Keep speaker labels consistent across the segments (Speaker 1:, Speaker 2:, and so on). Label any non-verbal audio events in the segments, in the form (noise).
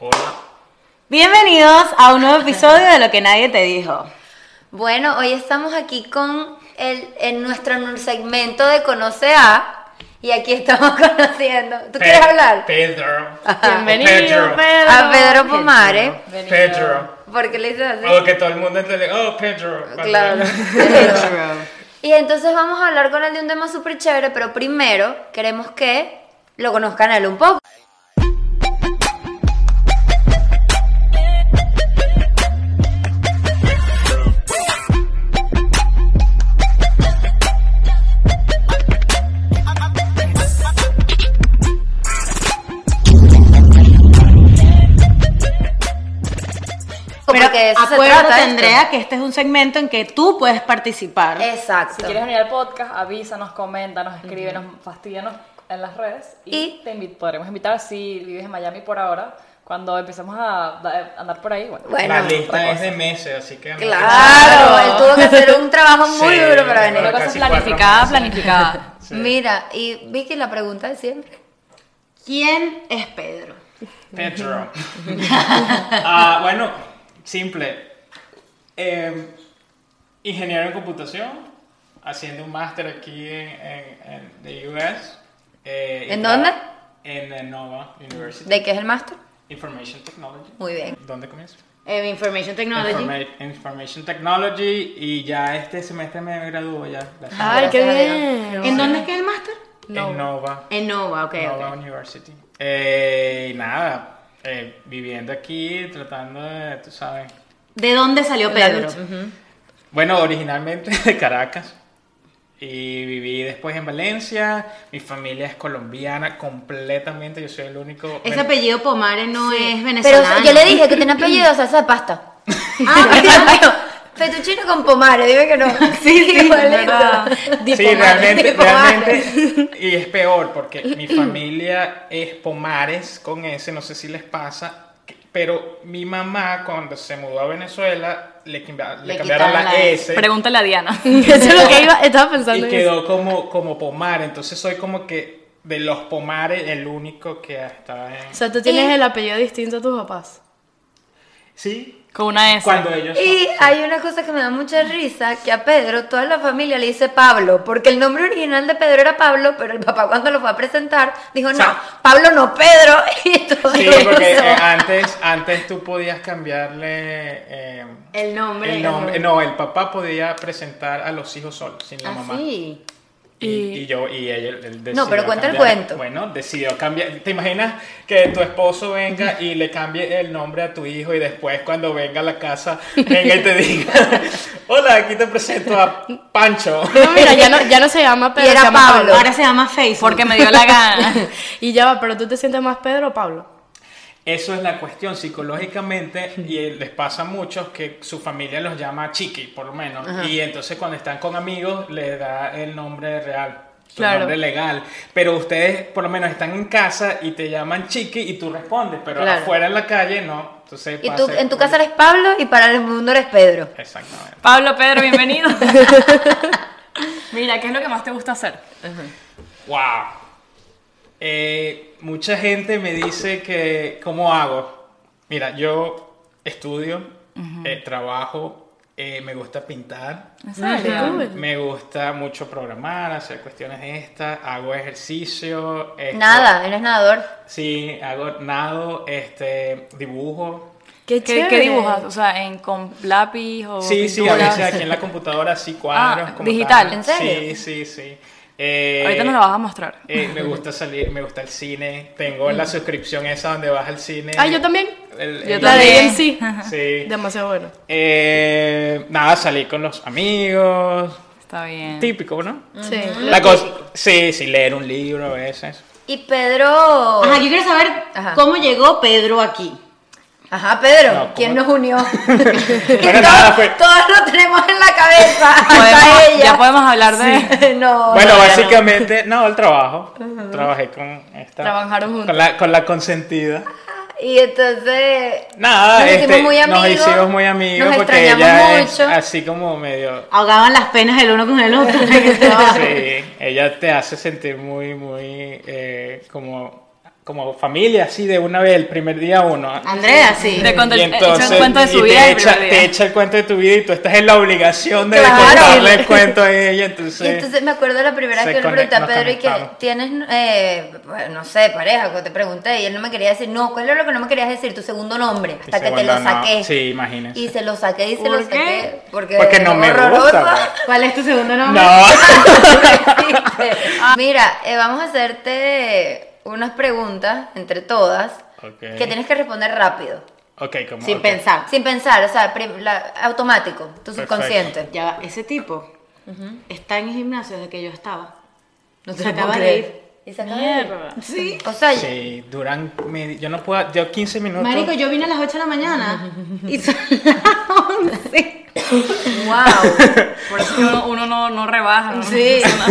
Speaker 1: Hola.
Speaker 2: Bienvenidos a un nuevo episodio de Lo que nadie te dijo.
Speaker 3: Bueno, hoy estamos aquí con el, en nuestro segmento de Conoce A y aquí estamos (laughs) conociendo. ¿Tú quieres
Speaker 1: Pe-
Speaker 3: hablar?
Speaker 1: Pedro.
Speaker 4: Bienvenido,
Speaker 1: Pedro.
Speaker 4: Pedro.
Speaker 3: A Pedro Pomare.
Speaker 1: Pedro.
Speaker 3: ¿Por qué le dices así?
Speaker 1: O que todo el mundo entiende. Oh, Pedro. Vale.
Speaker 3: Claro.
Speaker 2: Pedro.
Speaker 3: Y entonces vamos a hablar con él de un tema súper chévere, pero primero queremos que lo conozcan a él un poco.
Speaker 2: Pero
Speaker 3: Porque de eso se
Speaker 2: acuérdate,
Speaker 3: trata esto.
Speaker 2: Andrea, que este es un segmento en que tú puedes participar.
Speaker 3: Eh.
Speaker 4: Si
Speaker 3: Exacto.
Speaker 4: quieres venir al podcast, avísanos, coméntanos, escríbenos, fastidianos en las redes y,
Speaker 3: Y-
Speaker 4: te invi- podremos invitar si vives en Miami por ahora. Cuando empecemos a, da- andar por ahí, bueno.
Speaker 3: (laughs) Bueno,
Speaker 1: La lista
Speaker 4: otra
Speaker 1: es de meses, así que. no
Speaker 3: Claro, él tuvo que hacer un trabajo muy
Speaker 1: Sí,
Speaker 3: duro
Speaker 1: bueno,
Speaker 3: para venir.
Speaker 4: Una cosa es
Speaker 1: casi cuatro
Speaker 4: planificada,
Speaker 1: meses.
Speaker 4: planificada.
Speaker 1: Sí.
Speaker 3: Mira, y Vicky, la pregunta de siempre.
Speaker 2: ¿Quién es Pedro?
Speaker 1: Pedro. Ah, bueno, simple. Eh, ingeniero en computación, haciendo un máster aquí en, en, en the US. eh, y
Speaker 3: ¿En
Speaker 1: tra-
Speaker 3: dónde?
Speaker 1: En eh, Nova University.
Speaker 3: ¿De qué es el máster?
Speaker 1: Information Technology.
Speaker 3: Muy bien.
Speaker 1: ¿Dónde comienzo?
Speaker 2: (laughs) Eh, Information Technology.
Speaker 1: Informa- Information Technology y ya este semestre me gradúo ya. gracias.
Speaker 2: Ah,
Speaker 3: Ay, qué bien.
Speaker 2: ¿En dónde es que es el máster?
Speaker 1: En Nova.
Speaker 2: En Nova, ok. ok.
Speaker 1: Nova University. Eh, y nada, eh, viviendo aquí, tratando de, tú sabes.
Speaker 2: ¿De dónde salió Pedro?
Speaker 1: Bueno, originalmente (laughs) de Caracas. Y viví después en Valencia. Mi familia es colombiana completamente. Yo soy el único.
Speaker 2: Ese apellido Pomare no es
Speaker 3: Pero o
Speaker 2: venezolano.
Speaker 3: sea, yo le (laughs) dije que tenía apellido salsa de pasta. (laughs) Ah, Fetuchino con pomare, dime que no. Sí, (laughs) sí,
Speaker 2: verdad.
Speaker 1: Sí, realmente, realmente. Y es peor porque mi familia es Pomares con ese, no sé si les pasa. que- Pero mi mamá, cuando se mudó a Venezuela, le, quimba- le
Speaker 2: Le
Speaker 1: cambiaron la,
Speaker 2: quitaron la
Speaker 1: S.
Speaker 4: Pregúntale a Diana.
Speaker 3: (laughs) Eso es lo que iba, estaba
Speaker 1: Y
Speaker 3: pensando.
Speaker 1: quedó como, como pomar, entonces soy como que de los pomares el único que está en...
Speaker 5: O sea, tú tienes el apellido distinto a tus papás.
Speaker 1: Sí,
Speaker 4: Con una S.
Speaker 1: cuando ellos...
Speaker 3: Y hay una cosa que me da mucha risa, que a Pedro toda la familia le dice Pablo, porque el nombre original de Pedro era Pablo, pero el papá cuando lo fue a presentar dijo,
Speaker 1: O
Speaker 3: no,
Speaker 1: sea-
Speaker 3: Pablo no, Pedro. (laughs) Y todo
Speaker 1: Sí,
Speaker 3: lo
Speaker 1: porque
Speaker 3: usó.
Speaker 1: eh, antes, antes tú podías cambiarle... eh,
Speaker 2: El nombre.
Speaker 1: el nombre. No, el papá podía presentar a los hijos solos, sin la
Speaker 2: Ah,
Speaker 1: mamá.
Speaker 2: sí.
Speaker 1: Y, y yo, y ella, él decidió
Speaker 3: No, pero cuenta el
Speaker 1: cambiar-
Speaker 3: cuento.
Speaker 1: Bueno, decidió cambiar. ¿Te imaginas que tu esposo venga y le cambie el nombre a tu hijo y después cuando venga a la casa venga y te diga, (laughs) hola, aquí te presento a Pancho?
Speaker 5: No, mira, ya no, ya no se llama Pedro.
Speaker 3: Y era
Speaker 5: se llama
Speaker 3: Pablo.
Speaker 2: Ahora se llama Facebook.
Speaker 4: Porque me dio la gana.
Speaker 5: (laughs) Y ya va, pero tú te sientes más Pedro o Pablo.
Speaker 1: Eso es la cuestión psicológicamente y les pasa a muchos que su familia los llama chiqui, por lo menos. Y entonces cuando están con amigos les da el nombre real. Su
Speaker 5: Claro.
Speaker 1: nombre legal, pero ustedes por lo menos están en casa y te llaman chiqui y tú respondes, pero
Speaker 2: Claro.
Speaker 1: afuera en la calle no. Entonces
Speaker 3: Y
Speaker 1: pasa
Speaker 3: tú,
Speaker 1: el-
Speaker 3: en tu casa eres Pablo y para el mundo eres Pedro.
Speaker 1: Exactamente.
Speaker 4: Pablo, Pedro, bienvenido. Mira, ¿qué es lo que más te gusta hacer?
Speaker 1: ¡Wow! Eh, mucha gente me dice que, ¿cómo hago? Mira, yo estudio, eh, trabajo, eh, me gusta pintar,
Speaker 4: ¿En serio?
Speaker 1: me gusta mucho programar, hacer cuestiones de estas, hago ejercicio. este,
Speaker 3: Nada, eres nadador.
Speaker 1: Sí, hago nado, este, dibujo.
Speaker 5: Qué
Speaker 4: ¿Qué,
Speaker 5: chévere.
Speaker 4: qué dibujas? O sea, ¿en con lápiz
Speaker 6: Oh,
Speaker 4: o
Speaker 1: Sí, sí, a
Speaker 4: pinturas?
Speaker 1: veces aquí en la computadora sí cuadros.
Speaker 4: Ah,
Speaker 1: como
Speaker 4: digital.
Speaker 1: tal.
Speaker 3: ¿En serio?
Speaker 1: Sí, sí, sí. Eh,
Speaker 4: Ahorita nos lo vas a mostrar.
Speaker 1: Eh, me gusta salir, me gusta el cine. Tengo la suscripción esa donde vas al cine.
Speaker 5: Ah, yo también.
Speaker 1: El-
Speaker 4: Yo
Speaker 1: el-
Speaker 5: La
Speaker 4: también.
Speaker 5: de él sí.
Speaker 1: Sí.
Speaker 5: Demasiado bueno.
Speaker 1: Eh, nada, salir con los amigos.
Speaker 4: Está
Speaker 6: Mm.
Speaker 4: bien.
Speaker 1: Típico, ¿no?
Speaker 5: Sí.
Speaker 1: La cosa. Sí, sí, leer un libro a veces.
Speaker 3: Y Pedro...
Speaker 2: Ajá, yo quiero saber
Speaker 3: Ajá.
Speaker 2: cómo llegó Pedro aquí.
Speaker 3: Ajá, Pedro,
Speaker 1: No, ¿cómo?
Speaker 3: ¿quién nos
Speaker 1: (laughs)
Speaker 3: unió? (laughs)
Speaker 1: Bueno, nada, fue-
Speaker 3: Todos lo tenemos en la cabeza, hasta
Speaker 4: Podemos-
Speaker 3: ella.
Speaker 4: ya podemos hablar de... (laughs)
Speaker 3: (laughs) no,
Speaker 1: Bueno,
Speaker 3: no, ya
Speaker 1: básicamente, no, el trabajo. Trabajé con esta.
Speaker 5: Trabajaron juntos.
Speaker 1: Con la, con la consentida.
Speaker 3: no. Y entonces...
Speaker 1: Nada,
Speaker 3: nos
Speaker 1: este,
Speaker 3: hicimos muy amigos.
Speaker 1: nos hicimos muy amigos
Speaker 3: Nos
Speaker 1: porque
Speaker 3: extrañamos
Speaker 1: ella es
Speaker 3: mucho.
Speaker 1: así como medio.
Speaker 2: (laughs) Ahogaban las penas el uno con el (laughs) otro.
Speaker 1: Sí, ella te hace sentir muy, muy eh, como como familia, así de una vez, el primer día uno.
Speaker 2: Andrea, sí.
Speaker 6: De cuando
Speaker 1: Y
Speaker 6: el- echa
Speaker 1: entonces
Speaker 6: el cuento de
Speaker 1: y
Speaker 6: su
Speaker 1: te
Speaker 6: vida. y
Speaker 1: echa,
Speaker 6: primer
Speaker 1: te
Speaker 6: día.
Speaker 1: echa el cuento de tu vida y tú estás en la obligación de
Speaker 3: Claro.
Speaker 1: contarle el cuento a ella,
Speaker 3: Y entonces me acuerdo la primera
Speaker 1: Se
Speaker 3: vez que yo le
Speaker 1: conect-
Speaker 3: pregunté a
Speaker 1: nos
Speaker 3: Pedro y que
Speaker 1: conectamos.
Speaker 3: tienes, eh, pues, no sé, pareja, que te pregunté y él no me quería decir, no, ¿cuál era lo que no me querías decir? Tu segundo nombre, hasta
Speaker 1: Y
Speaker 3: que te
Speaker 1: segundo,
Speaker 3: lo
Speaker 1: no.
Speaker 3: saqué.
Speaker 1: Sí, imagínense.
Speaker 3: Y se lo saqué y se
Speaker 6: ¿Por
Speaker 3: lo
Speaker 6: qué?
Speaker 3: saqué. Porque,
Speaker 1: Porque no me
Speaker 3: horroroso.
Speaker 1: gusta, pues. güey.
Speaker 2: ¿Cuál es tu segundo nombre?
Speaker 1: No. (laughs)
Speaker 3: Mira, eh, vamos a hacerte unas preguntas entre todas
Speaker 1: Ok.
Speaker 3: que tienes que responder rápido,
Speaker 1: Ok, como.
Speaker 2: Sin
Speaker 1: ok.
Speaker 2: pensar.
Speaker 3: sin pensar, o sea, prim- la- automático,
Speaker 1: Perfecto.
Speaker 3: tu subconsciente.
Speaker 2: Ya va, ese tipo está en el gimnasio desde que yo estaba. No
Speaker 3: te
Speaker 2: se
Speaker 3: lo puedo
Speaker 2: acaba de
Speaker 3: creer.
Speaker 2: ir.
Speaker 3: Y se acaba de ir.
Speaker 6: Mierda.
Speaker 2: Sí.
Speaker 3: O sea,
Speaker 1: Sí, duran. medi- Yo no puedo. Yo 15 minutos.
Speaker 2: Marico, yo vine a las 8 de la mañana y (laughs) son las 11.
Speaker 3: wow.
Speaker 6: Por eso uno, uno no, no rebaja. ¿no?
Speaker 2: Sí.
Speaker 3: No,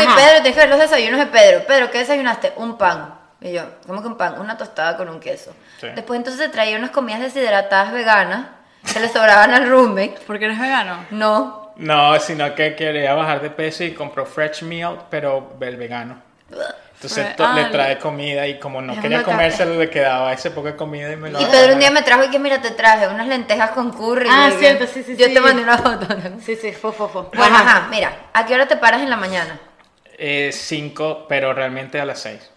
Speaker 3: y
Speaker 2: Ajá.
Speaker 3: Pedro, tienes que ver los desayunos de Pedro. Pedro, ¿qué desayunaste? Un pan. Y yo, ¿cómo que un pan? Una tostada con un queso.
Speaker 1: Sí.
Speaker 3: Después entonces traía unas comidas deshidratadas veganas que le sobraban al roommate.
Speaker 6: Porque eres vegano.
Speaker 3: No.
Speaker 1: No, sino que quería bajar de peso y compró Fresh Meal, pero el vegano. Entonces
Speaker 6: Fre-
Speaker 1: to- le
Speaker 6: ah,
Speaker 1: trae comida y como no
Speaker 2: es
Speaker 1: quería
Speaker 2: una ca-
Speaker 1: comérselo, le quedaba ese poco de comida y me lo
Speaker 3: Y Pedro un día me trajo y que, mira, te traje unas lentejas con curry.
Speaker 2: Ah,
Speaker 3: Y yo,
Speaker 2: cierto, sí, sí,
Speaker 3: Yo
Speaker 2: sí.
Speaker 3: te mandé una foto.
Speaker 2: Sí, sí, fofo, fofo.
Speaker 3: Bueno, ajá. mira, ¿a qué hora te paras en la mañana?
Speaker 1: Eh, cinco, pero realmente a las seis.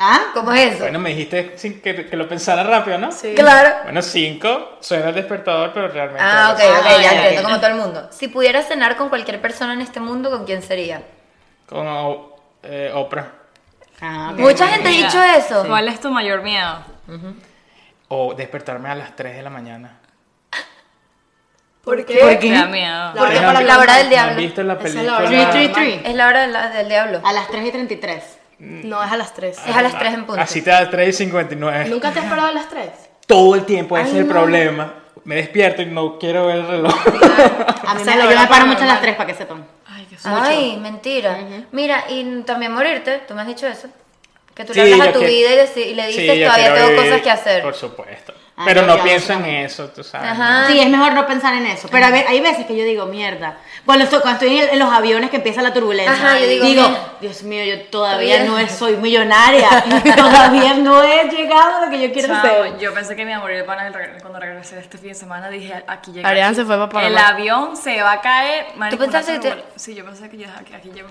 Speaker 2: ¿Ah?
Speaker 3: ¿Cómo es eso?
Speaker 1: Bueno, me dijiste sin que, que lo pensara rápido, ¿no? Sí.
Speaker 3: Claro.
Speaker 1: Bueno, cinco, suena el despertador, pero realmente. a
Speaker 3: Ah, ok,
Speaker 1: las
Speaker 3: ok,
Speaker 2: Ah,
Speaker 3: ya
Speaker 2: ya,
Speaker 3: entiendo,
Speaker 2: ya.
Speaker 3: como todo el mundo. Si pudieras cenar con cualquier persona en este mundo, ¿con quién sería?
Speaker 1: seis. Con o- eh, Oprah.
Speaker 2: Ah, ok.
Speaker 3: Mucha gente ha dicho eso.
Speaker 6: ¿Cuál es tu mayor miedo?
Speaker 1: O despertarme a las 3 de la mañana.
Speaker 2: ¿Por qué?
Speaker 6: Te da miedo.
Speaker 2: La hora
Speaker 1: ¿Ustedes
Speaker 2: para
Speaker 1: han-
Speaker 3: la hora del
Speaker 1: han
Speaker 3: diablo.
Speaker 1: visto la
Speaker 5: Esa es
Speaker 1: película?
Speaker 5: la hora.
Speaker 2: Three, three, three.
Speaker 3: Es la hora de la- del diablo.
Speaker 2: A las 3 y 33.
Speaker 5: No, es a las 3.
Speaker 3: Es a las 3 en punto.
Speaker 1: Ah, Así te da 3 y 59.
Speaker 5: ¿Nunca te has parado a las 3?
Speaker 1: Todo el tiempo, ese es el problema. Me despierto y no quiero ver el reloj.
Speaker 2: A mí
Speaker 5: Esa
Speaker 2: me,
Speaker 5: es la
Speaker 2: yo me
Speaker 5: hora
Speaker 2: paro mucho a
Speaker 5: paranormal.
Speaker 2: las 3 para que sepan.
Speaker 6: Ay, qué susto.
Speaker 3: Ay, mentira. Mira, y también morirte, tú me has dicho eso. Que
Speaker 1: (laughs)
Speaker 3: tú
Speaker 1: Sí,
Speaker 3: le hablas
Speaker 1: yo
Speaker 3: a tu
Speaker 1: quiero-
Speaker 3: vida y, deci- y le
Speaker 1: Sí,
Speaker 3: dices,
Speaker 1: yo
Speaker 3: todavía
Speaker 1: quiero
Speaker 3: tengo
Speaker 1: vivir,
Speaker 3: cosas que hacer.
Speaker 1: Por supuesto.
Speaker 2: Ah,
Speaker 1: Pero
Speaker 2: yo
Speaker 1: no
Speaker 2: ya
Speaker 1: pienso en
Speaker 2: sé.
Speaker 1: eso, tú sabes.
Speaker 3: Ajá.
Speaker 2: Sí, es mejor no pensar en eso. Pero a ve- hay veces que yo digo, mierda. Cuando estoy, cuando estoy en, el- en los aviones que empieza la turbulencia,
Speaker 3: Ajá, yo digo, mierda.
Speaker 2: Dios mío, yo todavía
Speaker 3: Todavía-
Speaker 2: no es- soy millonaria. (laughs) todavía no he llegado a lo que yo quiero ser.
Speaker 6: Chao, yo pensé que me iba a morir de pana el reg- cuando regresé este fin de semana. Dije, aquí llegué.
Speaker 5: Arián se fue para Panamá.
Speaker 6: El avión se va a caer. Marico,
Speaker 3: ¿Tú pensaste
Speaker 6: una
Speaker 3: que te-
Speaker 6: turbul- Sí, yo pensé que yo dije, aquí, aquí llego.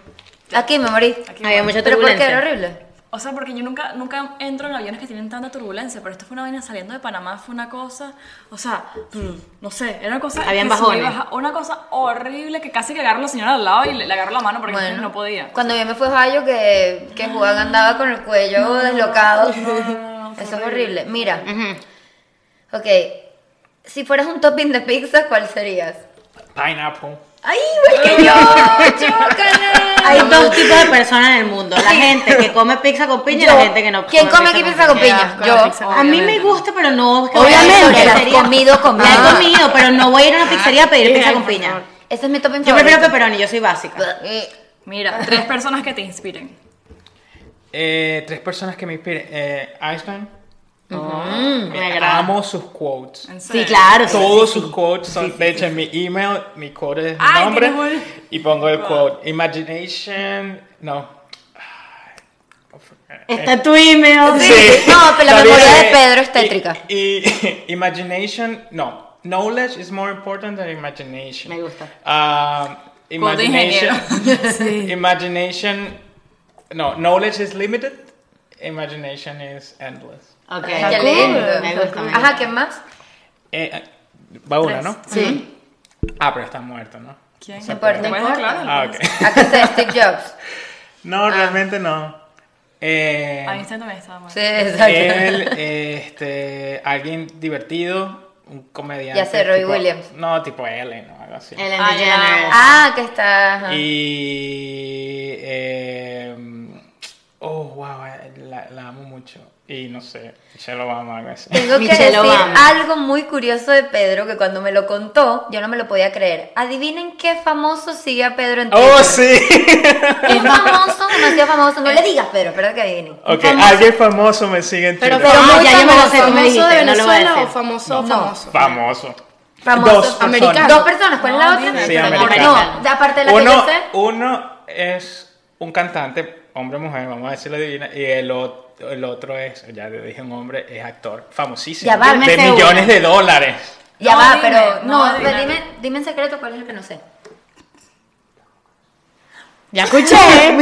Speaker 3: Aquí me morí.
Speaker 6: Aquí
Speaker 2: Había
Speaker 6: voy.
Speaker 2: mucha
Speaker 3: Pero ¿por qué
Speaker 2: turbulencia.
Speaker 3: era horrible?
Speaker 6: O sea, porque yo nunca, nunca entro en aviones que tienen tanta turbulencia, pero esto fue una vaina saliendo de Panamá, fue una cosa, o sea, mm, no sé, era una cosa...
Speaker 2: Habían
Speaker 6: que subí y
Speaker 2: bajones.
Speaker 6: baja- Una cosa horrible que casi que agarro a la señora al lado y le, le agarro la mano porque
Speaker 3: Bueno,
Speaker 6: no podía.
Speaker 3: Cuando yo me fui a Ohio, que, que Juan andaba con el cuello deslocado. eso es horrible. Mira. Ok. Si fueras un topping de pizza, ¿cuál serías?
Speaker 1: Pineapple.
Speaker 3: ¡Ay, igual que yo! ¡Chócala!
Speaker 2: Hay dos tipos de personas en el mundo. La gente que come pizza con piña y
Speaker 3: Yo.
Speaker 2: la gente que no
Speaker 3: ¿Quién come aquí pizza con
Speaker 6: Qué
Speaker 3: piña?
Speaker 6: asco la
Speaker 3: Yo.
Speaker 6: pizza
Speaker 2: A mí me gusta, pero no.
Speaker 3: Obviamente,
Speaker 2: la
Speaker 3: la has
Speaker 2: pizzería.
Speaker 3: comido con
Speaker 2: La
Speaker 3: piña.
Speaker 2: he comido, pero no voy a ir a una pizzería a pedir pizza con piña.
Speaker 3: Ese es mi topping
Speaker 2: Yo
Speaker 3: favorito.
Speaker 2: prefiero pepperoni, yo soy básica.
Speaker 6: Mira, tres personas que te inspiren.
Speaker 1: Eh, tres personas que me inspiran. Eh, Einstein.
Speaker 3: Mm.
Speaker 1: Me
Speaker 2: me agrada.
Speaker 1: amo sus quotes.
Speaker 6: En
Speaker 2: Sí,
Speaker 6: serio.
Speaker 2: claro.
Speaker 3: Ah,
Speaker 2: sí,
Speaker 1: Todos
Speaker 2: sí,
Speaker 1: sus
Speaker 2: sí.
Speaker 1: quotes son, de hecho, en mi email, mi quote es mi
Speaker 6: Ay,
Speaker 1: nombre
Speaker 6: tienes un-
Speaker 1: y pongo el quote. Imagination, no.
Speaker 2: Está en tu email.
Speaker 3: Sí. No, pero la
Speaker 1: Está
Speaker 3: memoria
Speaker 1: bien.
Speaker 3: de Pedro es tétrica.
Speaker 1: Y, y- imagination, no. Knowledge is more important than imagination.
Speaker 2: Me gusta.
Speaker 1: Um,
Speaker 6: Quote de
Speaker 1: imagination.
Speaker 3: (laughs)
Speaker 1: Imagination, no. Knowledge is limited. Imagination is endless.
Speaker 2: Ok.
Speaker 3: Qué lindo.
Speaker 2: Me gusta. me
Speaker 3: Ajá,
Speaker 2: gusta.
Speaker 3: ¿qué más?
Speaker 1: Eh, eh, va una, ¿no?
Speaker 2: Sí.
Speaker 1: Ah, pero está muerto, ¿no?
Speaker 6: ¿Quién?
Speaker 1: Se
Speaker 6: ¿Te
Speaker 3: puede.
Speaker 6: puedes
Speaker 3: No importa. Ah.
Speaker 6: aclarar?
Speaker 1: Ah, ok. (laughs)
Speaker 3: Acá está Steve Jobs.
Speaker 1: No, realmente no. Eh,
Speaker 6: Einstein también estaba mal.
Speaker 3: Sí, exacto.
Speaker 1: él, este, alguien divertido, un comediante.
Speaker 3: Ya sé, Robbie
Speaker 1: tipo-
Speaker 3: Williams.
Speaker 1: No, tipo Ellen o algo así.
Speaker 2: Ellen
Speaker 6: Ah, ya.
Speaker 2: DeGeneres.
Speaker 3: Ah, que está. ajá.
Speaker 1: Y. em, oh, wow, eh, la, la amo mucho. Y no sé, Michelle Obama, algo
Speaker 3: (laughs)
Speaker 1: así.
Speaker 3: Tengo que
Speaker 2: Michelle
Speaker 3: decir
Speaker 2: Obama.
Speaker 3: algo muy curioso de Pedro que cuando me lo contó, yo no me lo podía creer. Adivinen qué famoso sigue a Pedro en Twitter.
Speaker 1: ¡Oh, sí!
Speaker 3: ¿Qué famoso? Demasiado famoso. No le digas, Pedro, espera que adivinen.
Speaker 1: ok, alguien famoso me sigue en
Speaker 5: Pero,
Speaker 1: Twitter.
Speaker 2: famoso,
Speaker 5: famoso,
Speaker 2: ya yo me lo sé, tú me
Speaker 5: famoso
Speaker 2: dijiste,
Speaker 5: de
Speaker 2: no lo voy a
Speaker 5: Venezuela o
Speaker 2: decir.
Speaker 5: famoso,
Speaker 3: No.
Speaker 5: famoso.
Speaker 1: Famoso.
Speaker 3: Famoso.
Speaker 1: Dos personas.
Speaker 5: Americano.
Speaker 3: Dos personas, ¿cuál es la otra?
Speaker 1: Sí,
Speaker 2: americano.
Speaker 3: No, aparte de la
Speaker 1: Uno,
Speaker 3: que yo sé.
Speaker 1: uno es un cantante, hombre o mujer, vamos a decirlo divina, y el otro. el otro es, ya le dije un hombre, es actor famosísimo.
Speaker 3: Ya va,
Speaker 2: me
Speaker 1: de
Speaker 2: sé
Speaker 1: millones
Speaker 2: uno.
Speaker 1: de dólares.
Speaker 3: Ya
Speaker 6: No,
Speaker 3: va,
Speaker 6: dime,
Speaker 3: pero no,
Speaker 6: no,
Speaker 3: pero
Speaker 6: dime.
Speaker 3: dime, dime en secreto cuál es el que no sé.
Speaker 5: Ya (laughs) escuché.
Speaker 2: Escúchate,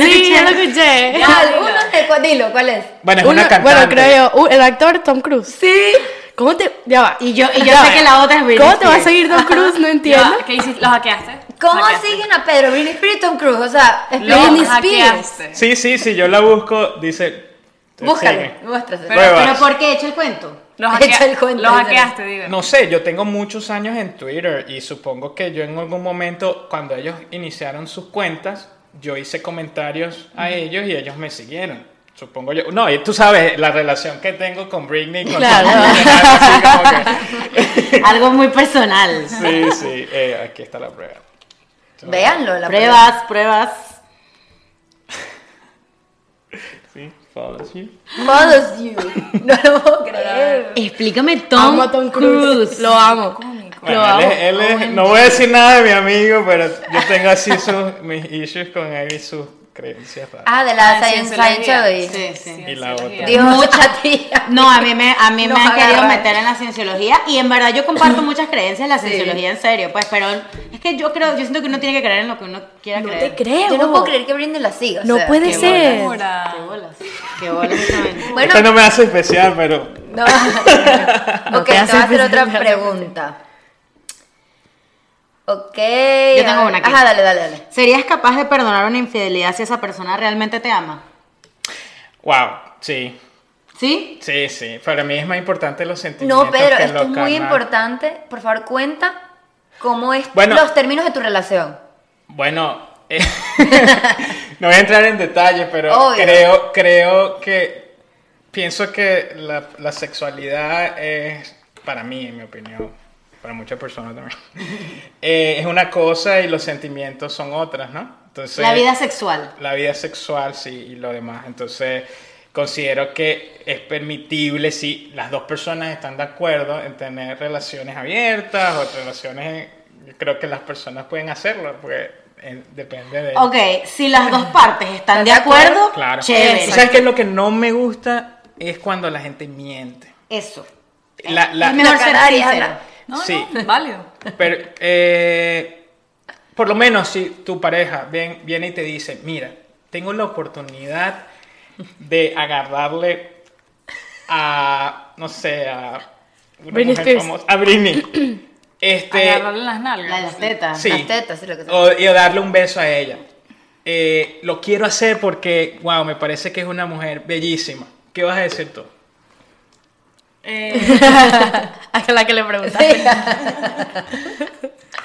Speaker 2: no
Speaker 5: sí,
Speaker 2: escuché.
Speaker 5: ya lo escuché.
Speaker 3: Ya, alguno te cu- dilo, ¿cuál es?
Speaker 1: Bueno, es
Speaker 5: Uno-
Speaker 1: una cantante.
Speaker 5: Bueno, creo yo. uh, el actor Tom Cruise. Sí. ¿Cómo te.? Ya va.
Speaker 2: Y yo, y yo
Speaker 5: Ya
Speaker 2: sé
Speaker 5: va.
Speaker 2: que la otra es Britney
Speaker 5: ¿Cómo te va a
Speaker 2: Spears.
Speaker 5: seguir Tom Cruise? No entiendo.
Speaker 6: Ya, ¿Qué hiciste? ¿Los hackeaste?
Speaker 3: ¿Cómo
Speaker 6: Hackeaste.
Speaker 3: siguen a Pedro Britney Spears y Tom Cruise? O sea,
Speaker 6: Los
Speaker 3: Britney Spears.
Speaker 6: hackeaste.
Speaker 1: Sí, sí, sí, yo la busco, dice.
Speaker 3: Búscalo,
Speaker 1: sigue.
Speaker 3: muéstrase.
Speaker 6: Pero-
Speaker 1: Pruebas.
Speaker 2: Pero ¿por qué he hecho el cuento?
Speaker 6: Los
Speaker 3: Echa
Speaker 6: hackea-
Speaker 3: el cuento,
Speaker 6: los
Speaker 3: dice.
Speaker 6: hackeaste, dime.
Speaker 1: No sé, yo tengo muchos años en Twitter y supongo que yo en algún momento, cuando ellos iniciaron sus cuentas, yo hice comentarios a ellos y ellos me siguieron. Supongo yo. No, y tú sabes la relación que tengo con Britney. y Con
Speaker 5: Claro.
Speaker 1: todo el mundo, así como que-
Speaker 2: (laughs) Algo muy personal.
Speaker 1: Sí, sí, eh, aquí está la prueba.
Speaker 3: Véanlo, la prueba.
Speaker 2: Pruebas, pruebas.
Speaker 1: Sí, follows you.
Speaker 3: Follows you. No lo puedo creer.
Speaker 2: Explícame Tom,
Speaker 5: Amo a Tom Cruise.
Speaker 2: Cruise.
Speaker 5: Lo amo.
Speaker 1: Bueno,
Speaker 5: Lo
Speaker 1: él
Speaker 5: amo.
Speaker 1: es- él es- no voy a decir nada de mi amigo, pero yo tengo así sus, mis issues con él y sus creencias raras.
Speaker 3: Ah, de la
Speaker 6: Ah,
Speaker 3: Science
Speaker 6: cienciología.
Speaker 3: Science Show.
Speaker 2: Sí, sí.
Speaker 1: y la otra.
Speaker 3: Dios, mucha tía.
Speaker 2: No, a mí me, a mí me
Speaker 3: Nos
Speaker 2: han querido
Speaker 3: agarran.
Speaker 2: meter en la cienciología y en verdad yo (laughs) comparto muchas creencias de la cienciología en serio, pues, pero es que yo creo, yo siento que uno tiene que creer en lo que uno quiera
Speaker 5: No
Speaker 2: creer.
Speaker 5: te creo.
Speaker 3: Yo no puedo creer que Britney la siga. o
Speaker 5: No
Speaker 3: sea,
Speaker 5: puede
Speaker 3: qué
Speaker 5: ser.
Speaker 6: Ahora.
Speaker 2: bolas. Qué bolas. esa vaina.
Speaker 3: Bueno,
Speaker 1: Esta no me hace especial, pero
Speaker 3: No. ok, te voy a
Speaker 5: haces
Speaker 3: hacer otra
Speaker 5: pensar.
Speaker 3: pregunta. Ok.
Speaker 2: Yo tengo una aquí.
Speaker 3: Ajá, dale, dale, dale.
Speaker 2: ¿Serías capaz de perdonar una infidelidad si esa persona realmente te ama?
Speaker 1: wow, sí,
Speaker 2: ¿Sí?
Speaker 1: sí, sí. Para mí es más importante los sentimientos.
Speaker 3: No, Pedro,
Speaker 1: que
Speaker 3: esto
Speaker 1: los
Speaker 3: es muy
Speaker 1: carnal.
Speaker 3: importante. Por favor, cuenta cómo es
Speaker 1: Bueno.
Speaker 3: los términos de tu relación.
Speaker 1: Bueno,
Speaker 3: (laughs)
Speaker 1: eh, no voy a entrar en detalles, pero
Speaker 3: Obvio.
Speaker 1: creo, creo que pienso que la, la sexualidad es, para mí, en mi opinión, para muchas personas también, (laughs) eh, es una cosa y los sentimientos son otras, ¿no? Entonces,
Speaker 2: La vida sexual.
Speaker 1: la vida sexual, sí, y lo demás. Entonces, considero que es permitible si las dos personas están de acuerdo en tener relaciones abiertas o relaciones... yo creo que las personas pueden hacerlo, porque eh, depende de...
Speaker 2: Ok, si las dos partes están de acuerdo,
Speaker 1: Claro. ¿Y
Speaker 2: chévere.
Speaker 1: sabes qué es lo que no me gusta? Es cuando la gente miente.
Speaker 2: Eso.
Speaker 1: La, la-
Speaker 2: es mejor
Speaker 3: la
Speaker 2: ser
Speaker 3: canaria,
Speaker 2: sincero.
Speaker 3: la-
Speaker 6: No,
Speaker 1: Sí.
Speaker 6: no, válido.
Speaker 1: Pero, eh, por lo menos si tu pareja ven- viene y te dice, mira, tengo la oportunidad de agarrarle a, no sé, a una
Speaker 5: Britney
Speaker 1: mujer
Speaker 5: Spears.
Speaker 1: famosa- a
Speaker 3: (clears throat)
Speaker 1: Britney. Este,
Speaker 6: Agarrarle las nalgas.
Speaker 2: La de las tetas.
Speaker 1: Sí.
Speaker 3: Las tetas y lo que sea.
Speaker 1: o, y darle un beso a ella. Eh, lo quiero hacer porque, wow, me parece que es una mujer bellísima. ¿Qué vas a decir tú?
Speaker 6: Eh,
Speaker 5: A la que le preguntaste.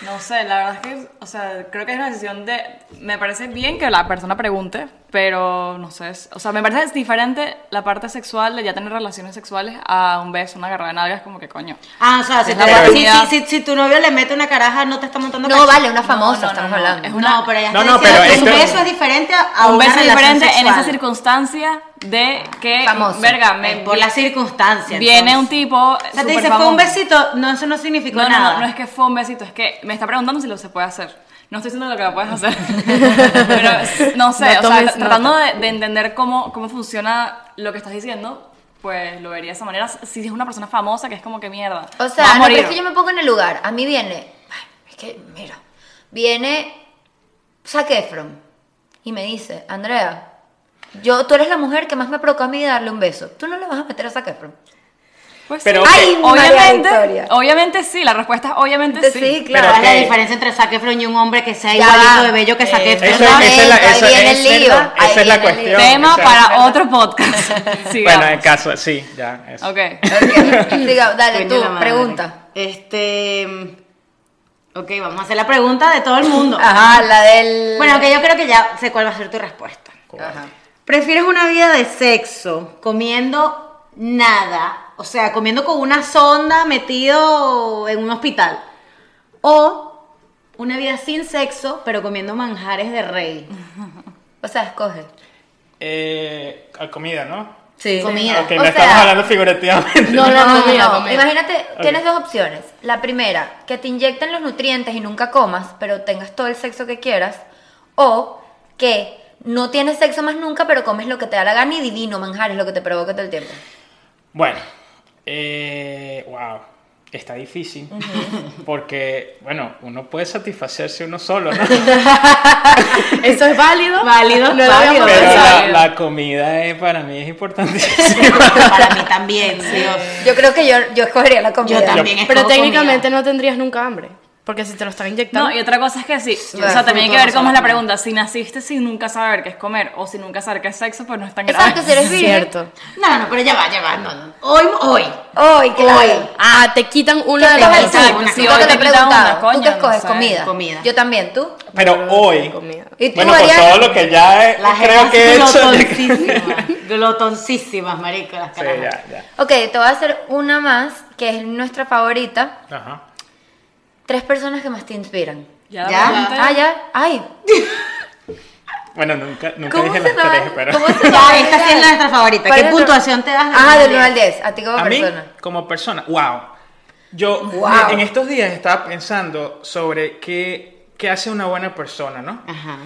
Speaker 6: no sé, la verdad es que, o sea, creo que es una decisión de. Me parece bien que la persona pregunte, pero no sé. es- O sea, me parece diferente la parte sexual de ya tener relaciones sexuales a un beso, una agarrada de nalgas, como que coño.
Speaker 2: Ah, o sea, si,
Speaker 6: Es la
Speaker 2: te- si,
Speaker 6: oportunidad.
Speaker 2: si- si- si tu novio le mete una caraja, no te está montando
Speaker 3: No,
Speaker 2: cacho.
Speaker 3: vale, una famosa
Speaker 6: no,
Speaker 3: estamos
Speaker 6: no, no,
Speaker 3: hablando.
Speaker 6: es
Speaker 2: No, pero ya está
Speaker 1: No, no,
Speaker 2: diciendo
Speaker 1: pero
Speaker 2: que un
Speaker 1: esto-
Speaker 2: beso es diferente a
Speaker 6: un
Speaker 2: una
Speaker 6: beso
Speaker 2: relación
Speaker 6: diferente en
Speaker 2: sexual. Eh,
Speaker 6: esa circunstancia de que.
Speaker 3: Famoso.
Speaker 6: Verga, me.
Speaker 2: Por las circunstancias.
Speaker 6: Viene un
Speaker 2: entonces.
Speaker 6: tipo.
Speaker 2: O sea, te
Speaker 6: superfamoso.
Speaker 2: dice, fue un besito. No, eso no significó
Speaker 6: No, no,
Speaker 2: nada.
Speaker 6: no, no es que fue un besito, es que me está preguntando si lo se puede hacer. No estoy diciendo lo que lo
Speaker 3: (laughs)
Speaker 6: puedes hacer. Pero s- no sé,
Speaker 5: No
Speaker 6: o sea,
Speaker 5: tomes
Speaker 6: tratando
Speaker 5: nota.
Speaker 6: de, de entender cómo, cómo funciona lo que estás diciendo, pues lo vería de esa manera. Si es una persona famosa, que es como que mierda.
Speaker 3: O
Speaker 6: va
Speaker 3: sea,
Speaker 6: a
Speaker 3: no,
Speaker 6: morir.
Speaker 3: pero es que yo me pongo en el lugar. A mí viene. ay, Es que, mira. Viene. Zac Efron. Y me dice, Andrea, yo, tú eres la mujer que más me provocó a mí darle un beso. Tú no le vas a meter a Zac Efron.
Speaker 6: Pues
Speaker 1: Pero-
Speaker 6: sí.
Speaker 1: Ay,
Speaker 3: María
Speaker 6: obviamente,
Speaker 3: Victoria.
Speaker 6: obviamente sí, la respuesta es obviamente sí.
Speaker 3: Sí,
Speaker 2: ¿Cuál
Speaker 3: claro.
Speaker 2: es la
Speaker 1: Ok.
Speaker 2: diferencia entre Zac Efron y un hombre que sea
Speaker 3: Ya
Speaker 2: igualito
Speaker 3: va.
Speaker 2: de bello que Zac
Speaker 6: Eh,
Speaker 2: Efron?
Speaker 1: Eso-
Speaker 3: Exactamente,
Speaker 1: esa es la-
Speaker 3: ahí
Speaker 1: esa-
Speaker 3: viene
Speaker 1: esa
Speaker 3: el
Speaker 1: es
Speaker 3: lío.
Speaker 1: la-
Speaker 3: ahí
Speaker 1: esa es la
Speaker 3: viene el lío.
Speaker 1: cuestión.
Speaker 6: Tema
Speaker 1: Exacto.
Speaker 6: para
Speaker 3: (laughs)
Speaker 6: otro podcast. Sigamos.
Speaker 1: Bueno, en caso, sí, ya. eso.
Speaker 6: Ok.
Speaker 3: Ok, siga, dale,
Speaker 2: Coño
Speaker 3: tú,
Speaker 2: la madre.
Speaker 3: pregunta.
Speaker 2: Este... Ok, vamos a hacer la pregunta de todo el mundo.
Speaker 3: Ajá, la del.
Speaker 2: Bueno, que yo creo que ya sé cuál va a ser tu respuesta.
Speaker 3: Ajá.
Speaker 2: ¿Prefieres una vida de sexo comiendo nada? O sea, comiendo con una sonda metido en un hospital. O una vida sin sexo, pero comiendo manjares de rey.
Speaker 3: O sea, escoge.
Speaker 1: Eh, a comida, ¿no?
Speaker 3: Sí.
Speaker 2: Comida.
Speaker 1: Ok,
Speaker 3: O
Speaker 1: no estamos
Speaker 3: sea-
Speaker 1: hablando figurativamente.
Speaker 5: No, no, no, comida,
Speaker 3: no.
Speaker 5: comida.
Speaker 3: Imagínate, tienes dos opciones. La primera, que te inyecten los nutrientes y nunca comas, pero tengas todo el sexo que quieras. O que no tienes sexo más nunca, pero comes lo que te da la gana y divino manjar es lo que te provoca todo el tiempo.
Speaker 1: Bueno, eh, wow, está difícil. Porque, bueno, uno puede satisfacerse uno solo,
Speaker 3: (laughs)
Speaker 1: ¿no?
Speaker 5: Eso es válido.
Speaker 2: Válido,
Speaker 5: No lo
Speaker 2: válido.
Speaker 5: habíamos
Speaker 1: Pero la,
Speaker 5: pensado.
Speaker 1: la comida eh, para mí es
Speaker 3: (laughs)
Speaker 1: importantísima.
Speaker 2: Para mí también, Dios.
Speaker 3: Yo creo que yo, yo escogería la comida.
Speaker 2: Yo también
Speaker 5: Pero
Speaker 2: escojo
Speaker 5: técnicamente no tendrías nunca hambre. Porque si te lo están inyectando.
Speaker 6: No, y otra cosa es que sí. o sea,
Speaker 3: Claro.
Speaker 6: también hay que ver cómo es la pregunta. Si naciste sin nunca saber qué es comer o si nunca saber qué es sexo, pues no es tan grave.
Speaker 3: Exacto, si eres virgen.
Speaker 5: Cierto.
Speaker 2: comida. No, no, pero ya va, ya va. no, no. Hoy, hoy.
Speaker 3: Hoy,
Speaker 2: Hoy.
Speaker 3: claro.
Speaker 5: Ah, te quitan una
Speaker 3: ¿Qué
Speaker 5: de
Speaker 3: escoges
Speaker 5: las
Speaker 3: tú?
Speaker 5: dos.
Speaker 2: una
Speaker 3: Sí,
Speaker 6: cosa.
Speaker 3: nunca te
Speaker 6: Te
Speaker 3: he
Speaker 6: pinta una,
Speaker 3: preguntado. ¿Tú
Speaker 6: coño,
Speaker 3: qué
Speaker 6: no
Speaker 3: escoges?
Speaker 6: sé.
Speaker 3: Comida.
Speaker 2: Comida.
Speaker 3: Yo también, ¿tú?
Speaker 1: Pero hoy,
Speaker 5: Comida.
Speaker 3: ¿Y tú,
Speaker 1: bueno, con
Speaker 3: Mariana?
Speaker 1: todo lo que ya eh,
Speaker 2: Las
Speaker 1: creo
Speaker 2: jeras
Speaker 1: que he (laughs) hecho.
Speaker 2: glotoncísimas. glotoncísimas, marico, las
Speaker 1: Sí,
Speaker 2: carajas.
Speaker 1: ya, ya.
Speaker 3: Ok, te voy a hacer una más, que es nuestra favorita.
Speaker 1: Ajá.
Speaker 3: Tres personas que más te inspiran.
Speaker 6: Ya, la
Speaker 2: Ya.
Speaker 6: pregunta es-
Speaker 3: Ah, ya. Ay,
Speaker 1: Bueno, nunca, nunca
Speaker 3: ¿cómo
Speaker 1: dije
Speaker 3: se
Speaker 1: las
Speaker 3: va-
Speaker 1: tres, pero.
Speaker 3: cómo
Speaker 1: (laughs)
Speaker 2: Ya,
Speaker 3: se va a
Speaker 2: esta sí
Speaker 3: olvidar?
Speaker 2: es nuestra favorita.
Speaker 3: ¿Cuál
Speaker 2: ¿Qué
Speaker 3: es nuestra-
Speaker 2: puntuación te das del
Speaker 3: Ah,
Speaker 2: uno
Speaker 3: del
Speaker 2: al
Speaker 3: 1 al 10. A ti como
Speaker 1: A mí,
Speaker 3: persona.
Speaker 1: como persona, wow. Yo
Speaker 3: Wow.
Speaker 1: en estos días estaba pensando sobre qué, qué hace una buena persona, ¿no?
Speaker 2: Ajá.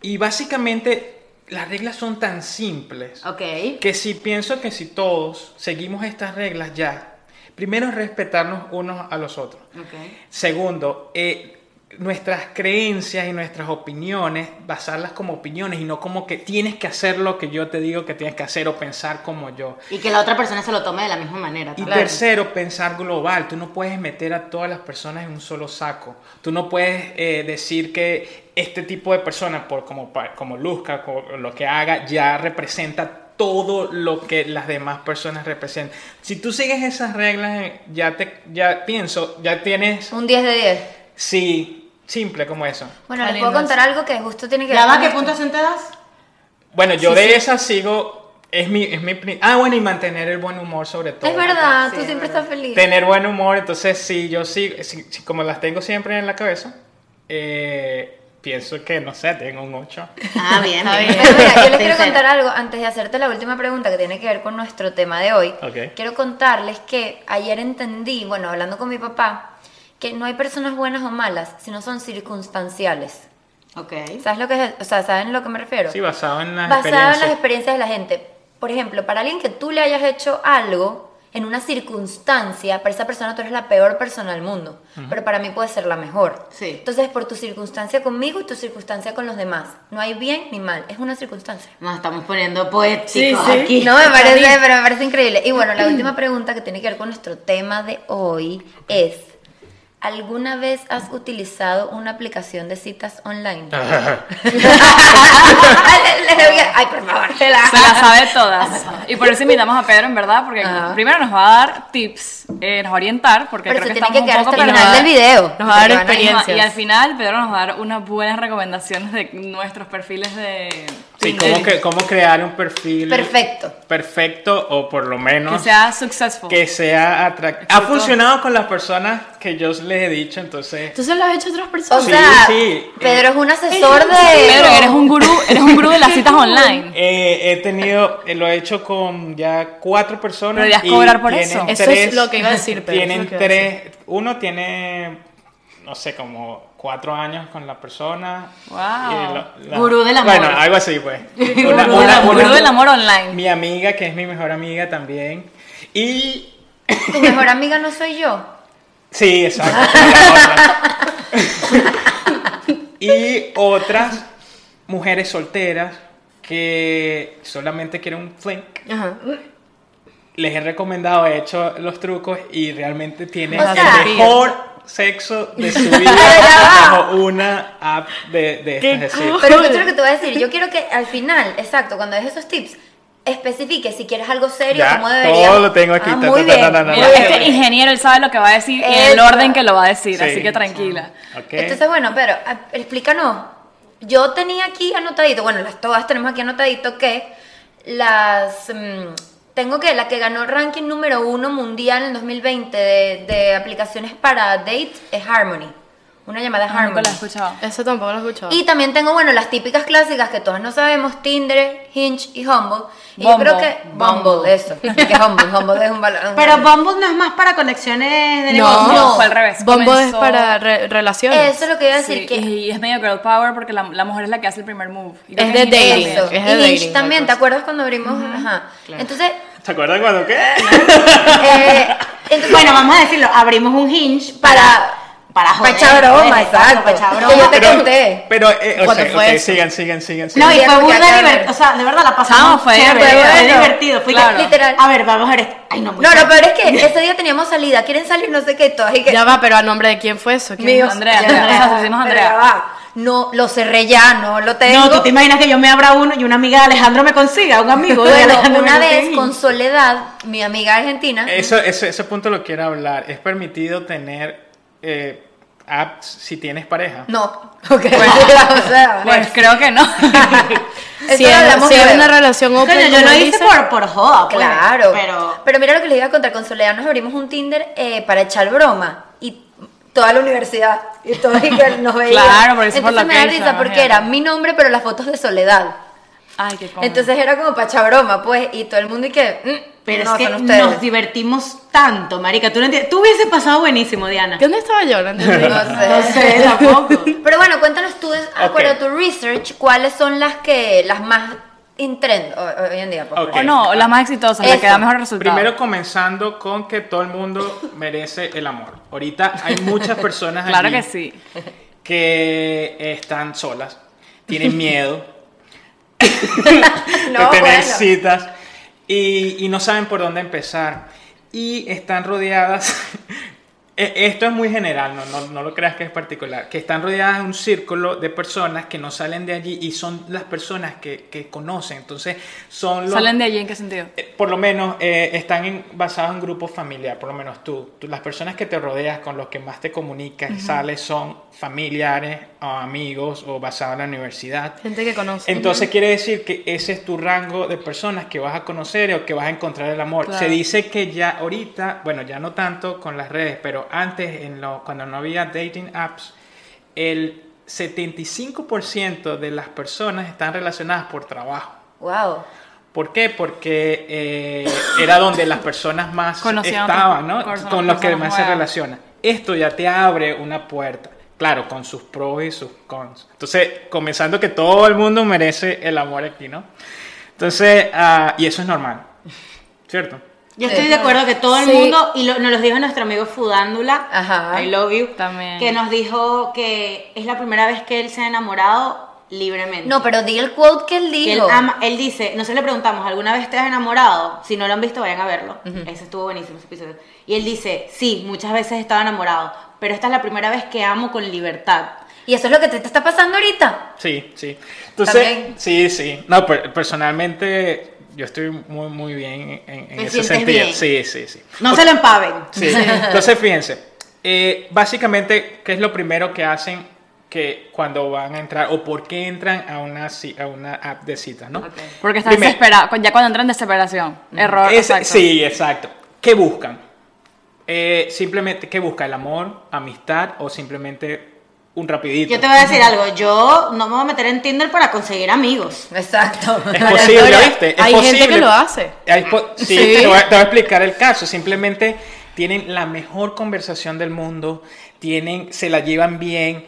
Speaker 1: Y básicamente las reglas son tan simples
Speaker 2: Ok.
Speaker 1: que si pienso que si todos seguimos estas reglas ya, primero es respetarnos unos a los otros.
Speaker 2: Ok.
Speaker 1: Segundo, eh, nuestras creencias y nuestras opiniones, basarlas como opiniones y no como que tienes que hacer lo que yo te digo que tienes que hacer o pensar como yo.
Speaker 2: Y que la otra persona se lo tome de la misma manera.
Speaker 1: Y
Speaker 2: también.
Speaker 1: tercero, pensar global. Tú no puedes meter a todas las personas en un solo saco. Tú no puedes eh, decir que este tipo de persona, por como, pa- como luzca, como lo que haga, ya representa todo lo que las demás personas representan. Si tú sigues esas reglas, eh, ya te, ya pienso, ya tienes,
Speaker 3: Un 10 de 10.
Speaker 1: sí, simple como eso.
Speaker 3: Bueno, les puedo contar algo que justo tiene que
Speaker 2: ¿Ya va?
Speaker 3: con
Speaker 2: ¿Qué
Speaker 3: esto.
Speaker 2: puntuación te das?
Speaker 1: Bueno, yo de esas sigo, es mi, es mi, pri- ah, bueno, y mantener el buen humor sobre todo.
Speaker 3: Es verdad, tú siempre estás feliz.
Speaker 1: tener buen humor, entonces si yo sí, si, si como las tengo siempre en la cabeza, eh, pienso que, no sé, tengo un 8.
Speaker 2: Ah, bien,
Speaker 3: Está
Speaker 2: bien.
Speaker 3: bien. Pero
Speaker 2: (laughs)
Speaker 3: mira, yo les quiero
Speaker 2: Sincero.
Speaker 3: contar algo antes de hacerte la última pregunta que tiene que ver con nuestro tema de hoy.
Speaker 1: Ok.
Speaker 3: Quiero contarles que ayer entendí, bueno, hablando con mi papá, que no hay personas buenas o malas, sino son circunstanciales.
Speaker 2: Ok.
Speaker 3: ¿Sabes lo que es? O sea, ¿saben lo que me refiero?
Speaker 1: Sí, basado en las
Speaker 3: Basado en las
Speaker 1: experiencias.
Speaker 3: experiencias de la gente. Por ejemplo, para alguien que tú le hayas hecho algo en una circunstancia, para esa persona tú eres la peor persona del mundo, pero para mí puede ser la mejor.
Speaker 2: Sí.
Speaker 3: Entonces, por tu circunstancia conmigo y tu circunstancia con los demás. No hay bien ni mal, es una circunstancia.
Speaker 2: Nos estamos poniendo poéticos aquí.
Speaker 3: No, me parece, pero me parece increíble. Y bueno, la última pregunta que tiene que ver con nuestro tema de hoy es, ¿alguna vez has utilizado una aplicación de citas online? Ay, por favor.
Speaker 6: Se la sabe todas. Y por eso invitamos a Pedro, en verdad, porque
Speaker 3: Ajá.
Speaker 6: primero nos va a dar tips, eh, nos va a orientar, porque
Speaker 3: Pero
Speaker 6: creo
Speaker 3: se
Speaker 6: que
Speaker 3: tiene que
Speaker 6: estamos
Speaker 3: quedar
Speaker 6: un poco
Speaker 3: hasta el
Speaker 6: perdidos.
Speaker 3: final del video.
Speaker 5: Nos va a dar
Speaker 3: Porque van
Speaker 5: experiencia.
Speaker 6: Y al final Pedro nos va a dar unas buenas recomendaciones de nuestros perfiles de
Speaker 1: Sí,
Speaker 6: Tinder.
Speaker 1: cómo, que- cómo crear un perfil
Speaker 3: Perfecto.
Speaker 1: perfecto o por lo menos
Speaker 6: Que sea successful.
Speaker 1: que sea atractivo. Ha funcionado con las personas que yo les he dicho, entonces...
Speaker 5: Tú se lo has hecho a otras
Speaker 3: O
Speaker 5: personas.
Speaker 1: Sí,
Speaker 3: sea,
Speaker 1: sí.
Speaker 3: Pedro es un asesor de...
Speaker 6: Pedro, eres un gurú, eres un gurú de las
Speaker 1: (laughs)
Speaker 6: citas online.
Speaker 1: eh, he tenido, eh, lo he hecho con ya cuatro personas.
Speaker 6: Pero ya es
Speaker 1: y
Speaker 6: cobrar por
Speaker 1: tienen
Speaker 6: eso.
Speaker 5: Eso es
Speaker 1: tres-
Speaker 5: lo que iba a decir, pero eso
Speaker 1: Tienen
Speaker 5: es lo que iba a
Speaker 1: tres, uno tiene, no sé, como cuatro años con la persona. Y
Speaker 6: Wow.
Speaker 1: la- la-
Speaker 2: Gurú del amor.
Speaker 1: Bueno, algo así,
Speaker 5: (laughs)
Speaker 1: pues.
Speaker 6: Gurú del amor, gurú del amor online.
Speaker 1: Mi amiga, que es mi mejor amiga también. Y,
Speaker 3: Tu mejor amiga no soy yo.
Speaker 1: sí, exacto. la otra. y otras mujeres solteras que solamente quieren un fling.
Speaker 5: Ajá.
Speaker 1: les he recomendado, he hecho los trucos y realmente tienen
Speaker 3: O
Speaker 1: el
Speaker 3: sea-
Speaker 1: mejor sexo de su vida bajo una app de, de
Speaker 5: Qué
Speaker 1: estas. es decir,
Speaker 5: cool.
Speaker 3: Pero esto es lo que te voy a decir. Yo quiero que al final, exacto, cuando des esos tips, especifique si quieres algo serio,
Speaker 1: Ya,
Speaker 3: cómo debería.
Speaker 1: todo lo tengo aquí,
Speaker 3: Ah,
Speaker 1: ta, ta,
Speaker 3: muy
Speaker 1: ta, ta,
Speaker 3: bien,
Speaker 1: ta, ta,
Speaker 3: muy
Speaker 6: Mira,
Speaker 1: ta.
Speaker 3: bien.
Speaker 6: este ingeniero, él sabe lo que va a decir y el
Speaker 3: Eso.
Speaker 6: orden que lo va a decir,
Speaker 1: Sí.
Speaker 6: así que tranquila.
Speaker 1: ok.
Speaker 3: Entonces, bueno, pero a- explícanos. Yo tenía aquí anotadito, bueno, las todas tenemos aquí anotadito que las. mm, tengo que la que ganó ranking número uno mundial en 2020 de, de aplicaciones para dates es Harmony. Una llamada
Speaker 6: Ah, Nunca
Speaker 3: Harmony.
Speaker 6: la he escuchado.
Speaker 5: Eso tampoco lo he escuchado.
Speaker 3: Y también tengo, bueno, las típicas clásicas que todos no sabemos, Tinder, Hinge y Humble. Y
Speaker 6: Bumble.
Speaker 3: yo creo que Bumble, eso. Que Humble, Humble es un balón.
Speaker 2: Pero Bumble no es más para conexiones de
Speaker 5: No,
Speaker 2: negocio.
Speaker 6: fue al revés.
Speaker 5: Bombo es
Speaker 6: Comenzó-
Speaker 5: para re- relaciones.
Speaker 3: eso es lo que iba a decir,
Speaker 6: Sí,
Speaker 3: que
Speaker 6: y es medio girl power porque la, la mujer es la que hace el primer move. Y creo
Speaker 5: Es
Speaker 6: que
Speaker 5: de
Speaker 6: Hinge
Speaker 5: dating.
Speaker 6: también.
Speaker 3: eso.
Speaker 5: es
Speaker 3: y
Speaker 5: de
Speaker 3: Hinge
Speaker 5: dating,
Speaker 3: también,
Speaker 5: una
Speaker 3: ¿te
Speaker 5: cosa.
Speaker 3: acuerdas cuando abrimos? Ajá. Entonces,
Speaker 1: ¿Te acuerdas cuando qué?
Speaker 3: eh, entonces-
Speaker 2: Bueno, vamos a decirlo, abrimos un hinge para... Para
Speaker 3: Para
Speaker 2: joder.
Speaker 3: echar broma, exacto.
Speaker 2: Para echar
Speaker 3: Que yo
Speaker 2: broma.
Speaker 3: te
Speaker 1: Pero,
Speaker 3: conté.
Speaker 1: pero eh, o
Speaker 5: ¿Cuándo
Speaker 1: sea,
Speaker 5: fue
Speaker 1: ok,
Speaker 5: eso?
Speaker 1: sigan, sigan, sigan. sigan.
Speaker 2: No, y
Speaker 3: Ya
Speaker 2: fue
Speaker 3: como que
Speaker 2: burda
Speaker 3: acá-
Speaker 2: divertido, o sea, de verdad la
Speaker 6: Chamo,
Speaker 2: pasamos
Speaker 6: fue
Speaker 2: chévere, fue
Speaker 3: divertido.
Speaker 2: divertido, fue
Speaker 6: Claro.
Speaker 3: Literal.
Speaker 2: A ver, vamos a ver esto. Ay, no, muy
Speaker 3: No,
Speaker 2: tarde.
Speaker 3: lo peor es que ese día teníamos salida, quieren salir no sé qué, todas y que...
Speaker 5: Ya va, pero a nombre de quién fue eso? ¿Quién-
Speaker 3: Mío.
Speaker 6: Andrea,
Speaker 3: Ya,
Speaker 6: Andrea, o sea, decimos
Speaker 3: pero
Speaker 6: Andrea.
Speaker 3: ya va. No, lo cerré ya, no lo tengo.
Speaker 2: No, tú te imaginas que yo me abra uno y una amiga de Alejandro me consiga, un amigo de
Speaker 3: (laughs) Bueno,
Speaker 2: Alejandro me
Speaker 3: una
Speaker 2: consiga
Speaker 3: vez
Speaker 2: un
Speaker 3: con
Speaker 2: hinge.
Speaker 3: Soledad, mi amiga argentina,
Speaker 1: Eso, eso- ese punto lo quiero hablar. ¿Es permitido tener eh, apps si tienes pareja?
Speaker 3: no. Ok, (laughs) o sea,
Speaker 6: Pues creo que no.
Speaker 3: eso
Speaker 5: Si
Speaker 3: lo
Speaker 5: es,
Speaker 3: hablamos
Speaker 5: si es
Speaker 3: luego.
Speaker 5: una relación open,
Speaker 2: Coño, yo
Speaker 5: como
Speaker 2: lo hice
Speaker 5: dice,
Speaker 2: por, por joda, pues,
Speaker 3: Claro.
Speaker 2: Pero...
Speaker 3: Pero... mira lo que les iba a contar. Con Soledad nos abrimos un Tinder eh, para echar broma. Y toda la universidad. Y todos y que nos veía.
Speaker 6: Claro, porque
Speaker 3: Entonces
Speaker 6: eso es por
Speaker 3: me da
Speaker 6: location,
Speaker 3: risa porque
Speaker 6: imagínate.
Speaker 3: era mi nombre, pero las fotos de Soledad.
Speaker 6: Ay, qué cómodo.
Speaker 3: Entonces era como para echar broma, pues. Y todo el mundo y que. mm,
Speaker 2: Pero
Speaker 3: no,
Speaker 2: es que
Speaker 3: son ustedes.
Speaker 2: nos divertimos tanto, marica. Tú no entiendes. Tú hubieses pasado buenísimo, Diana.
Speaker 5: ¿Dónde estaba yo? No entendí.
Speaker 3: No sé.
Speaker 2: No sé, tampoco.
Speaker 3: Pero bueno, cuéntanos tú, de acuerdo a tu research, cuáles son las que las más in trend hoy hoy en día. Pues.
Speaker 1: Ok.
Speaker 6: O no, la más exitosa, la que
Speaker 3: Eso.
Speaker 6: da mejor resultado.
Speaker 1: Primero comenzando con que todo el mundo merece el amor. Ahorita hay muchas personas
Speaker 6: (laughs) claro
Speaker 1: allí
Speaker 6: que sí.
Speaker 1: que están solas,
Speaker 3: (laughs)
Speaker 1: tienen miedo de
Speaker 3: No,
Speaker 1: tener
Speaker 3: bueno.
Speaker 1: citas y, y no saben por dónde empezar y están rodeadas. (laughs) e- Esto es muy general, no, no, no lo creas que es particular. Que están rodeadas de un círculo de personas que no salen de allí y son las personas que, que conocen. Entonces, son los.
Speaker 6: ¿Salen de allí en qué sentido?
Speaker 1: Eh, por lo menos eh, están en- basados en grupos familiares, por lo menos tú. Tú- Las personas que te rodeas, con los que más te comunicas, y sales, son familiares o amigos o basados en la universidad.
Speaker 5: Gente que conoce.
Speaker 1: Entonces quiere decir que ese es tu rango de personas que vas a conocer o que vas a encontrar el amor.
Speaker 6: Claro.
Speaker 1: Se dice que ya ahorita, bueno, ya no tanto con las redes, pero antes, en lo, cuando no había dating apps, el 75% de las personas están relacionadas por trabajo.
Speaker 3: Wow.
Speaker 1: ¿Por qué? Porque eh, era donde las personas más
Speaker 6: Conocían a otras
Speaker 1: estaban, ¿no?
Speaker 6: personas,
Speaker 1: con los que
Speaker 6: personas
Speaker 1: más se
Speaker 6: nuevas.
Speaker 1: relacionan. Esto ya te abre una puerta, claro, con sus pros y sus cons. Entonces, comenzando que todo el mundo merece el amor aquí, ¿no? Entonces, ah, y eso es normal, ¿cierto?
Speaker 3: (laughs)
Speaker 2: Yo estoy de acuerdo que todo el
Speaker 3: Sí.
Speaker 2: mundo, y lo- nos lo dijo nuestro amigo Fudándula,
Speaker 3: Ajá.
Speaker 2: I love you,
Speaker 6: También.
Speaker 2: que nos dijo que es la primera vez que él se ha enamorado libremente.
Speaker 3: No, pero di el quote que él dijo.
Speaker 2: Que él, ama- él dice, nosotros le preguntamos, ¿alguna vez te has enamorado? Si no lo han visto, vayan a verlo. Ese estuvo buenísimo, ese episodio. Y él dice, sí, muchas veces he estado enamorado, pero esta es la primera vez que amo con libertad.
Speaker 3: Y eso es lo que te, te está pasando ahorita.
Speaker 1: Sí, sí. Entonces,
Speaker 3: También.
Speaker 1: sí, sí. No, per- personalmente, yo estoy muy, muy bien en, en
Speaker 2: ¿Te
Speaker 1: ese
Speaker 2: sientes
Speaker 1: sentido.
Speaker 2: bien?
Speaker 1: Sí, sí, sí.
Speaker 2: No se lo empaven.
Speaker 1: Sí. Entonces, fíjense, eh, básicamente, ¿qué es lo primero que hacen que cuando van a entrar o por qué entran a una, ci- a una app de citas, no?
Speaker 6: Porque están
Speaker 1: Primero.
Speaker 6: desesperados. Ya cuando entran en desesperación. Error.
Speaker 1: Es-
Speaker 6: exacto.
Speaker 1: Sí, exacto. ¿Qué buscan? Eh, simplemente, ¿qué busca? ¿El amor, amistad o simplemente un rapidito?
Speaker 2: Yo te voy a decir algo, yo no me voy a meter en Tinder para conseguir amigos.
Speaker 3: Exacto.
Speaker 1: Es posible,
Speaker 5: Ahora,
Speaker 1: ¿viste? Es
Speaker 5: hay gente
Speaker 1: posible.
Speaker 5: que lo hace.
Speaker 1: Hay po- sí,
Speaker 5: Sí.
Speaker 1: Te, voy a, te voy a explicar el caso. Simplemente tienen la mejor conversación del mundo, tienen, se la llevan bien,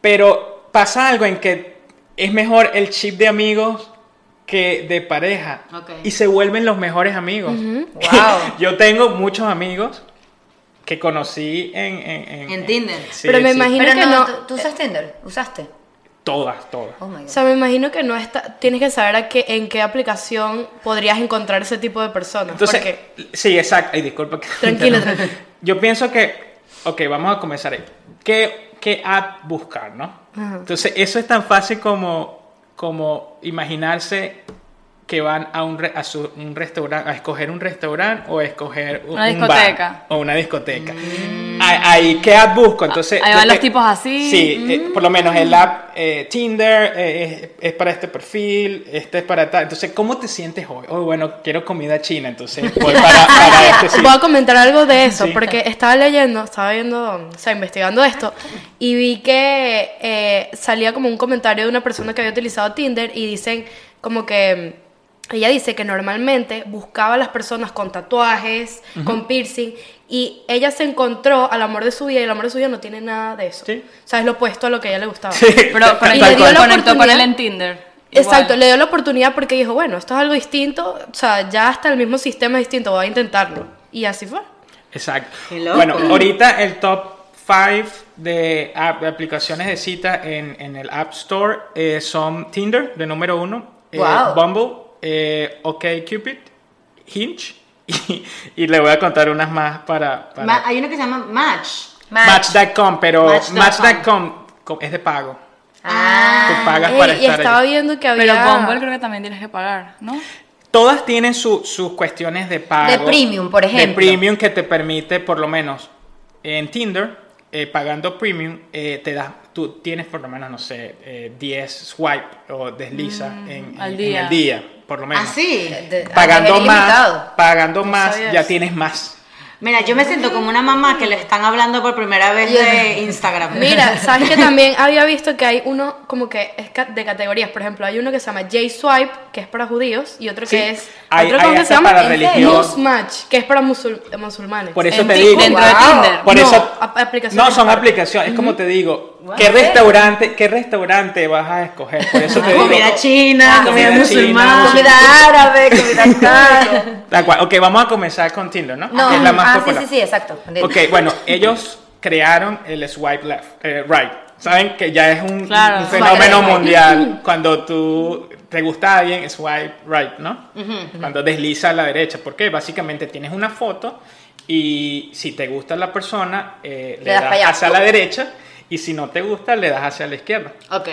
Speaker 1: pero pasa algo en que es mejor el chip de amigos que de pareja.
Speaker 2: Ok.
Speaker 1: Y se vuelven los mejores amigos. (laughs)
Speaker 3: Wow.
Speaker 1: Yo tengo muchos amigos que conocí en... En, en-
Speaker 2: En Tinder.
Speaker 1: sí,
Speaker 5: Pero me
Speaker 1: sí.
Speaker 5: imagino-
Speaker 3: Pero
Speaker 5: que
Speaker 3: no,
Speaker 5: no.
Speaker 3: ¿tú, tú usas Tinder? ¿Usaste?
Speaker 1: Todas, todas.
Speaker 3: Oh my
Speaker 5: O
Speaker 3: God.
Speaker 5: sea, me imagino que no está, tienes que saber a qué, en qué aplicación podrías encontrar ese tipo de personas.
Speaker 1: Entonces,
Speaker 5: porque
Speaker 1: sí, exacto. Ay, disculpa. que- (laughs)
Speaker 5: Tranquilo, tranquilo.
Speaker 1: Yo pienso que, ok, vamos a comenzar ahí. ¿Qué, qué app buscar, no? Entonces, eso es tan fácil como, como imaginarse que van a un, re- a su- un restaurante, a escoger un restaurante o a escoger un,
Speaker 6: Una
Speaker 1: un bar
Speaker 6: discoteca. Mm.
Speaker 1: o una discoteca. A- Ahí, ¿qué app busco? Entonces,
Speaker 6: Ahí
Speaker 1: yo
Speaker 6: van los
Speaker 1: que-
Speaker 6: tipos así.
Speaker 1: Sí, eh, por lo menos el app eh, Tinder eh, es, es para este perfil, este es para tal. Entonces, ¿cómo te sientes hoy? Oh, bueno, quiero comida china, entonces voy para, para este sitio.
Speaker 5: Voy a comentar algo de eso,
Speaker 1: Sí.
Speaker 5: porque estaba leyendo, estaba viendo, o sea, investigando esto, y vi que eh, salía como un comentario de una persona que había utilizado Tinder y dicen como que mm, ella dice que normalmente buscaba a las personas con tatuajes, con piercing, y ella se encontró al amor de su vida y el amor de su vida no tiene nada de eso.
Speaker 1: Sí.
Speaker 5: O sea, es lo opuesto a lo que a ella le gustaba.
Speaker 1: Sí,
Speaker 6: Pero
Speaker 1: tal
Speaker 5: y
Speaker 6: conectó,
Speaker 5: le dio
Speaker 1: cual.
Speaker 5: la
Speaker 6: conectó con
Speaker 5: oportunidad.
Speaker 6: él en Tinder.
Speaker 5: (laughs) Exacto,
Speaker 6: Igual.
Speaker 5: le dio la oportunidad porque dijo, bueno, esto es algo distinto, o sea, ya hasta el mismo sistema es distinto, voy a intentarlo. Y así fue.
Speaker 1: Exacto.
Speaker 2: Qué loco.
Speaker 1: Bueno, ahorita el top 5 de, app- de aplicaciones de cita en, en el App Store eh, son Tinder, de número uno, eh,
Speaker 3: Wow.
Speaker 1: Bumble, eh, OkCupid, Hinge, (laughs) y, y le voy a contar unas más para... para-
Speaker 2: Ma- hay uno que se llama Match.
Speaker 3: Match.
Speaker 1: Match.com, pero
Speaker 2: Match.com.
Speaker 1: Match.com com- es de pago.
Speaker 3: Ah.
Speaker 1: Tú pagas
Speaker 5: Ey,
Speaker 1: para
Speaker 5: y
Speaker 1: estar
Speaker 5: estaba
Speaker 1: allí.
Speaker 5: viendo que había...
Speaker 6: Pero Bumble creo que también tienes que pagar, ¿no?
Speaker 1: Todas tienen su- sus cuestiones de pago.
Speaker 3: De premium, por
Speaker 1: De
Speaker 3: ejemplo.
Speaker 1: premium que te permite, por lo menos, en Tinder, eh, pagando premium, eh, te das, tú tienes por lo menos, no sé, eh, 10 swipe o desliza
Speaker 3: Mm,
Speaker 1: en, en-
Speaker 6: al
Speaker 1: en
Speaker 6: día.
Speaker 1: el día, por lo menos.
Speaker 3: Ah,
Speaker 2: Así.
Speaker 3: De- a
Speaker 1: Pagando
Speaker 3: nivel
Speaker 1: más,
Speaker 3: ilimitado.
Speaker 1: pagando más,
Speaker 5: sabías.
Speaker 1: ya tienes más.
Speaker 2: Mira, yo me siento como una mamá que le están hablando por primera vez de Instagram.
Speaker 6: (laughs)
Speaker 5: Mira, sabes que también había visto que hay uno como que es ca- de categorías, por ejemplo, hay uno que se llama J-Swipe, que es para judíos, y otro
Speaker 1: Sí,
Speaker 5: que es...
Speaker 1: hay-
Speaker 5: otro
Speaker 1: hay
Speaker 5: que
Speaker 1: hasta
Speaker 5: se llama
Speaker 1: para religión.
Speaker 5: Newsmatch, que es para musul- musulmanes.
Speaker 1: Por eso
Speaker 6: En
Speaker 1: te
Speaker 6: Ti-
Speaker 1: digo.
Speaker 6: Dentro de
Speaker 3: Wow.
Speaker 6: Tinder.
Speaker 1: Por
Speaker 5: No,
Speaker 1: eso.
Speaker 5: ap- aplicaciones
Speaker 1: No, son
Speaker 5: aparte.
Speaker 1: aplicaciones. Es como te digo. ¿Qué restaurante, ¿Qué restaurante vas a escoger? Por eso te digo.
Speaker 2: Comida china,
Speaker 1: Ah,
Speaker 2: comida
Speaker 1: comida
Speaker 2: musulmana.
Speaker 1: china.
Speaker 3: Comida árabe,
Speaker 2: (laughs)
Speaker 3: comida tal.
Speaker 1: Tal cual. Ok, vamos a comenzar con Tinder, ¿no?
Speaker 3: No,
Speaker 1: Que es la más
Speaker 3: ah, sí,
Speaker 1: popular.
Speaker 3: sí, sí, exacto.
Speaker 1: (laughs) Ok, bueno, ellos crearon el swipe left, eh, right. Saben que ya es un,
Speaker 6: Claro.
Speaker 1: un fenómeno
Speaker 3: Swipe right. (laughs)
Speaker 1: mundial. Cuando tú te gusta a alguien, swipe right, ¿no? Cuando desliza a la derecha. Porque básicamente tienes una foto y si te gusta la persona, eh, le,
Speaker 3: das
Speaker 1: das
Speaker 3: pa' allá.
Speaker 1: hacia la derecha y si no te gusta, le das hacia la izquierda.
Speaker 2: Ok.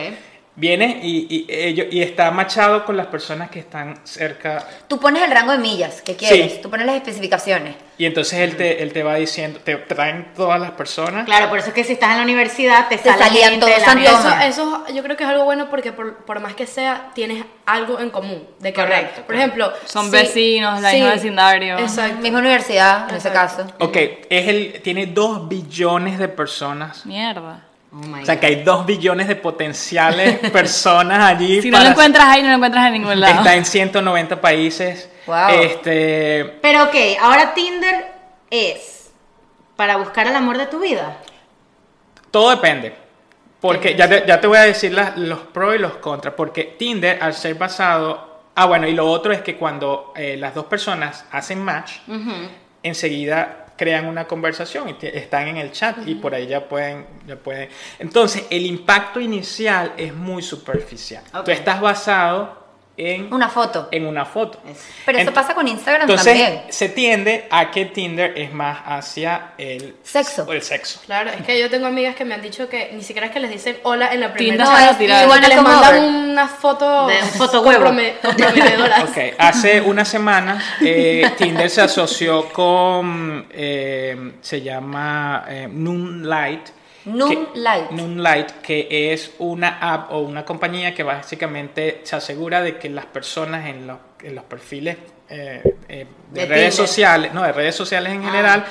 Speaker 1: Viene y, y, ello- y está machado con las personas que están cerca
Speaker 3: Tú pones el rango de millas que quieres,
Speaker 1: Sí.
Speaker 3: tú pones las especificaciones.
Speaker 1: Y entonces él te, él te va diciendo, te traen todas las personas.
Speaker 2: Claro, por eso es que si estás en la universidad te, sale
Speaker 3: salían
Speaker 2: gente
Speaker 3: todos
Speaker 2: de la
Speaker 3: santos.
Speaker 5: Y eso,
Speaker 3: Toma.
Speaker 5: eso yo creo que es algo bueno porque por, por más que sea, tienes algo en común. De que hablar.
Speaker 2: Correcto,
Speaker 5: Por ejemplo...
Speaker 6: Son vecinos, la misma vecindario.
Speaker 5: Exacto.
Speaker 3: Misma universidad, en ese caso.
Speaker 1: Ok, es el, tiene 2 billones de personas.
Speaker 6: Mierda.
Speaker 2: Oh my
Speaker 1: O sea que hay 2 billones de
Speaker 6: (laughs)
Speaker 1: potenciales personas allí.
Speaker 6: Si no lo
Speaker 1: para-
Speaker 6: encuentras ahí, no lo encuentras en ningún lado.
Speaker 1: Está en 190 países.
Speaker 3: Wow.
Speaker 1: Este,
Speaker 2: Pero ok, ahora Tinder es para buscar el amor de tu vida.
Speaker 1: todo depende. Porque ya te, ya te voy a decir las- los pros y los contras. Porque Tinder, al ser basado. Ah, bueno, y lo otro es que cuando eh, las dos personas hacen match, enseguida crean una conversación y te- están en el chat y por ahí ya pueden, ya pueden. Entonces, el impacto inicial es muy superficial.
Speaker 2: Ok.
Speaker 1: Tú estás basado en
Speaker 3: Una foto.
Speaker 1: en una foto.
Speaker 2: Es-
Speaker 3: Pero eso
Speaker 1: Ent-
Speaker 3: pasa con Instagram
Speaker 1: Eh, Entonces,
Speaker 3: también.
Speaker 1: se tiende a que Tinder es más hacia el
Speaker 3: Sexo.
Speaker 1: El sexo.
Speaker 5: Claro, es que yo tengo amigas que me han dicho que ni siquiera es que les dicen hola en la
Speaker 6: Tinder
Speaker 5: primera
Speaker 6: se
Speaker 5: chat,
Speaker 6: van a
Speaker 5: sino
Speaker 6: tirar.
Speaker 5: que
Speaker 3: Igual
Speaker 5: les
Speaker 3: como
Speaker 5: mandan
Speaker 3: Uber.
Speaker 5: una foto
Speaker 2: De un fotohuevo.
Speaker 5: comprome- comprometedoras.
Speaker 1: Ok, hace unas semanas eh, Tinder se asoció con, eh, se llama eh, Noonlight.
Speaker 3: Noonlight.
Speaker 1: Que, Noonlight, que es una app o una compañía que básicamente se asegura de que las personas en los, en los perfiles eh, eh, de,
Speaker 2: De
Speaker 1: redes
Speaker 2: Tinder.
Speaker 1: sociales, no, de redes sociales en
Speaker 3: Ah.
Speaker 1: general,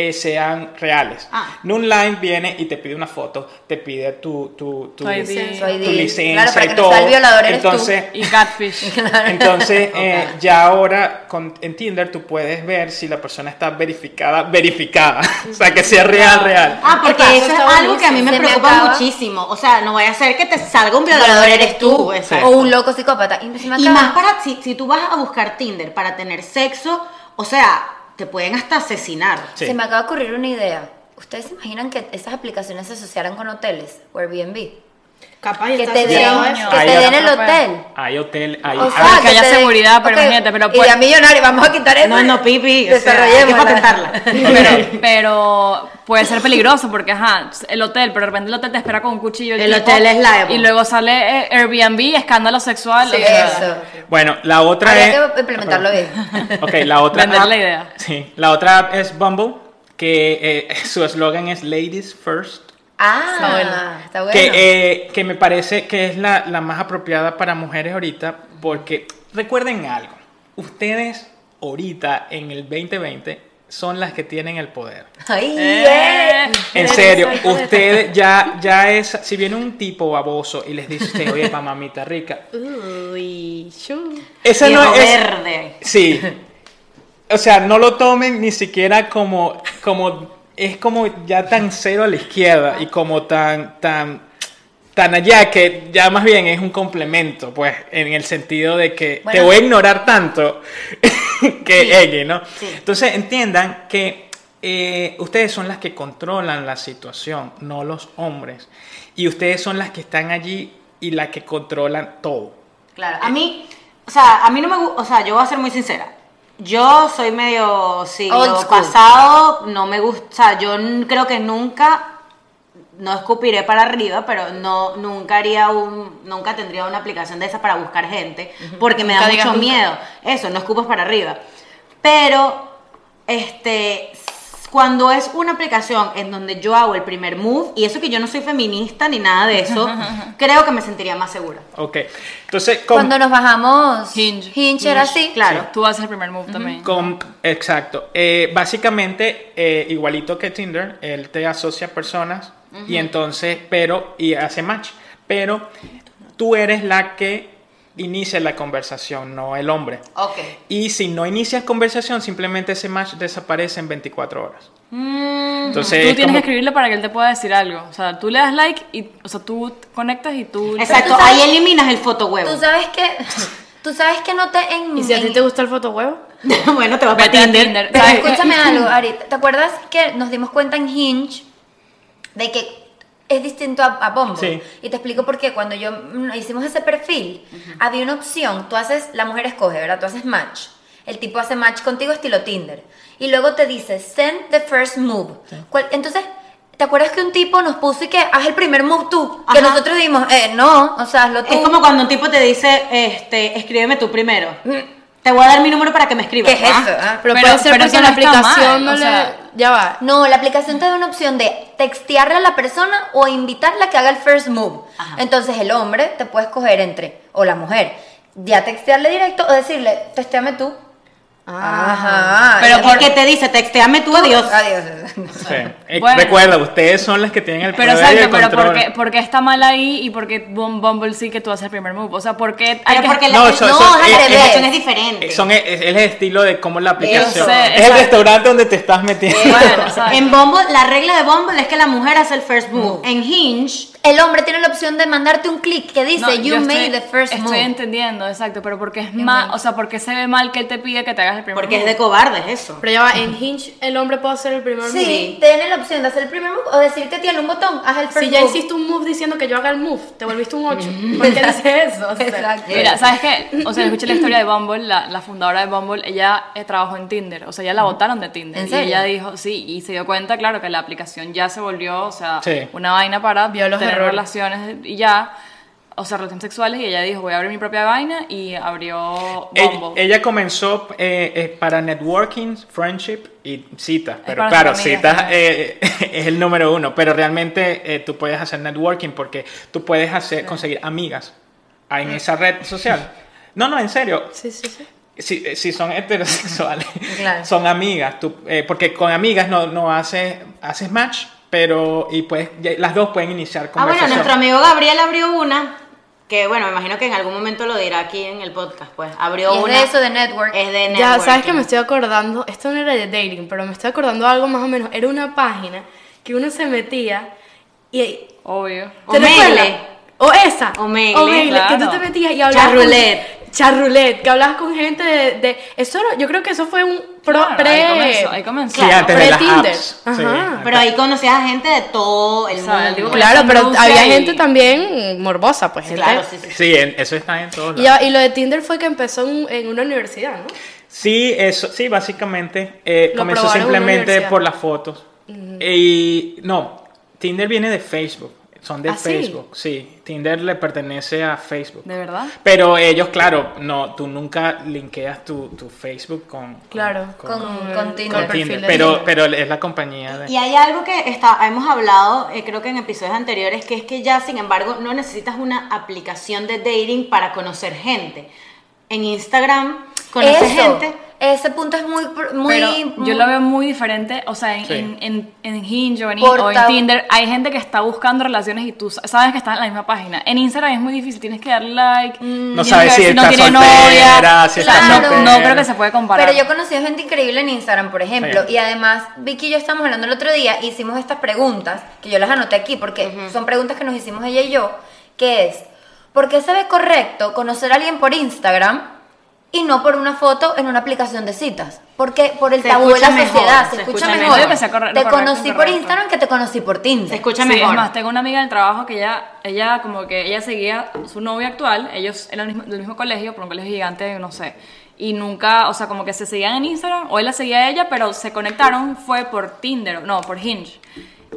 Speaker 1: eh, sean reales.
Speaker 2: Ah.
Speaker 1: Noonlight viene y te pide una foto, te pide tu, tu, tu,
Speaker 6: Tu ID.
Speaker 3: Su ID.
Speaker 1: tu licencia
Speaker 3: claro, para
Speaker 1: y
Speaker 3: que
Speaker 1: todo.
Speaker 3: no sea el violador eres tú.
Speaker 1: Entonces,
Speaker 6: Y Catfish.
Speaker 3: (laughs)
Speaker 1: entonces, eh, ya ahora con, en Tinder tú puedes ver si la persona está verificada, verificada. (laughs) o sea, que sea real, real.
Speaker 2: Ah, porque
Speaker 5: Epa, eso
Speaker 2: eso es
Speaker 5: está
Speaker 2: algo que a mí me
Speaker 3: buenísimo. Se me
Speaker 2: preocupa
Speaker 3: acaba.
Speaker 2: muchísimo. O sea, no vaya a ser que te salga un violador, eres tú. exacto.
Speaker 3: O un loco psicópata. Y, se me
Speaker 2: Y
Speaker 3: acaba.
Speaker 2: más para, si, si tú vas a buscar Tinder para tener sexo, o sea, te pueden hasta asesinar.
Speaker 1: Sí.
Speaker 3: Se me acaba de ocurrir una idea. ¿Ustedes se imaginan que esas aplicaciones se asociaran con hoteles o Airbnb?
Speaker 7: Capaz
Speaker 3: Que
Speaker 7: está
Speaker 3: te den,
Speaker 7: asociado a eso.
Speaker 3: que
Speaker 1: Ahí
Speaker 3: te
Speaker 1: ya
Speaker 3: den
Speaker 1: no
Speaker 3: el
Speaker 1: se
Speaker 3: hotel.
Speaker 1: Hay hotel, hay...
Speaker 3: O
Speaker 1: hay-
Speaker 3: sea,
Speaker 6: que haya
Speaker 3: te den-
Speaker 6: seguridad,
Speaker 3: ok,
Speaker 6: pero imagínate, pero
Speaker 3: Y
Speaker 6: pues-
Speaker 3: a millonario, vamos a quitar eso.
Speaker 2: No, no, pipi. o sea, hay que
Speaker 3: Desarrollemos.
Speaker 2: patentarla.
Speaker 3: (laughs)
Speaker 6: Pero, pero puede ser peligroso porque, ajá, el hotel, pero de repente el hotel te espera con un cuchillo.
Speaker 2: El hotel es liable.
Speaker 6: Y luego sale eh, Airbnb, escándalo sexual. o sea,
Speaker 3: Eso.
Speaker 1: Bueno, la otra
Speaker 3: Habría
Speaker 1: es...
Speaker 3: que implementarlo bien.
Speaker 1: (laughs) Ok, la otra
Speaker 6: Vender
Speaker 1: app-
Speaker 6: la idea.
Speaker 1: Sí, la otra app es Bumble, que eh, (laughs) su eslogan es Ladies First.
Speaker 3: Ah, está bueno.
Speaker 1: Que, eh, que me parece que es la, la más apropiada para mujeres ahorita, porque recuerden algo, ustedes ahorita en el 2020 son las que tienen el poder.
Speaker 3: Ay, eh.
Speaker 1: En serio, ustedes ya, ya es, si viene un tipo baboso y les dice usted, oye, pa mamita rica,
Speaker 7: Uy, shoo.
Speaker 1: esa
Speaker 2: Viejo
Speaker 1: no es...
Speaker 2: verde.
Speaker 1: Sí. O sea, no lo tomen ni siquiera como, como es como ya tan cero a la izquierda y como tan, tan, tan allá que ya más bien es un complemento, pues, en el sentido de que te
Speaker 3: Bueno.
Speaker 1: voy a ignorar tanto (laughs) que X, ¿no? Entonces entiendan que eh, ustedes son las que controlan la situación, no los hombres. Y ustedes son las que están allí y las que controlan todo.
Speaker 2: Claro, a mí, o sea, a mí no me gusta, o sea, yo voy a ser muy sincera. Yo soy medio
Speaker 3: Old
Speaker 2: siglo
Speaker 3: school.
Speaker 2: pasado, no me gusta, o sea, yo n- creo que nunca, no escupiré para arriba, pero no, nunca haría un, nunca tendría una aplicación de esa para buscar gente, porque me da
Speaker 7: Nunca
Speaker 2: mucho
Speaker 7: digas nunca.
Speaker 2: miedo. Eso, no escupas para arriba. Pero, este, s- cuando es una aplicación en donde yo hago el primer move, y eso que yo no soy feminista ni nada de eso, creo que me sentiría más segura.
Speaker 1: Ok. Entonces, ¿cómo?
Speaker 3: Cuando nos bajamos,
Speaker 6: Hinge.
Speaker 3: era así.
Speaker 2: Claro.
Speaker 6: Tú haces el primer move también.
Speaker 1: Com- exacto. Eh, básicamente, eh, igualito que Tinder, él te asocia personas y entonces, pero, y hace match. Pero tú eres la que inicia la conversación, no el hombre.
Speaker 3: Ok.
Speaker 1: Y si no inicias conversación, simplemente ese match desaparece en 24 horas. Entonces,
Speaker 6: Mm, tú
Speaker 1: es
Speaker 6: tienes
Speaker 1: como-
Speaker 6: que escribirle para que él te pueda decir algo. O sea, tú le das like y, o sea, tú conectas y tú.
Speaker 2: Exacto,
Speaker 3: Pero tú
Speaker 2: ahí
Speaker 3: sabes-
Speaker 2: eliminas el fotohuevo.
Speaker 3: Tú sabes que. Tú sabes que no te. En,
Speaker 5: ¿Y si a ti
Speaker 3: en-
Speaker 5: te gusta el fotohuevo?
Speaker 2: (laughs) bueno, te vas para
Speaker 6: Vete a
Speaker 2: Tinder.
Speaker 6: Tinder.
Speaker 3: Pero
Speaker 6: ¿sabes?
Speaker 3: escúchame algo,
Speaker 6: (laughs)
Speaker 3: Ari. ¿Te acuerdas que nos dimos cuenta en Hinge de que es distinto a, a Bumble?
Speaker 1: Sí.
Speaker 3: Y te explico por qué. Cuando yo mm, hicimos ese perfil, había una opción. Tú haces, la mujer escoge, ¿verdad? Tú haces match. El tipo hace match contigo estilo Tinder. Y luego te dice, send the first move. ¿Cuál- Entonces, ¿te acuerdas que un tipo nos puso y que haz el primer move tú? Que
Speaker 2: Ajá.
Speaker 3: nosotros dimos, eh, no, o sea, hazlo tú.
Speaker 2: Es como cuando un tipo te dice, este, escríbeme tú primero. Te voy a dar mi número para que me escribas.
Speaker 3: ¿Qué es eso?
Speaker 2: Ah,
Speaker 3: ah?
Speaker 5: Pero,
Speaker 6: Pero-
Speaker 5: puede ser
Speaker 6: pero
Speaker 5: porque
Speaker 6: eso
Speaker 5: la
Speaker 6: no está
Speaker 5: aplicación
Speaker 6: mal,
Speaker 5: no
Speaker 6: o
Speaker 5: le...
Speaker 6: sea-
Speaker 5: ya va.
Speaker 3: No, la aplicación te da una opción de textearle a la persona o invitarla a que haga el first move. Entonces el hombre te puede escoger entre, o la mujer, ya textearle directo o decirle, texteame tú.
Speaker 6: Ah.
Speaker 3: Ajá.
Speaker 2: Pero
Speaker 3: Ya-
Speaker 2: por... que te dice, texteame tú, adiós.
Speaker 3: Adiós.
Speaker 1: Sí. Eh,
Speaker 6: Bueno.
Speaker 1: Recuerda, ustedes son las que tienen el
Speaker 6: Pero
Speaker 1: poder y el
Speaker 6: exacto, pero ¿por
Speaker 1: control.
Speaker 6: qué, por qué está mal ahí y por qué Bum- Bumble sí que tú haces el primer move? O sea, ¿por qué hay
Speaker 2: Pero
Speaker 6: que...
Speaker 2: porque
Speaker 1: No, eh,
Speaker 2: la,
Speaker 1: eso-
Speaker 2: no,
Speaker 1: eso-
Speaker 2: la
Speaker 1: es- es-
Speaker 2: aplicación es diferente.
Speaker 1: Eh, Son, es, es el estilo de cómo la aplicación.
Speaker 6: Eso,
Speaker 1: es el
Speaker 6: exacto.
Speaker 1: restaurante donde te estás metiendo.
Speaker 6: (laughs) Bueno, exacto.
Speaker 2: En Bumble, la regla de Bumble es que la mujer hace el first move. En Hinge,
Speaker 3: El hombre tiene la opción de mandarte un clic que dice,
Speaker 6: No,
Speaker 3: you
Speaker 6: yo estoy-
Speaker 3: made the first
Speaker 6: estoy
Speaker 3: move.
Speaker 6: entendiendo, exacto, pero porque es mal, o sea, porque se ve mal que él te pida que te hagas el primer
Speaker 2: porque es
Speaker 6: move?
Speaker 2: de cobardes eso.
Speaker 5: Pero ya va, en Hinge el hombre puede hacer el primer
Speaker 3: Sí,
Speaker 5: move.
Speaker 3: tiene la opción de hacer el primer move o decirte tiene un botón, haz el first
Speaker 5: Si ya
Speaker 3: move.
Speaker 5: hiciste un move diciendo que yo haga el move, te volviste un 8. ¿Por qué dices eso? O sea,
Speaker 3: Exacto.
Speaker 6: Mira, ¿sabes qué? O sea, escuché la historia de Bumble, la, la fundadora de Bumble, ella eh, trabajó en Tinder, o sea, ella la votaron de Tinder.
Speaker 3: ¿En
Speaker 6: Y ella
Speaker 3: serio?
Speaker 6: dijo, sí, y se dio cuenta, claro, que la aplicación ya se volvió, o sea,
Speaker 1: Sí.
Speaker 6: una vaina para
Speaker 5: Vio los
Speaker 6: tener
Speaker 5: errores.
Speaker 6: relaciones y ya, o sea, relaciones sexuales, y ella dijo, voy a abrir mi propia vaina, y abrió
Speaker 1: (laughs) Ella,
Speaker 6: Bumble.
Speaker 1: ella comenzó eh, eh, para networking, friendship y citas, pero
Speaker 6: para
Speaker 1: claro,
Speaker 6: sus amigas,
Speaker 1: citas
Speaker 6: claro.
Speaker 1: eh, (laughs) es el número uno, pero realmente eh, tú puedes hacer networking porque tú puedes hacer, conseguir amigas
Speaker 6: Mm.
Speaker 1: en esa red social. No, no, en serio,
Speaker 5: Sí, sí, sí.
Speaker 1: si, eh, si son (laughs) heterosexuales,
Speaker 3: Claro.
Speaker 1: son amigas, tú, eh, porque con amigas no, no haces, haces match, pero y puedes, ya- las dos pueden iniciar
Speaker 2: Ah, bueno,
Speaker 1: conversación.
Speaker 2: nuestro amigo Gabriel abrió una, que bueno, me imagino que en algún momento lo dirá aquí en el podcast, pues. Abrió
Speaker 3: Y es de
Speaker 2: una.
Speaker 3: eso de network.
Speaker 2: Es de
Speaker 5: Ya, ¿sabes que
Speaker 2: networking.
Speaker 5: me estoy acordando? Esto no era de dating, pero me estoy acordando algo más o menos. Era una página que uno se metía y...
Speaker 6: Obvio.
Speaker 5: ¿Te
Speaker 2: Omegle.
Speaker 5: recuerdas? O esa.
Speaker 2: Omegle,
Speaker 5: que tú
Speaker 6: claro.
Speaker 5: te metías y hablabas...
Speaker 2: Charroulette.
Speaker 5: con- charrulet, que hablabas con gente de, de- eso era- yo creo que eso fue un pro,
Speaker 6: Claro,
Speaker 5: pre
Speaker 6: ahí comenzó, ahí comenzó.
Speaker 1: Sí, antes de las
Speaker 5: pre-Tinder.
Speaker 1: apps.
Speaker 5: Ajá.
Speaker 1: Sí, antes.
Speaker 2: Pero ahí conocías a gente de todo el
Speaker 6: O sea,
Speaker 2: mundo.
Speaker 6: digo,
Speaker 5: Claro,
Speaker 6: Comenzó
Speaker 5: pero
Speaker 6: en
Speaker 5: había
Speaker 6: Rusia y-
Speaker 5: gente también morbosa, pues gente.
Speaker 2: Claro, sí, sí.
Speaker 1: Sí, en- eso está en todos
Speaker 5: Y,
Speaker 1: lados.
Speaker 5: ya- y lo de Tinder fue que empezó en, en una universidad, ¿no?
Speaker 1: Sí, eso, sí, básicamente eh,
Speaker 5: Lo
Speaker 1: comenzó
Speaker 5: probaron en una
Speaker 1: simplemente
Speaker 5: universidad.
Speaker 1: por las fotos. Y no, Tinder viene de Facebook. Son de
Speaker 5: ¿Ah, sí?
Speaker 1: Facebook, sí. Tinder le pertenece a Facebook.
Speaker 6: ¿De verdad?
Speaker 1: Pero ellos, claro, no, tú nunca linkeas tu, tu Facebook con, con-
Speaker 5: Claro,
Speaker 1: con,
Speaker 3: con, con
Speaker 1: con
Speaker 3: Tinder.
Speaker 5: con
Speaker 1: Tinder.
Speaker 5: perfil de
Speaker 1: Pero,
Speaker 5: Tinder.
Speaker 1: pero es la compañía
Speaker 2: Y
Speaker 1: de...
Speaker 2: hay algo que está, hemos hablado, eh, creo que en episodios anteriores, que es que ya, sin embargo, no necesitas una aplicación de dating para conocer gente. En Instagram conoces
Speaker 3: Eso,
Speaker 2: gente.
Speaker 3: Ese punto es muy, pr- muy,
Speaker 6: Pero yo lo veo muy diferente, o sea, en,
Speaker 1: Sí.
Speaker 6: en, en, en Hinge o en,
Speaker 3: Por
Speaker 6: o en
Speaker 3: tab-
Speaker 6: Tinder hay gente que está buscando relaciones y tú sa- sabes que están en la misma página. En Instagram es muy difícil, tienes que dar like,
Speaker 1: No
Speaker 3: Mm.
Speaker 6: tienes
Speaker 1: sabes
Speaker 6: que
Speaker 1: si
Speaker 6: ver
Speaker 1: está soltera, si está
Speaker 3: Claro.
Speaker 1: soltera.
Speaker 6: No creo que se puede comparar.
Speaker 3: Pero yo conocí a gente increíble en Instagram, por ejemplo.
Speaker 1: Sí.
Speaker 3: Y además, Vicky y yo estábamos hablando el otro día, hicimos estas preguntas, que yo las anoté aquí, porque son preguntas que nos hicimos ella y yo, que es, ¿por qué se ve correcto conocer a alguien por Instagram y no por una foto en una aplicación de citas? Porque por el
Speaker 2: Se
Speaker 3: tabú de la
Speaker 2: escucha mejor,
Speaker 3: sociedad, se,
Speaker 2: se
Speaker 3: escucha,
Speaker 2: escucha
Speaker 3: mejor.
Speaker 2: mejor.
Speaker 6: Que sea corre-
Speaker 3: te
Speaker 6: correcto,
Speaker 3: conocí por
Speaker 6: incorrecto.
Speaker 3: Instagram que te conocí por Tinder.
Speaker 2: Se escucha
Speaker 6: Sí,
Speaker 2: mejor.
Speaker 6: es más, tengo una amiga del trabajo que ella, ella como que ella seguía a su novio actual, ellos eran del mismo, del mismo colegio, por un colegio gigante, no sé. Y nunca, o sea, como que se seguían en Instagram, o él la seguía a ella, pero se conectaron, fue por Tinder, no, por Hinge.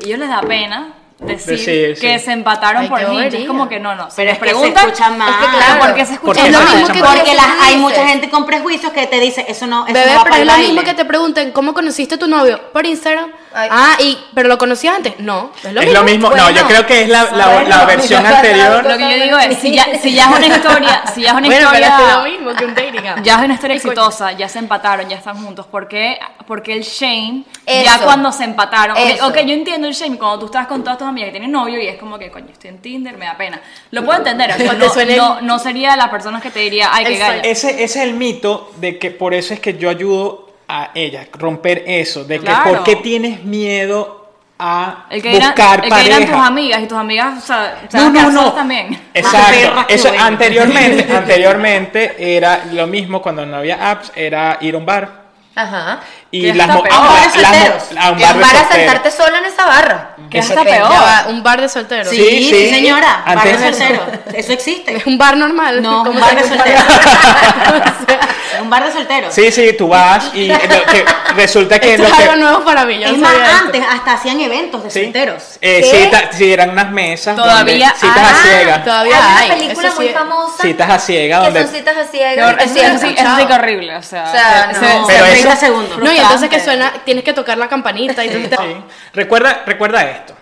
Speaker 6: Y ellos les da pena decir
Speaker 1: Decir, sí.
Speaker 6: que se empataron
Speaker 5: Ay,
Speaker 6: por
Speaker 5: qué
Speaker 6: Hinge. Es
Speaker 5: bobería.
Speaker 6: como que no, no. si
Speaker 2: Pero
Speaker 6: les
Speaker 2: es que se
Speaker 6: preguntan,
Speaker 2: escucha más.
Speaker 3: Es que claro,
Speaker 6: ¿Por qué se escucha
Speaker 1: Porque
Speaker 5: Es lo
Speaker 1: se
Speaker 5: mismo
Speaker 1: escucha
Speaker 5: que
Speaker 1: más.
Speaker 5: con-
Speaker 2: Porque
Speaker 3: tú
Speaker 2: las, hay
Speaker 3: dices.
Speaker 2: mucha gente con prejuicios que te dice, eso no, eso
Speaker 5: Bebé,
Speaker 2: no va
Speaker 5: pero
Speaker 2: para
Speaker 5: es
Speaker 2: el
Speaker 5: lo
Speaker 2: baile.
Speaker 5: mismo que te pregunten, ¿cómo conociste a tu novio? Por Instagram.
Speaker 3: Ay.
Speaker 5: Ah, y, pero lo conocías antes. No, es lo
Speaker 1: es
Speaker 5: mismo.
Speaker 1: lo mismo, no, yo
Speaker 3: Bueno.
Speaker 1: creo que es la, la-
Speaker 3: Bueno,
Speaker 1: la versión
Speaker 3: mira,
Speaker 1: anterior.
Speaker 6: Lo que yo digo es, si ya, si ya es una historia, si ya es una
Speaker 5: (laughs) Bueno, pero
Speaker 6: historia...
Speaker 5: es lo mismo que un dating app.
Speaker 6: Ya es una historia exitosa, ya se empataron, ya están juntos. ¿Por qué, ¿Por qué el shame? Ya
Speaker 3: Eso.
Speaker 6: cuando se empataron. Ok,
Speaker 3: Eso.
Speaker 6: ok, yo entiendo el shame cuando tú estás con todas tus amigas que tienen novio y es como que, coño, estoy en Tinder, me da pena. Lo puedo entender, pero
Speaker 5: Cuando
Speaker 6: no,
Speaker 5: suena el-
Speaker 6: no, no sería las personas que te diría, ay, que
Speaker 5: El
Speaker 6: gaya.
Speaker 1: Ese, ese es el mito de que por eso es que yo ayudo a ella, romper eso, de que
Speaker 6: Claro.
Speaker 1: por qué tienes miedo a
Speaker 6: El que dirán,
Speaker 1: buscar
Speaker 6: el que dirán tus
Speaker 1: pareja.
Speaker 6: amigas y tus amigas, o sea, se
Speaker 1: No,
Speaker 6: van
Speaker 1: no,
Speaker 6: cansadas
Speaker 1: no.
Speaker 6: también.
Speaker 2: Más
Speaker 1: Exacto.
Speaker 2: perras que
Speaker 1: Eso,
Speaker 2: buenas.
Speaker 1: anteriormente, anteriormente era lo mismo cuando no había apps, era ir a un bar.
Speaker 3: Ajá.
Speaker 1: Y
Speaker 6: Que
Speaker 1: las,
Speaker 6: hasta
Speaker 1: mo-
Speaker 6: peor.
Speaker 1: ah,
Speaker 3: A un bar de
Speaker 1: las mo-
Speaker 3: solteros.
Speaker 1: a un
Speaker 3: Que
Speaker 1: bar de
Speaker 3: para
Speaker 1: solteros.
Speaker 3: sentarte sola en esa barra.
Speaker 6: Que es hasta
Speaker 3: Ok, ya
Speaker 6: peor.
Speaker 3: va.
Speaker 5: Ah, un bar de solteros.
Speaker 2: Sí,
Speaker 1: Sí,
Speaker 2: sí,
Speaker 1: sí.
Speaker 2: señora.
Speaker 1: Antes-
Speaker 2: Barrio soltero. Eso
Speaker 5: (laughs)
Speaker 2: existe.
Speaker 5: Es un bar normal.
Speaker 2: No, un
Speaker 5: ¿Cómo
Speaker 2: bar
Speaker 5: se
Speaker 2: de
Speaker 5: llama?
Speaker 2: soltero.
Speaker 5: O (laughs) sea,
Speaker 2: un bar de soltero.
Speaker 1: Sí, sí, tú vas y lo que- resulta que
Speaker 5: esto
Speaker 1: lo
Speaker 5: es
Speaker 1: que
Speaker 5: algo nuevo para mí. yo no
Speaker 2: es más,
Speaker 5: sabía esto.
Speaker 2: antes hasta hacían eventos de
Speaker 1: sí,
Speaker 2: solteros.
Speaker 1: eh,
Speaker 3: ¿Qué?
Speaker 1: cita- sí, eran unas mesas
Speaker 6: Todavía
Speaker 1: donde citas a
Speaker 3: hay.
Speaker 1: ciegas.
Speaker 5: Todavía
Speaker 3: hay
Speaker 5: hay,
Speaker 3: una película
Speaker 5: eso
Speaker 3: muy
Speaker 5: sí-
Speaker 3: famosa.
Speaker 1: Citas a ciegas
Speaker 3: que
Speaker 1: donde
Speaker 3: son citas así
Speaker 6: Qué hor-
Speaker 3: de
Speaker 6: Eso sí, eso sí, eso sí que horrible, o sea.
Speaker 3: O sea,
Speaker 6: se-
Speaker 3: no.
Speaker 6: se-
Speaker 1: Pero
Speaker 2: en
Speaker 1: eso-
Speaker 2: 30 segundos.
Speaker 5: No, y entonces que suena, tienes que tocar la campanita y entonces te-
Speaker 1: Sí. Recuerda, recuerda esto.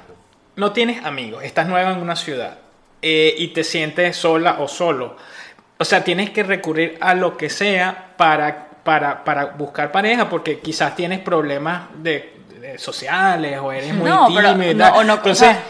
Speaker 1: No tienes amigos, estás nueva en una ciudad eh, y te sientes sola o solo. O sea, tienes que recurrir a lo que sea para, para, para buscar pareja, porque quizás tienes problemas de, de sociales o eres muy
Speaker 6: No, pero
Speaker 1: tímido. y
Speaker 6: no-
Speaker 1: tal.
Speaker 6: o no-
Speaker 1: Entonces,
Speaker 6: o sea,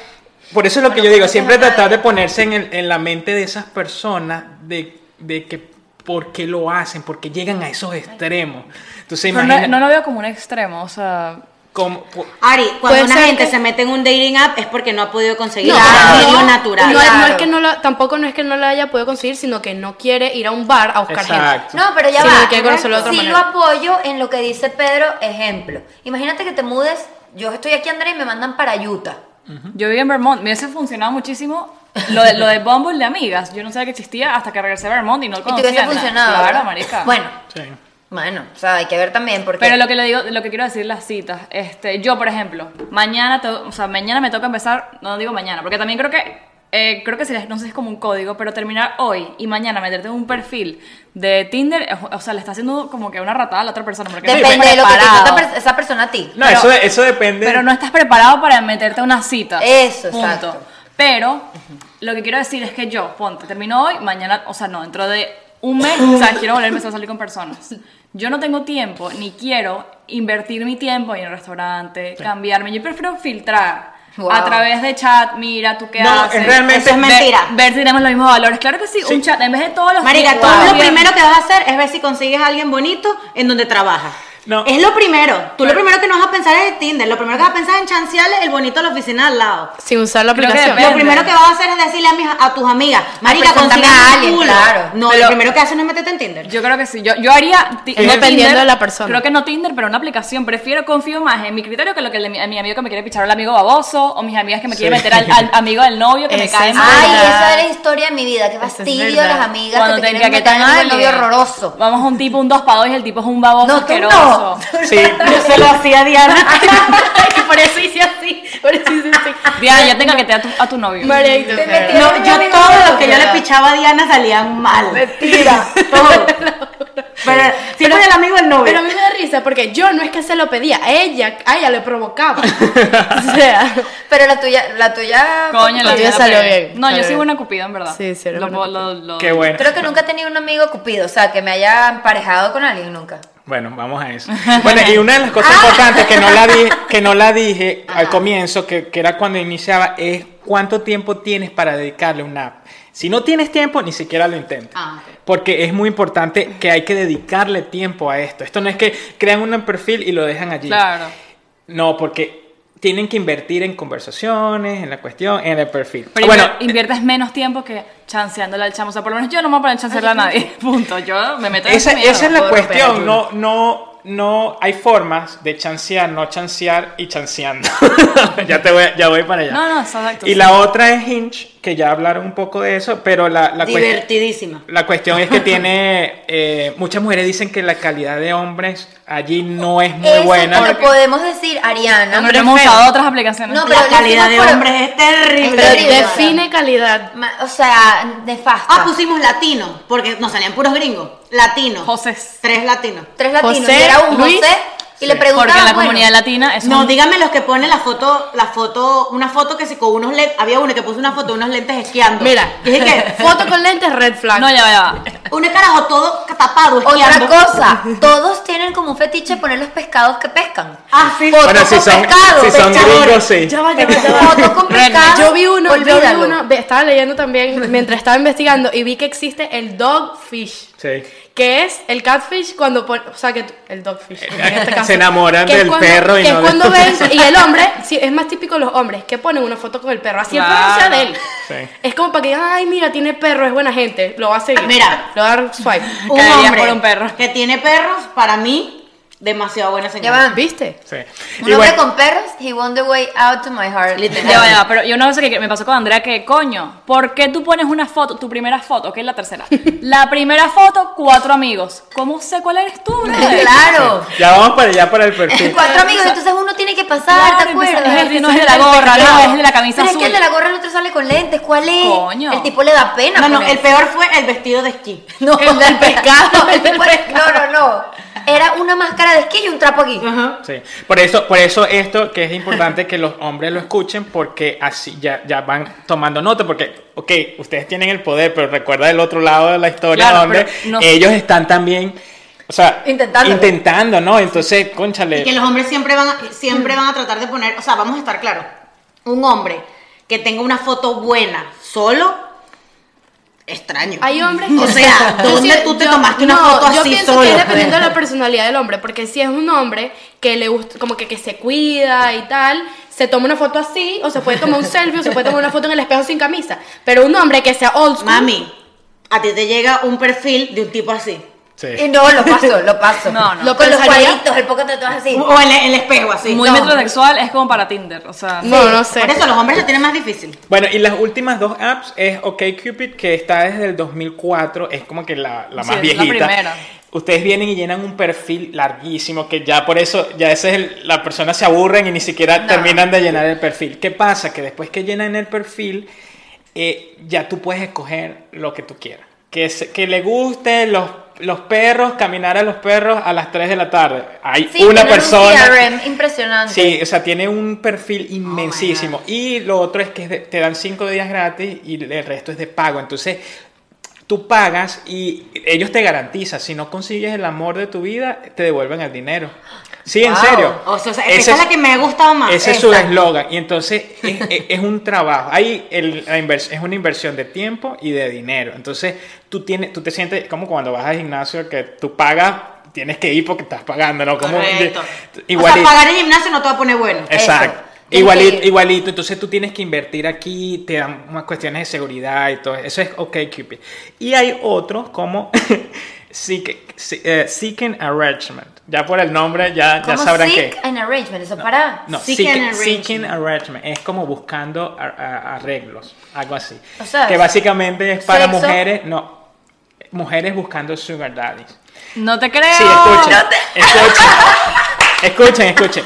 Speaker 1: por eso es lo que
Speaker 3: no
Speaker 1: yo digo,
Speaker 3: conoces
Speaker 1: siempre
Speaker 3: a nadie.
Speaker 1: tratar de ponerse en, el- en la mente de esas personas de, de que por qué lo hacen, por qué llegan a esos extremos. Entonces,
Speaker 6: pero
Speaker 1: imagina
Speaker 6: no, no lo veo como un extremo, o sea.
Speaker 1: cómo- por-
Speaker 2: Ari,
Speaker 5: Puede
Speaker 2: cuando una
Speaker 5: ser
Speaker 2: gente
Speaker 5: que-
Speaker 2: se mete en un dating app es porque no ha podido conseguir
Speaker 5: No,
Speaker 2: un
Speaker 5: no,
Speaker 2: medio natural.
Speaker 5: No, es- no es
Speaker 3: Claro.
Speaker 5: que no la, tampoco no es que no la haya podido conseguir, sino que no quiere ir a un bar a buscar
Speaker 1: Exacto.
Speaker 3: No, pero ya
Speaker 5: Sí,
Speaker 3: va.
Speaker 5: hay que conocerlo de otra
Speaker 3: sí
Speaker 5: manera.
Speaker 3: lo apoyo en lo que dice Pedro, ejemplo. Imagínate que te mudes, yo estoy aquí Andrea y me mandan para Utah.
Speaker 6: Yo viví en Vermont, me hubiese funcionado muchísimo lo de, lo de Bumble de amigas. Yo no sabía que existía hasta que regresé a Vermont y no
Speaker 3: Y te
Speaker 6: conocía.
Speaker 3: hubiese
Speaker 6: nada.
Speaker 3: funcionado.
Speaker 6: Claro,
Speaker 3: ¿verdad?
Speaker 6: marica.
Speaker 3: Bueno,
Speaker 1: sí.
Speaker 3: bueno, o sea, hay que ver también porque...
Speaker 6: Pero lo que le digo, lo que quiero decir las citas, este, yo por ejemplo, mañana, to- o sea, mañana me toca empezar, no digo mañana, porque también creo que, eh, creo que sería, no sé, es como un código, pero terminar hoy y mañana meterte en un perfil de Tinder, eh, o sea, le está haciendo como que una ratada a la otra persona. Porque no estás
Speaker 3: depende de lo que te
Speaker 6: preparado.
Speaker 3: cuenta per- esa persona a ti.
Speaker 1: No,
Speaker 6: Pero-
Speaker 1: eso, eso depende.
Speaker 6: Pero no estás preparado para meterte a una cita.
Speaker 3: Eso, exacto.
Speaker 6: Pero lo que quiero decir es que yo, ponte, termino hoy, mañana, o sea, no, dentro de un mes, o sea, quiero volver a empezar a salir con personas. Yo no tengo tiempo, ni quiero invertir mi tiempo en el restaurante, cambiarme. Yo prefiero filtrar.
Speaker 3: Wow.
Speaker 6: A través de chat, mira tú qué
Speaker 1: No, es
Speaker 6: haces.
Speaker 1: realmente- Eso es
Speaker 6: Ve-
Speaker 2: mentira.
Speaker 6: Ver, si tenemos los mismos valores. Claro que sí,
Speaker 1: Sí.
Speaker 6: un chat. En vez de todos los.
Speaker 2: Marica, tú
Speaker 6: Wow.
Speaker 2: lo primero que vas a hacer es ver si consigues a alguien bonito en donde trabajas.
Speaker 1: No.
Speaker 2: Es lo primero. Tú lo primero que no vas a pensar es en Tinder, lo primero que vas a pensar es en chancearle el bonito de la oficina al lado.
Speaker 5: Sin usar la
Speaker 6: Creo que
Speaker 5: aplicación.
Speaker 2: Lo
Speaker 6: depende.
Speaker 2: primero que vas a hacer es decirle a, mis, a tus amigas, marica,
Speaker 3: preséntame
Speaker 2: consígueme
Speaker 3: a
Speaker 2: un
Speaker 3: alguien,
Speaker 2: culo".
Speaker 3: claro.
Speaker 2: No,
Speaker 6: Pero-
Speaker 2: lo primero que haces no es meterte en Tinder.
Speaker 6: Yo creo que sí. Yo, yo haría. ti-
Speaker 5: Es
Speaker 6: no
Speaker 5: dependiendo de la persona.
Speaker 6: Creo que no Tinder, pero una aplicación. Prefiero, confío más en mi criterio que lo que el de mi, a mi amigo que me quiere pichar al amigo baboso o mis amigas que me quieren meter al, al amigo del novio que me
Speaker 5: Eso
Speaker 6: cae
Speaker 5: es
Speaker 6: mal.
Speaker 3: Ay,
Speaker 5: verdad.
Speaker 3: esa era la historia de mi vida. Qué
Speaker 5: Eso es
Speaker 3: fastidio
Speaker 5: verdad.
Speaker 3: las amigas
Speaker 6: Cuando
Speaker 3: que
Speaker 6: te
Speaker 3: te quieren meter
Speaker 6: encaquetan
Speaker 3: Ay,
Speaker 6: al
Speaker 3: el novio
Speaker 6: novio.
Speaker 3: horroroso.
Speaker 6: Vamos a un tipo, un dos para dos y el tipo es un baboso
Speaker 3: No, tú
Speaker 6: asqueroso.
Speaker 3: no.
Speaker 1: Sí,
Speaker 2: se lo hacía (laughs) Diana.
Speaker 5: (laughs) por eso hice así. Por eso hice así.
Speaker 6: Diana, ya te encaqueté a tu, a tu novio.
Speaker 5: Marico,
Speaker 3: Te
Speaker 5: o sea,
Speaker 3: metí-
Speaker 2: No, yo todo lo que yo le
Speaker 3: Mentira.
Speaker 2: pichaba a Diana salían mal. Mentira. (laughs) Todo. Pero siempre del amigo del novio.
Speaker 5: Pero a mí me da risa porque yo no es que se lo pedía, a ella, a ella
Speaker 6: (laughs)
Speaker 5: le provocaba. o sea,
Speaker 3: Pero la tuya, la tuya.
Speaker 6: Coño, la
Speaker 5: Contigo
Speaker 6: vida
Speaker 5: salió
Speaker 6: pegué.
Speaker 5: bien,
Speaker 6: No,
Speaker 5: salió
Speaker 6: yo soy
Speaker 5: bien.
Speaker 6: buena cupida, en verdad.
Speaker 5: Sí, sí, eres
Speaker 6: Lo-
Speaker 5: buena
Speaker 6: lo- lo-
Speaker 1: qué bueno.
Speaker 3: Creo que nunca he tenido un amigo cupido, o sea, que me haya emparejado con alguien nunca.
Speaker 1: Bueno, vamos a eso. Bueno, y una de las
Speaker 6: (laughs) Ah.
Speaker 1: cosas importantes que no la dije, que no la dije al comienzo, que, que era cuando iniciaba, es cuánto tiempo tienes para dedicarle a una app. Si no tienes tiempo, ni siquiera lo intentes.
Speaker 2: Ah, ok.
Speaker 1: Porque es muy importante que hay que dedicarle tiempo a esto. Esto no es que crean un perfil y lo dejan allí.
Speaker 6: Claro.
Speaker 1: No, porque tienen que invertir en conversaciones, en la cuestión, en el perfil. Ah,
Speaker 6: Pero
Speaker 1: bueno,
Speaker 6: invier- inviertes menos tiempo que chanceándole al chamo. O sea, por lo menos yo no me voy a poner a chancearle a nadie. (laughs) Punto. Yo me meto en
Speaker 1: esa,
Speaker 6: mierda.
Speaker 1: esa es la
Speaker 3: puedo
Speaker 1: cuestión.
Speaker 3: romper,
Speaker 1: No, no, no hay formas de chancear, no chancear y chanceando. (laughs) ya te voy, ya voy para allá.
Speaker 6: No, no, exacto,
Speaker 1: Y
Speaker 6: sí.
Speaker 1: la otra es Hinge, que ya hablaron un poco de eso, pero la, la cuestión.
Speaker 2: Divertidísima.
Speaker 1: La cuestión
Speaker 6: (laughs)
Speaker 1: es que tiene. eh, muchas mujeres dicen que la calidad de hombres allí no es muy
Speaker 3: Eso
Speaker 1: buena.
Speaker 3: te lo podemos decir, Ariana.
Speaker 6: No hemos usado otras aplicaciones.
Speaker 3: No, pero
Speaker 2: La
Speaker 3: lo
Speaker 2: calidad de
Speaker 3: hicimos por-
Speaker 2: hombres es terrible.
Speaker 3: Es terrible.
Speaker 5: define calidad.
Speaker 3: Ma- O sea, nefasta.
Speaker 2: Ah, pusimos latino, porque nos salían puros gringos. Latino.
Speaker 6: José.
Speaker 2: Tres latinos.
Speaker 3: Tres latinos.
Speaker 5: José,
Speaker 3: y era un
Speaker 5: Luis,
Speaker 3: José. Y le preguntaba.
Speaker 6: Porque en la
Speaker 3: bueno,
Speaker 6: comunidad latina es
Speaker 2: No,
Speaker 6: un-
Speaker 2: dígame los que ponen la foto, la foto, una foto que si con unos lentes, había uno que puso una foto de unos lentes esquiando.
Speaker 5: Mira,
Speaker 2: Y dije que,
Speaker 5: foto con lentes red flag.
Speaker 6: No, ya va, (laughs) ya va.
Speaker 2: un carajo todo tapado esquiando.
Speaker 3: Otra cosa, todos tienen como un fetiche poner los pescados que pescan.
Speaker 2: Ah, sí.
Speaker 3: Fotos
Speaker 1: Bueno, si
Speaker 3: con
Speaker 1: son,
Speaker 3: pescado,
Speaker 1: si son
Speaker 3: pescadores.
Speaker 1: gringos, sí.
Speaker 5: Ya va, ya va, ya va.
Speaker 3: Fotos con pescado.
Speaker 5: Yo vi uno, yo vi
Speaker 3: olvídalo.
Speaker 5: uno, ve- estaba leyendo también mientras estaba investigando y vi que existe el dogfish,
Speaker 1: Sí.
Speaker 5: que es el catfish cuando pon- o sea que tú- el dogfish en este
Speaker 1: (laughs)
Speaker 5: caso,
Speaker 1: Se enamoran
Speaker 5: que es
Speaker 1: del perro y
Speaker 5: que
Speaker 1: no
Speaker 5: es
Speaker 1: de-
Speaker 5: cuando ven y el hombre, sí, es más típico los hombres que ponen una foto con el perro, así el perro no sea
Speaker 6: Claro.
Speaker 5: de él.
Speaker 1: Sí.
Speaker 5: Es como para que digan, ay, mira, tiene perro, es buena gente, lo va a seguir.
Speaker 2: Mira.
Speaker 5: lo va a dar swipe.
Speaker 2: Un
Speaker 6: Caería
Speaker 2: hombre
Speaker 6: por un perro.
Speaker 2: que tiene perros, para mí, demasiado buena
Speaker 3: Ya
Speaker 2: señora.
Speaker 3: va.
Speaker 5: ¿Viste?
Speaker 1: Sí.
Speaker 3: Un
Speaker 1: Y
Speaker 3: hombre
Speaker 1: bueno,
Speaker 3: con perros, he won the way out to my heart.
Speaker 2: Literal.
Speaker 6: Ya va, ya va, pero yo una cosa que que me pasó con Andrea que, coño, ¿por qué tú pones una foto, tu primera foto, que es la (laughs) tercera? La primera foto, cuatro amigos. ¿Cómo sé cuál eres tú, brother?
Speaker 3: (laughs) (laughs) Claro.
Speaker 1: ya vamos para allá para el perfil.
Speaker 3: (laughs) Cuatro amigos, entonces uno tiene que pasar,
Speaker 6: Claro,
Speaker 3: ¿te
Speaker 6: y pues,
Speaker 3: acuerdas?
Speaker 6: es el que no es de
Speaker 3: Que
Speaker 6: la
Speaker 3: sale
Speaker 6: gorra,
Speaker 3: el
Speaker 6: no,
Speaker 3: pecado.
Speaker 6: es el de la camisa
Speaker 3: Pero
Speaker 6: azul.
Speaker 3: es que el de la gorra el otro sale con lentes, ¿cuál es?
Speaker 6: Coño.
Speaker 3: El tipo le da pena.
Speaker 2: No, no,
Speaker 3: ponerse.
Speaker 2: el peor fue el vestido de esquí.
Speaker 3: (laughs) No,
Speaker 5: El del pescado, el del
Speaker 3: tipo- No,
Speaker 5: pescado.
Speaker 3: no, no. Era una máscara de esquí y un trapo aquí.
Speaker 1: Sí. Por eso, por eso esto que es importante que los hombres lo escuchen porque así ya, ya van tomando nota porque, ok, ustedes tienen el poder, pero recuerda el otro lado de la historia
Speaker 6: Claro,
Speaker 1: donde
Speaker 6: pero no-
Speaker 1: ellos están también, o sea,
Speaker 3: Intentándolo.
Speaker 1: intentando, ¿no? Entonces, conchale.
Speaker 2: Y que los hombres siempre van, a, siempre van a tratar de poner, o sea, vamos a estar claros, un hombre que tenga una foto buena solo, extraño.
Speaker 5: Hay hombres
Speaker 2: O
Speaker 5: (laughs)
Speaker 2: sea, ¿dónde tú te tomaste una foto
Speaker 5: yo
Speaker 2: así pues?
Speaker 5: pienso
Speaker 2: solo?
Speaker 5: que es dependiendo de la personalidad del hombre, porque si es un hombre que le gusta, como que, que se cuida y tal, se toma una foto así, o se puede tomar un selfie, o se puede tomar una foto en el espejo sin camisa. Pero un hombre que sea old school,
Speaker 2: Pues, Mami, a ti te llega un perfil de un tipo así.
Speaker 1: Sí.
Speaker 3: Y no, lo paso, lo paso.
Speaker 6: No, no.
Speaker 3: Lo con los
Speaker 5: ¿Pensaría?
Speaker 3: cuadritos, el poco tatuaje así.
Speaker 2: O el, el espejo así.
Speaker 6: Muy
Speaker 2: No.
Speaker 6: metrosexual es como para Tinder, o sea...
Speaker 5: no, no sé.
Speaker 2: Por eso los hombres lo tienen más difícil.
Speaker 1: Bueno, y las últimas dos apps es OkCupid, que está desde el 2004, es como que la, la más
Speaker 6: Sí, es la
Speaker 1: viejita.
Speaker 6: primera.
Speaker 1: Ustedes vienen y llenan un perfil larguísimo, que ya por eso, ya ese es el- la persona se aburren y ni siquiera terminan de llenar el perfil. ¿Qué pasa? Que después que llenan el perfil, eh, ya tú puedes escoger lo que tú quieras. Que, se- que le guste los, los perros, caminar a los perros a las 3 de la tarde. Hay
Speaker 3: Sí,
Speaker 1: una
Speaker 3: tienen un
Speaker 1: persona...
Speaker 3: CRM impresionante.
Speaker 1: Sí, o sea, tiene un perfil
Speaker 2: Oh
Speaker 1: inmensísimo. y lo otro es que es de- te dan cinco días gratis y el resto es de pago. Entonces, tú pagas y ellos te garantizan, si no consigues el amor de tu vida, te devuelven el dinero. Sí, en
Speaker 3: Wow.
Speaker 1: serio.
Speaker 2: O sea, esa
Speaker 1: Ese
Speaker 2: es la que me ha gustado más.
Speaker 1: Ese es su
Speaker 3: Exacto.
Speaker 1: eslogan. Y entonces es, (laughs) es- es un trabajo. Ahí el- la invers- es una inversión de tiempo y de dinero. Entonces tú, tienes, tú te sientes como cuando vas al gimnasio que tú pagas tienes que ir porque estás pagando, ¿no? Como,
Speaker 2: Correcto. O sea,
Speaker 1: igualito.
Speaker 2: pagar el gimnasio no te va a poner bueno.
Speaker 1: Exacto.
Speaker 3: Tienes
Speaker 1: Igualito,
Speaker 3: que ir.
Speaker 1: igualito, entonces tú tienes que invertir aquí, te dan unas cuestiones de seguridad y todo, eso es OK Cupid. Y hay otros como (laughs) Seek, Se- eh, Seeking Arrangement, ya por el nombre ya, ya
Speaker 3: ¿Cómo
Speaker 1: sabrán
Speaker 3: seek
Speaker 1: qué.
Speaker 3: an arrangement? Eso para.
Speaker 1: No,
Speaker 2: Seek
Speaker 1: seek- seeking,
Speaker 2: an
Speaker 1: arrangement.
Speaker 2: arrangement.
Speaker 1: es como buscando ar- a- arreglos, algo así.
Speaker 3: O sea,
Speaker 1: que básicamente es para
Speaker 3: sexo.
Speaker 1: mujeres, no, mujeres buscando sugar daddies.
Speaker 6: No te creo.
Speaker 1: Sí, escuchen. Escuchen. Escuchen, escuchen.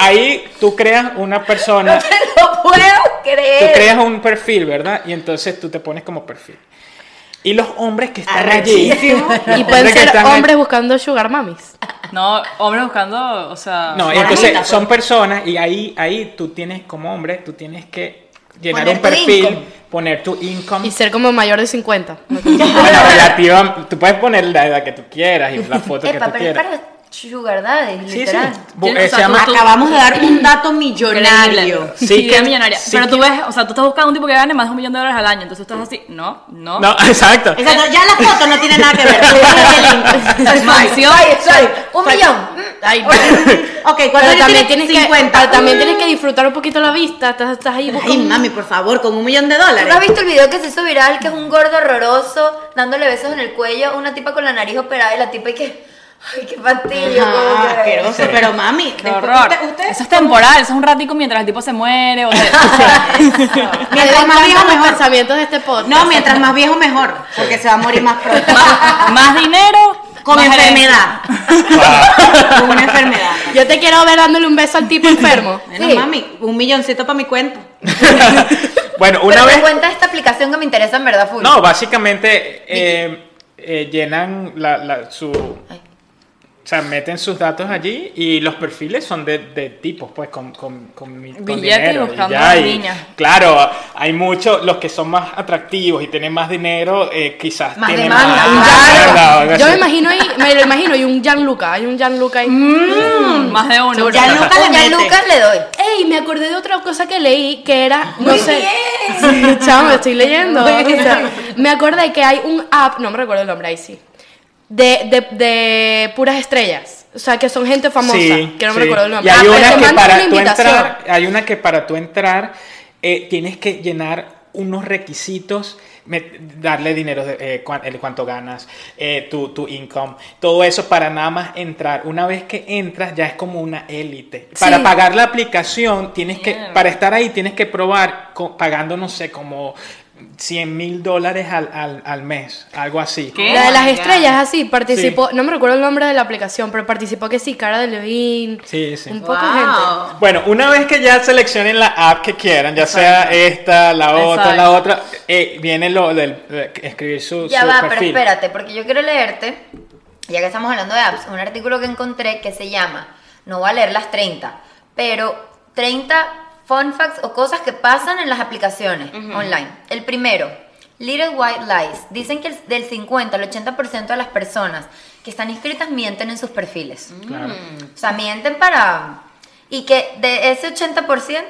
Speaker 1: Ahí tú creas una persona, tú
Speaker 3: No puedo creer.
Speaker 1: creas un perfil, ¿verdad? Y entonces tú te pones como perfil. Y los hombres que están allí.
Speaker 2: Arrechísimo.
Speaker 1: los
Speaker 5: Y
Speaker 1: hombres
Speaker 5: pueden
Speaker 1: que
Speaker 5: ser
Speaker 1: están allí-
Speaker 5: hombres buscando sugar mamis.
Speaker 6: No, hombres buscando, o sea.
Speaker 1: No, y
Speaker 2: Morenita,
Speaker 1: entonces
Speaker 2: pues.
Speaker 1: son personas y ahí, ahí tú tienes como hombre, tú tienes que llenar
Speaker 3: Poner
Speaker 1: un
Speaker 3: tu
Speaker 1: perfil,
Speaker 3: income.
Speaker 1: poner tu income.
Speaker 5: Y ser como mayor de 50.
Speaker 1: Bueno, relativa, tú puedes poner la edad que tú quieras
Speaker 3: (laughs)
Speaker 1: y la foto que
Speaker 3: Epa,
Speaker 1: tú
Speaker 3: pero es
Speaker 1: quieras.
Speaker 3: para sugar daddy,
Speaker 1: Sí, sí.
Speaker 3: literal.
Speaker 1: Bu-
Speaker 6: Tienes-
Speaker 1: eh,
Speaker 6: o
Speaker 1: se
Speaker 6: sea, tú-
Speaker 1: llama
Speaker 2: (laughs) Acabamos de dar un dato millonario.
Speaker 1: Sí,
Speaker 6: Sí,
Speaker 1: que-
Speaker 6: millonaria.
Speaker 1: sí
Speaker 6: Pero tú
Speaker 1: que-
Speaker 6: ves, o sea, tú estás buscando un tipo que gane más de un millón de dólares al año. Entonces tú estás así, no, no.
Speaker 1: No, (laughs) exacto.
Speaker 2: Exacto, ya la foto no tiene nada que (laughs) ver. Tú eres el link.
Speaker 6: Mansión.
Speaker 3: Ay, sorry, un millón. Mm,
Speaker 5: Ay,
Speaker 2: (laughs) ok, ¿cuánto
Speaker 5: pero
Speaker 2: también
Speaker 5: también tienes, que,
Speaker 2: 50.
Speaker 5: pero también tienes que disfrutar un poquito la vista. Estás, estás ahí
Speaker 2: Ay,
Speaker 5: buscando.
Speaker 2: mami, por favor, con un millón de
Speaker 3: ¿Tú no has
Speaker 2: dólares.
Speaker 3: visto el video que se hizo viral? Que es un gordo horroroso dándole besos en el cuello a una tipa con la nariz operada y la tipa y que. Ay, qué fastidio.
Speaker 2: Ah,
Speaker 3: como que-
Speaker 2: asqueroso, pero mami,
Speaker 6: Qué
Speaker 2: después
Speaker 6: horror.
Speaker 2: usted- usted-
Speaker 6: Eso es temporal, eso es un ratico mientras el tipo se muere. O
Speaker 1: (laughs)
Speaker 6: sea,
Speaker 2: mientras más viejo
Speaker 5: los
Speaker 2: mejor.
Speaker 5: pensamientos de este podcast.
Speaker 2: No, mientras más viejo mejor, porque se va a morir más pronto. (laughs)
Speaker 6: más, más dinero.
Speaker 2: Con
Speaker 6: más herencia.
Speaker 2: enfermedad. Con una enfermedad.
Speaker 5: Yo te quiero ver dándole un beso
Speaker 2: (laughs)
Speaker 5: al tipo enfermo.
Speaker 2: Bueno,
Speaker 3: Sí.
Speaker 2: mami, un milloncito para mi cuenta.
Speaker 1: (laughs) bueno,
Speaker 3: Pero
Speaker 1: una
Speaker 3: me
Speaker 1: vez.
Speaker 3: cuenta esta aplicación que me interesa en verdad, full.
Speaker 1: No, básicamente eh, eh, llenan la, la- su.
Speaker 3: Ay.
Speaker 1: O sea, meten sus datos allí y los perfiles son de, de tipos, pues, con, con, con, mi- con
Speaker 6: Billete y
Speaker 1: dinero.
Speaker 6: buscando
Speaker 1: ya,
Speaker 6: a la
Speaker 1: y-
Speaker 6: niña.
Speaker 1: Claro, hay muchos, los que son más atractivos y tienen más dinero, eh, quizás
Speaker 3: Más
Speaker 1: tienen
Speaker 3: demanda,
Speaker 1: más.
Speaker 3: claro.
Speaker 1: demanda o algo
Speaker 5: Yo me
Speaker 1: así.
Speaker 5: imagino ahí, me lo imagino, y un Gianluca, hay un Gianluca ahí.
Speaker 1: Mm.
Speaker 6: Mm, Más de uno.
Speaker 2: Ya nunca le
Speaker 3: Oye, a
Speaker 2: mete.
Speaker 3: Lucas le doy.
Speaker 5: Ey, me acordé de otra cosa que leí que era, no sé. Sí, chamo, estoy leyendo. O sea, me acordé que hay un app, no me recuerdo el nombre ahí sí. De, de, de puras estrellas. O sea, que son gente famosa.
Speaker 1: Sí,
Speaker 5: que no me
Speaker 1: sí.
Speaker 5: recuerdo el nombre.
Speaker 1: Y hay
Speaker 5: Ah, pero
Speaker 1: una
Speaker 5: te
Speaker 1: que
Speaker 5: mandan
Speaker 1: para
Speaker 5: una
Speaker 1: tú
Speaker 5: invitación.
Speaker 1: entrar, hay una que para tú entrar eh, tienes que llenar unos requisitos, me- darle dinero, de, eh, cuan- el cuánto ganas, eh, tu, tu income, todo eso para nada más entrar. Una vez que entras ya es como una élite. Para pagar la aplicación tienes que, para estar ahí tienes que probar co- pagando, no sé, como 100 mil dólares al, al, al mes, algo así.
Speaker 6: ¿Qué?
Speaker 5: La de
Speaker 6: Oh
Speaker 5: las
Speaker 6: my
Speaker 5: estrellas, así, participó, no me recuerdo el nombre de la aplicación, pero participó que sí, Cara de Levine,
Speaker 1: Sí, sí.
Speaker 5: un poco de gente.
Speaker 1: Bueno, una vez que ya seleccionen la app que quieran, ya sea esta, la otra, la
Speaker 6: Exacto.
Speaker 1: otra, eh, viene lo del de escribir su,
Speaker 3: Ya
Speaker 1: su
Speaker 3: va, pero
Speaker 1: perfil.
Speaker 3: espérate, porque yo quiero leerte, ya que estamos hablando de apps, un artículo que encontré que se llama, no voy a leer las 30, pero 30 fun facts o cosas que pasan en las aplicaciones online. El primero, Little White Lies. Dicen que el- del 50 al 80% de las personas que están inscritas mienten en sus perfiles.
Speaker 1: Claro.
Speaker 3: O sea, mienten para... Y que de ese 80%,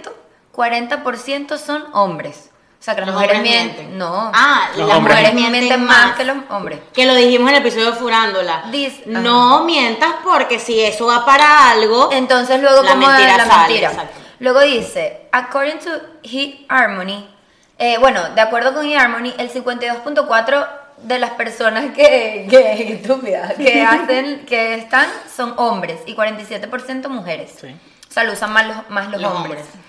Speaker 3: 40% son hombres. O sea, que las
Speaker 2: Los
Speaker 3: mujeres
Speaker 2: hombres
Speaker 3: mienten.
Speaker 2: mienten.
Speaker 3: No.
Speaker 2: Ah,
Speaker 1: Los
Speaker 3: las
Speaker 1: hombres
Speaker 3: mujeres mienten más que los hombres.
Speaker 2: Que lo dijimos en el episodio de Furándola.
Speaker 3: Dis-
Speaker 2: no mientas porque si eso va para algo,
Speaker 3: Entonces luego
Speaker 2: La
Speaker 3: como
Speaker 2: mentira
Speaker 3: la
Speaker 2: sale,
Speaker 3: mentira.
Speaker 2: exacto.
Speaker 3: Luego dice, according to eHarmony, eh, bueno, de acuerdo con eHarmony, el 52.4 de las personas que, que, (laughs) qué estúpida, que hacen, que están, son hombres y 47% mujeres.
Speaker 1: Sí.
Speaker 3: O sea, lo usan más los, más los,
Speaker 2: Los
Speaker 3: hombres.
Speaker 2: hombres.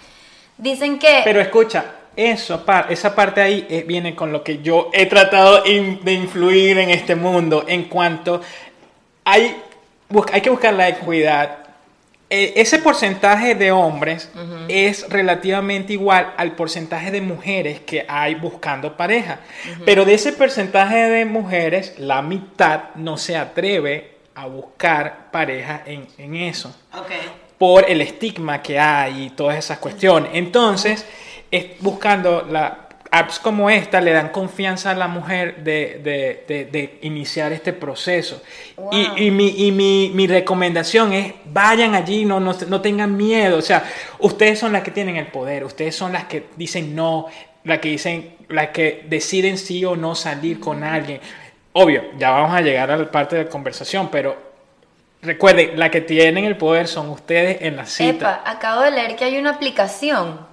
Speaker 3: Dicen que...
Speaker 1: Pero escucha, eso, par- esa parte ahí eh, viene con lo que yo he tratado in- de influir en este mundo en cuanto hay, bus- hay que buscar la equidad. Eh, ese porcentaje de hombres es relativamente igual al porcentaje de mujeres que hay buscando pareja. Pero de ese porcentaje de mujeres, la mitad no se atreve a buscar pareja en, en eso
Speaker 2: Ok.
Speaker 1: por el estigma que hay y todas esas cuestiones. Entonces, es- buscando la, apps como esta le dan confianza a la mujer de, de- de- de iniciar este proceso. Y, y mi, y mi- mi recomendación es, vayan allí, no, no, no tengan miedo. O sea, ustedes son las que tienen el poder, ustedes son las que dicen no, las que dicen, las que deciden sí o no salir con alguien. Obvio, ya vamos a llegar a la parte de conversación, pero Recuerden, la que tienen el poder son ustedes en la cita.
Speaker 3: Epa, acabo de leer que hay una aplicación.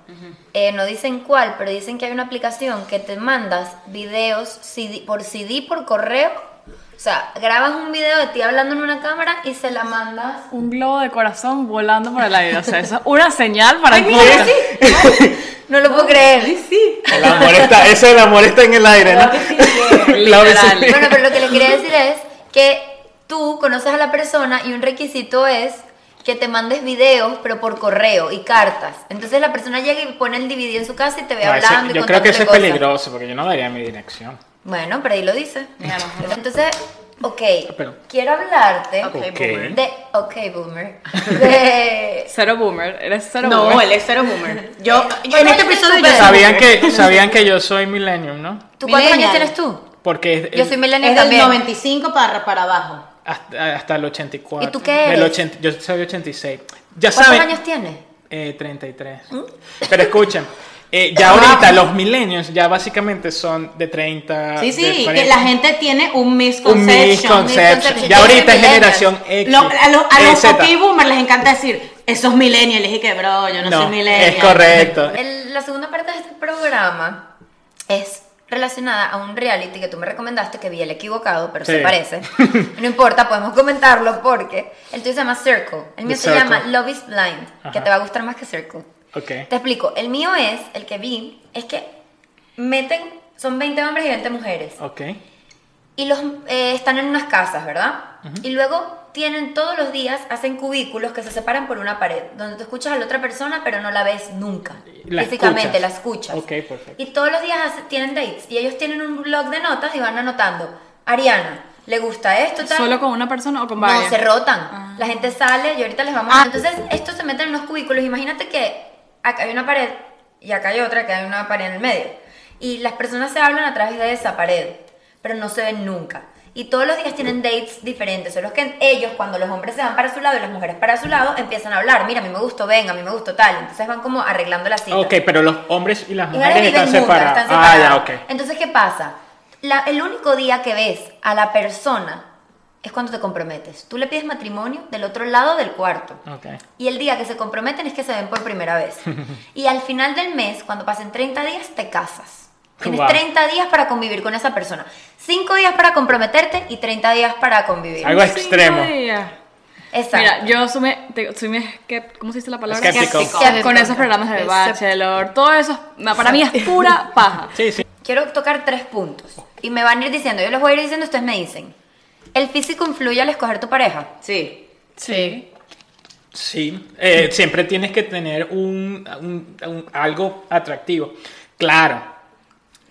Speaker 3: Eh, no dicen cuál, pero dicen que hay una aplicación que te mandas videos CD por CD, por correo. O sea, grabas un video de ti hablando en una cámara y se la mandas.
Speaker 6: Un globo de corazón volando por el aire. O sea, eso es una señal para el podcast.
Speaker 3: No lo puedo creer.
Speaker 1: El amor está, eso del amor está en el aire, ¿no? (laughs) Claro que sí.
Speaker 3: Bueno, pero lo que les quería decir es que tú conoces a la persona y un requisito es que te mandes videos, pero por correo y cartas. Entonces la persona llega y pone el DVD en su casa y te ve
Speaker 1: No, Ah, ese-
Speaker 3: hablando y
Speaker 1: yo creo que eso
Speaker 3: contándote
Speaker 1: es
Speaker 3: cosas.
Speaker 1: peligroso porque yo no daría mi dirección.
Speaker 3: Bueno, pero ahí lo dice. Entonces, ok,
Speaker 1: Ah, Pero-
Speaker 3: quiero hablarte
Speaker 1: Ok.
Speaker 3: de... Ok, boomer. De...
Speaker 6: Cero boomer. Eres cero
Speaker 7: No,
Speaker 6: boomer.
Speaker 7: él es cero boomer. Yo, yo en
Speaker 3: Bueno,
Speaker 7: este
Speaker 3: yo
Speaker 7: episodio
Speaker 3: soy
Speaker 7: yo
Speaker 3: súper-
Speaker 7: soy boomer.
Speaker 1: Sabían que, sabían que yo soy millennium, ¿no?
Speaker 3: ¿Tú cuántos años
Speaker 2: Millennial.
Speaker 3: tienes tú?
Speaker 1: Porque es-
Speaker 3: Yo soy
Speaker 2: Es
Speaker 3: millennial
Speaker 2: del
Speaker 3: también.
Speaker 2: 95 para, para abajo.
Speaker 1: hasta, hasta el 84.
Speaker 3: ¿Y tú qué
Speaker 1: Del
Speaker 3: eres?
Speaker 1: 80 yo soy 86. Ya
Speaker 3: ¿Cuántos
Speaker 1: saben.
Speaker 3: años ¿Mm? tienes?
Speaker 1: Eh, 33. Pero escuchen, eh, ya ahorita los millennials ya básicamente son de 30.
Speaker 2: Sí,
Speaker 1: Ah, de
Speaker 2: sí, que
Speaker 1: 40.
Speaker 2: la gente tiene un
Speaker 1: Un
Speaker 2: misconception.
Speaker 1: misconception.
Speaker 3: misconception.
Speaker 1: Ya ahorita es
Speaker 3: Millennials.
Speaker 1: generación X.
Speaker 2: Lo- a los, a los
Speaker 1: EZ.
Speaker 2: papi boomers les encanta decir, esos millennials. Y que, bro, yo no, soy
Speaker 1: No,
Speaker 2: millennial.
Speaker 1: es correcto.
Speaker 3: El- la segunda parte de este programa es relacionada a un reality que tú me recomendaste, que vi el equivocado, pero
Speaker 1: Sí.
Speaker 3: se
Speaker 1: (laughs)
Speaker 3: parece. No importa, podemos comentarlo porque el tuyo se llama Circle. El mío
Speaker 1: The
Speaker 3: se llama
Speaker 1: Circle.
Speaker 3: Love is Blind, que
Speaker 1: Ajá.
Speaker 3: te va a gustar más que Circle.
Speaker 1: Ok.
Speaker 3: Te explico, el mío es, el que vi, es que meten, son 20 hombres y 20 mujeres.
Speaker 1: Ok.
Speaker 3: Y los eh, están en unas casas, ¿verdad? Y luego tienen todos los días, hacen cubículos que se separan por una pared, donde tú escuchas a la otra persona, pero no la ves nunca.
Speaker 1: La
Speaker 3: físicamente,
Speaker 1: escuchas.
Speaker 3: la escuchas.
Speaker 1: Ok, perfecto.
Speaker 3: Y todos los días hace- tienen dates. Y ellos tienen un blog de notas y van anotando. Ariana, ¿le gusta esto? Tal?
Speaker 6: ¿Solo con una persona o con
Speaker 3: No,
Speaker 6: varias? Ah.
Speaker 3: se rotan. La gente sale y ahorita les vamos a... Entonces, estos se meten en los cubículos. Imagínate que acá hay una pared y acá hay otra, que hay una pared en el medio. Y las personas se hablan a través de esa pared, pero no se ven nunca. Y todos los días tienen dates diferentes. Son los que ellos, cuando los hombres se van para su lado y las mujeres para su lado, empiezan a hablar. Mira, a mí me gustó, ven, a mí me gustó tal. Entonces van como arreglando la cita.
Speaker 1: Ok, pero los hombres y las
Speaker 3: Y ahora
Speaker 1: mujeres
Speaker 3: viven
Speaker 1: están
Speaker 3: juntas,
Speaker 1: separados.
Speaker 3: están
Speaker 1: Ah, ya,
Speaker 3: separadas.
Speaker 1: ok.
Speaker 3: Entonces, ¿qué pasa? La- el único día que ves a la persona es cuando te comprometes. Tú le pides matrimonio del otro lado del cuarto.
Speaker 1: Ok.
Speaker 3: Y el día que se comprometen es que se ven por
Speaker 1: (laughs)
Speaker 3: primera vez. Y al final del mes, cuando pasen 30 días, te casas. Tienes
Speaker 1: Wow.
Speaker 3: 30 días para convivir con esa persona. 5 días para comprometerte y 30 días para convivir.
Speaker 1: Algo extremo.
Speaker 3: Exacto.
Speaker 6: Mira, yo soy, me- te- soy me- ¿qué- ¿cómo se dice la palabra?
Speaker 1: Escéptico.
Speaker 3: Escéptico.
Speaker 6: Con esos programas de Bachelor, todo eso, para mí es pura
Speaker 1: (laughs)
Speaker 6: paja.
Speaker 1: Sí, sí.
Speaker 3: Quiero tocar tres puntos. Y me van a ir diciendo, yo les voy a ir diciendo, ustedes me dicen. ¿El físico influye al escoger tu pareja?
Speaker 7: Sí.
Speaker 5: Sí.
Speaker 1: Sí, eh, siempre tienes que tener un, un- un- algo atractivo. Claro,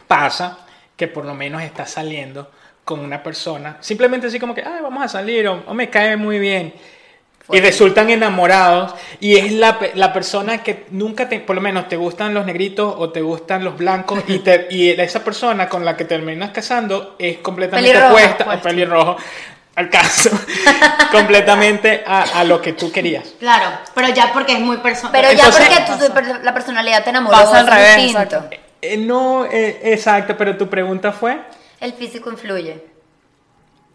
Speaker 1: pasa que por lo menos estás saliendo con una persona, simplemente así como que, ay, vamos a salir, o, o me cae muy bien. Y resultan enamorados y es la, pe- la persona que nunca te, por lo menos te gustan los negritos o te gustan los blancos y, te, y esa persona con la que terminas casando es completamente
Speaker 3: Pelirroja,
Speaker 1: opuesta, o
Speaker 3: opuesta.
Speaker 1: pelirrojo, al caso, completamente a, a lo que tú querías.
Speaker 2: Claro, pero ya porque es muy personal.
Speaker 3: Pero
Speaker 1: Entonces-
Speaker 3: ya porque tu- tu- la personalidad te enamoró,
Speaker 6: Pasa al
Speaker 3: es
Speaker 6: revés,
Speaker 3: distinto.
Speaker 6: exacto.
Speaker 1: Eh, no, eh, exacto, pero tu pregunta fue,
Speaker 3: El físico influye.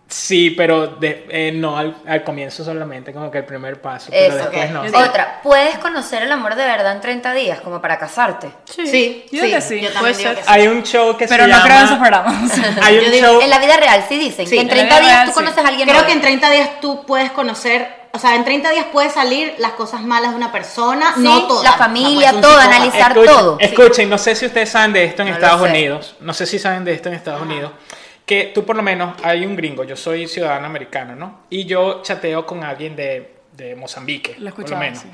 Speaker 1: sí, pero de- eh, no al, al comienzo solamente, como que el primer paso, pero
Speaker 3: Eso.
Speaker 1: después
Speaker 3: ok.
Speaker 1: no.
Speaker 3: Otra, puedes conocer el amor de verdad en 30 días, como para casarte.
Speaker 2: Sí, sí,
Speaker 6: Yo digo que sí,
Speaker 2: yo también
Speaker 6: puede
Speaker 2: digo
Speaker 6: ser.
Speaker 2: que sí.
Speaker 1: Hay un show que
Speaker 6: Pero
Speaker 1: se
Speaker 6: no
Speaker 1: llama...
Speaker 6: creo en esos programas.
Speaker 1: Hay un
Speaker 2: Yo digo,
Speaker 1: show...
Speaker 3: En la vida real sí dicen
Speaker 1: Sí,
Speaker 3: que
Speaker 1: en
Speaker 3: en
Speaker 1: la
Speaker 3: 30
Speaker 6: vida
Speaker 3: días
Speaker 6: real,
Speaker 3: tú
Speaker 6: sí.
Speaker 3: conoces a alguien
Speaker 2: Creo
Speaker 3: nuevo.
Speaker 2: que en 30 días tú puedes conocer, o sea, en 30 días puedes salir las cosas malas de una persona,
Speaker 3: Sí,
Speaker 2: no todas.
Speaker 3: la
Speaker 2: no
Speaker 3: familia,
Speaker 2: puedes un
Speaker 3: todo,
Speaker 2: psicópata.
Speaker 3: analizar. analizar
Speaker 1: escuchen,
Speaker 3: todo.
Speaker 1: Escuchen, no sé si ustedes saben de esto en
Speaker 3: No lo
Speaker 1: Estados
Speaker 3: sé.
Speaker 1: Unidos. No sé si saben de esto en Estados Unidos. Que tú por lo menos, hay un gringo, yo soy ciudadano americano, ¿no? Y yo chateo con alguien de, de Mozambique,
Speaker 6: Lo he
Speaker 1: por lo
Speaker 6: escuchado,
Speaker 1: menos.
Speaker 6: sí.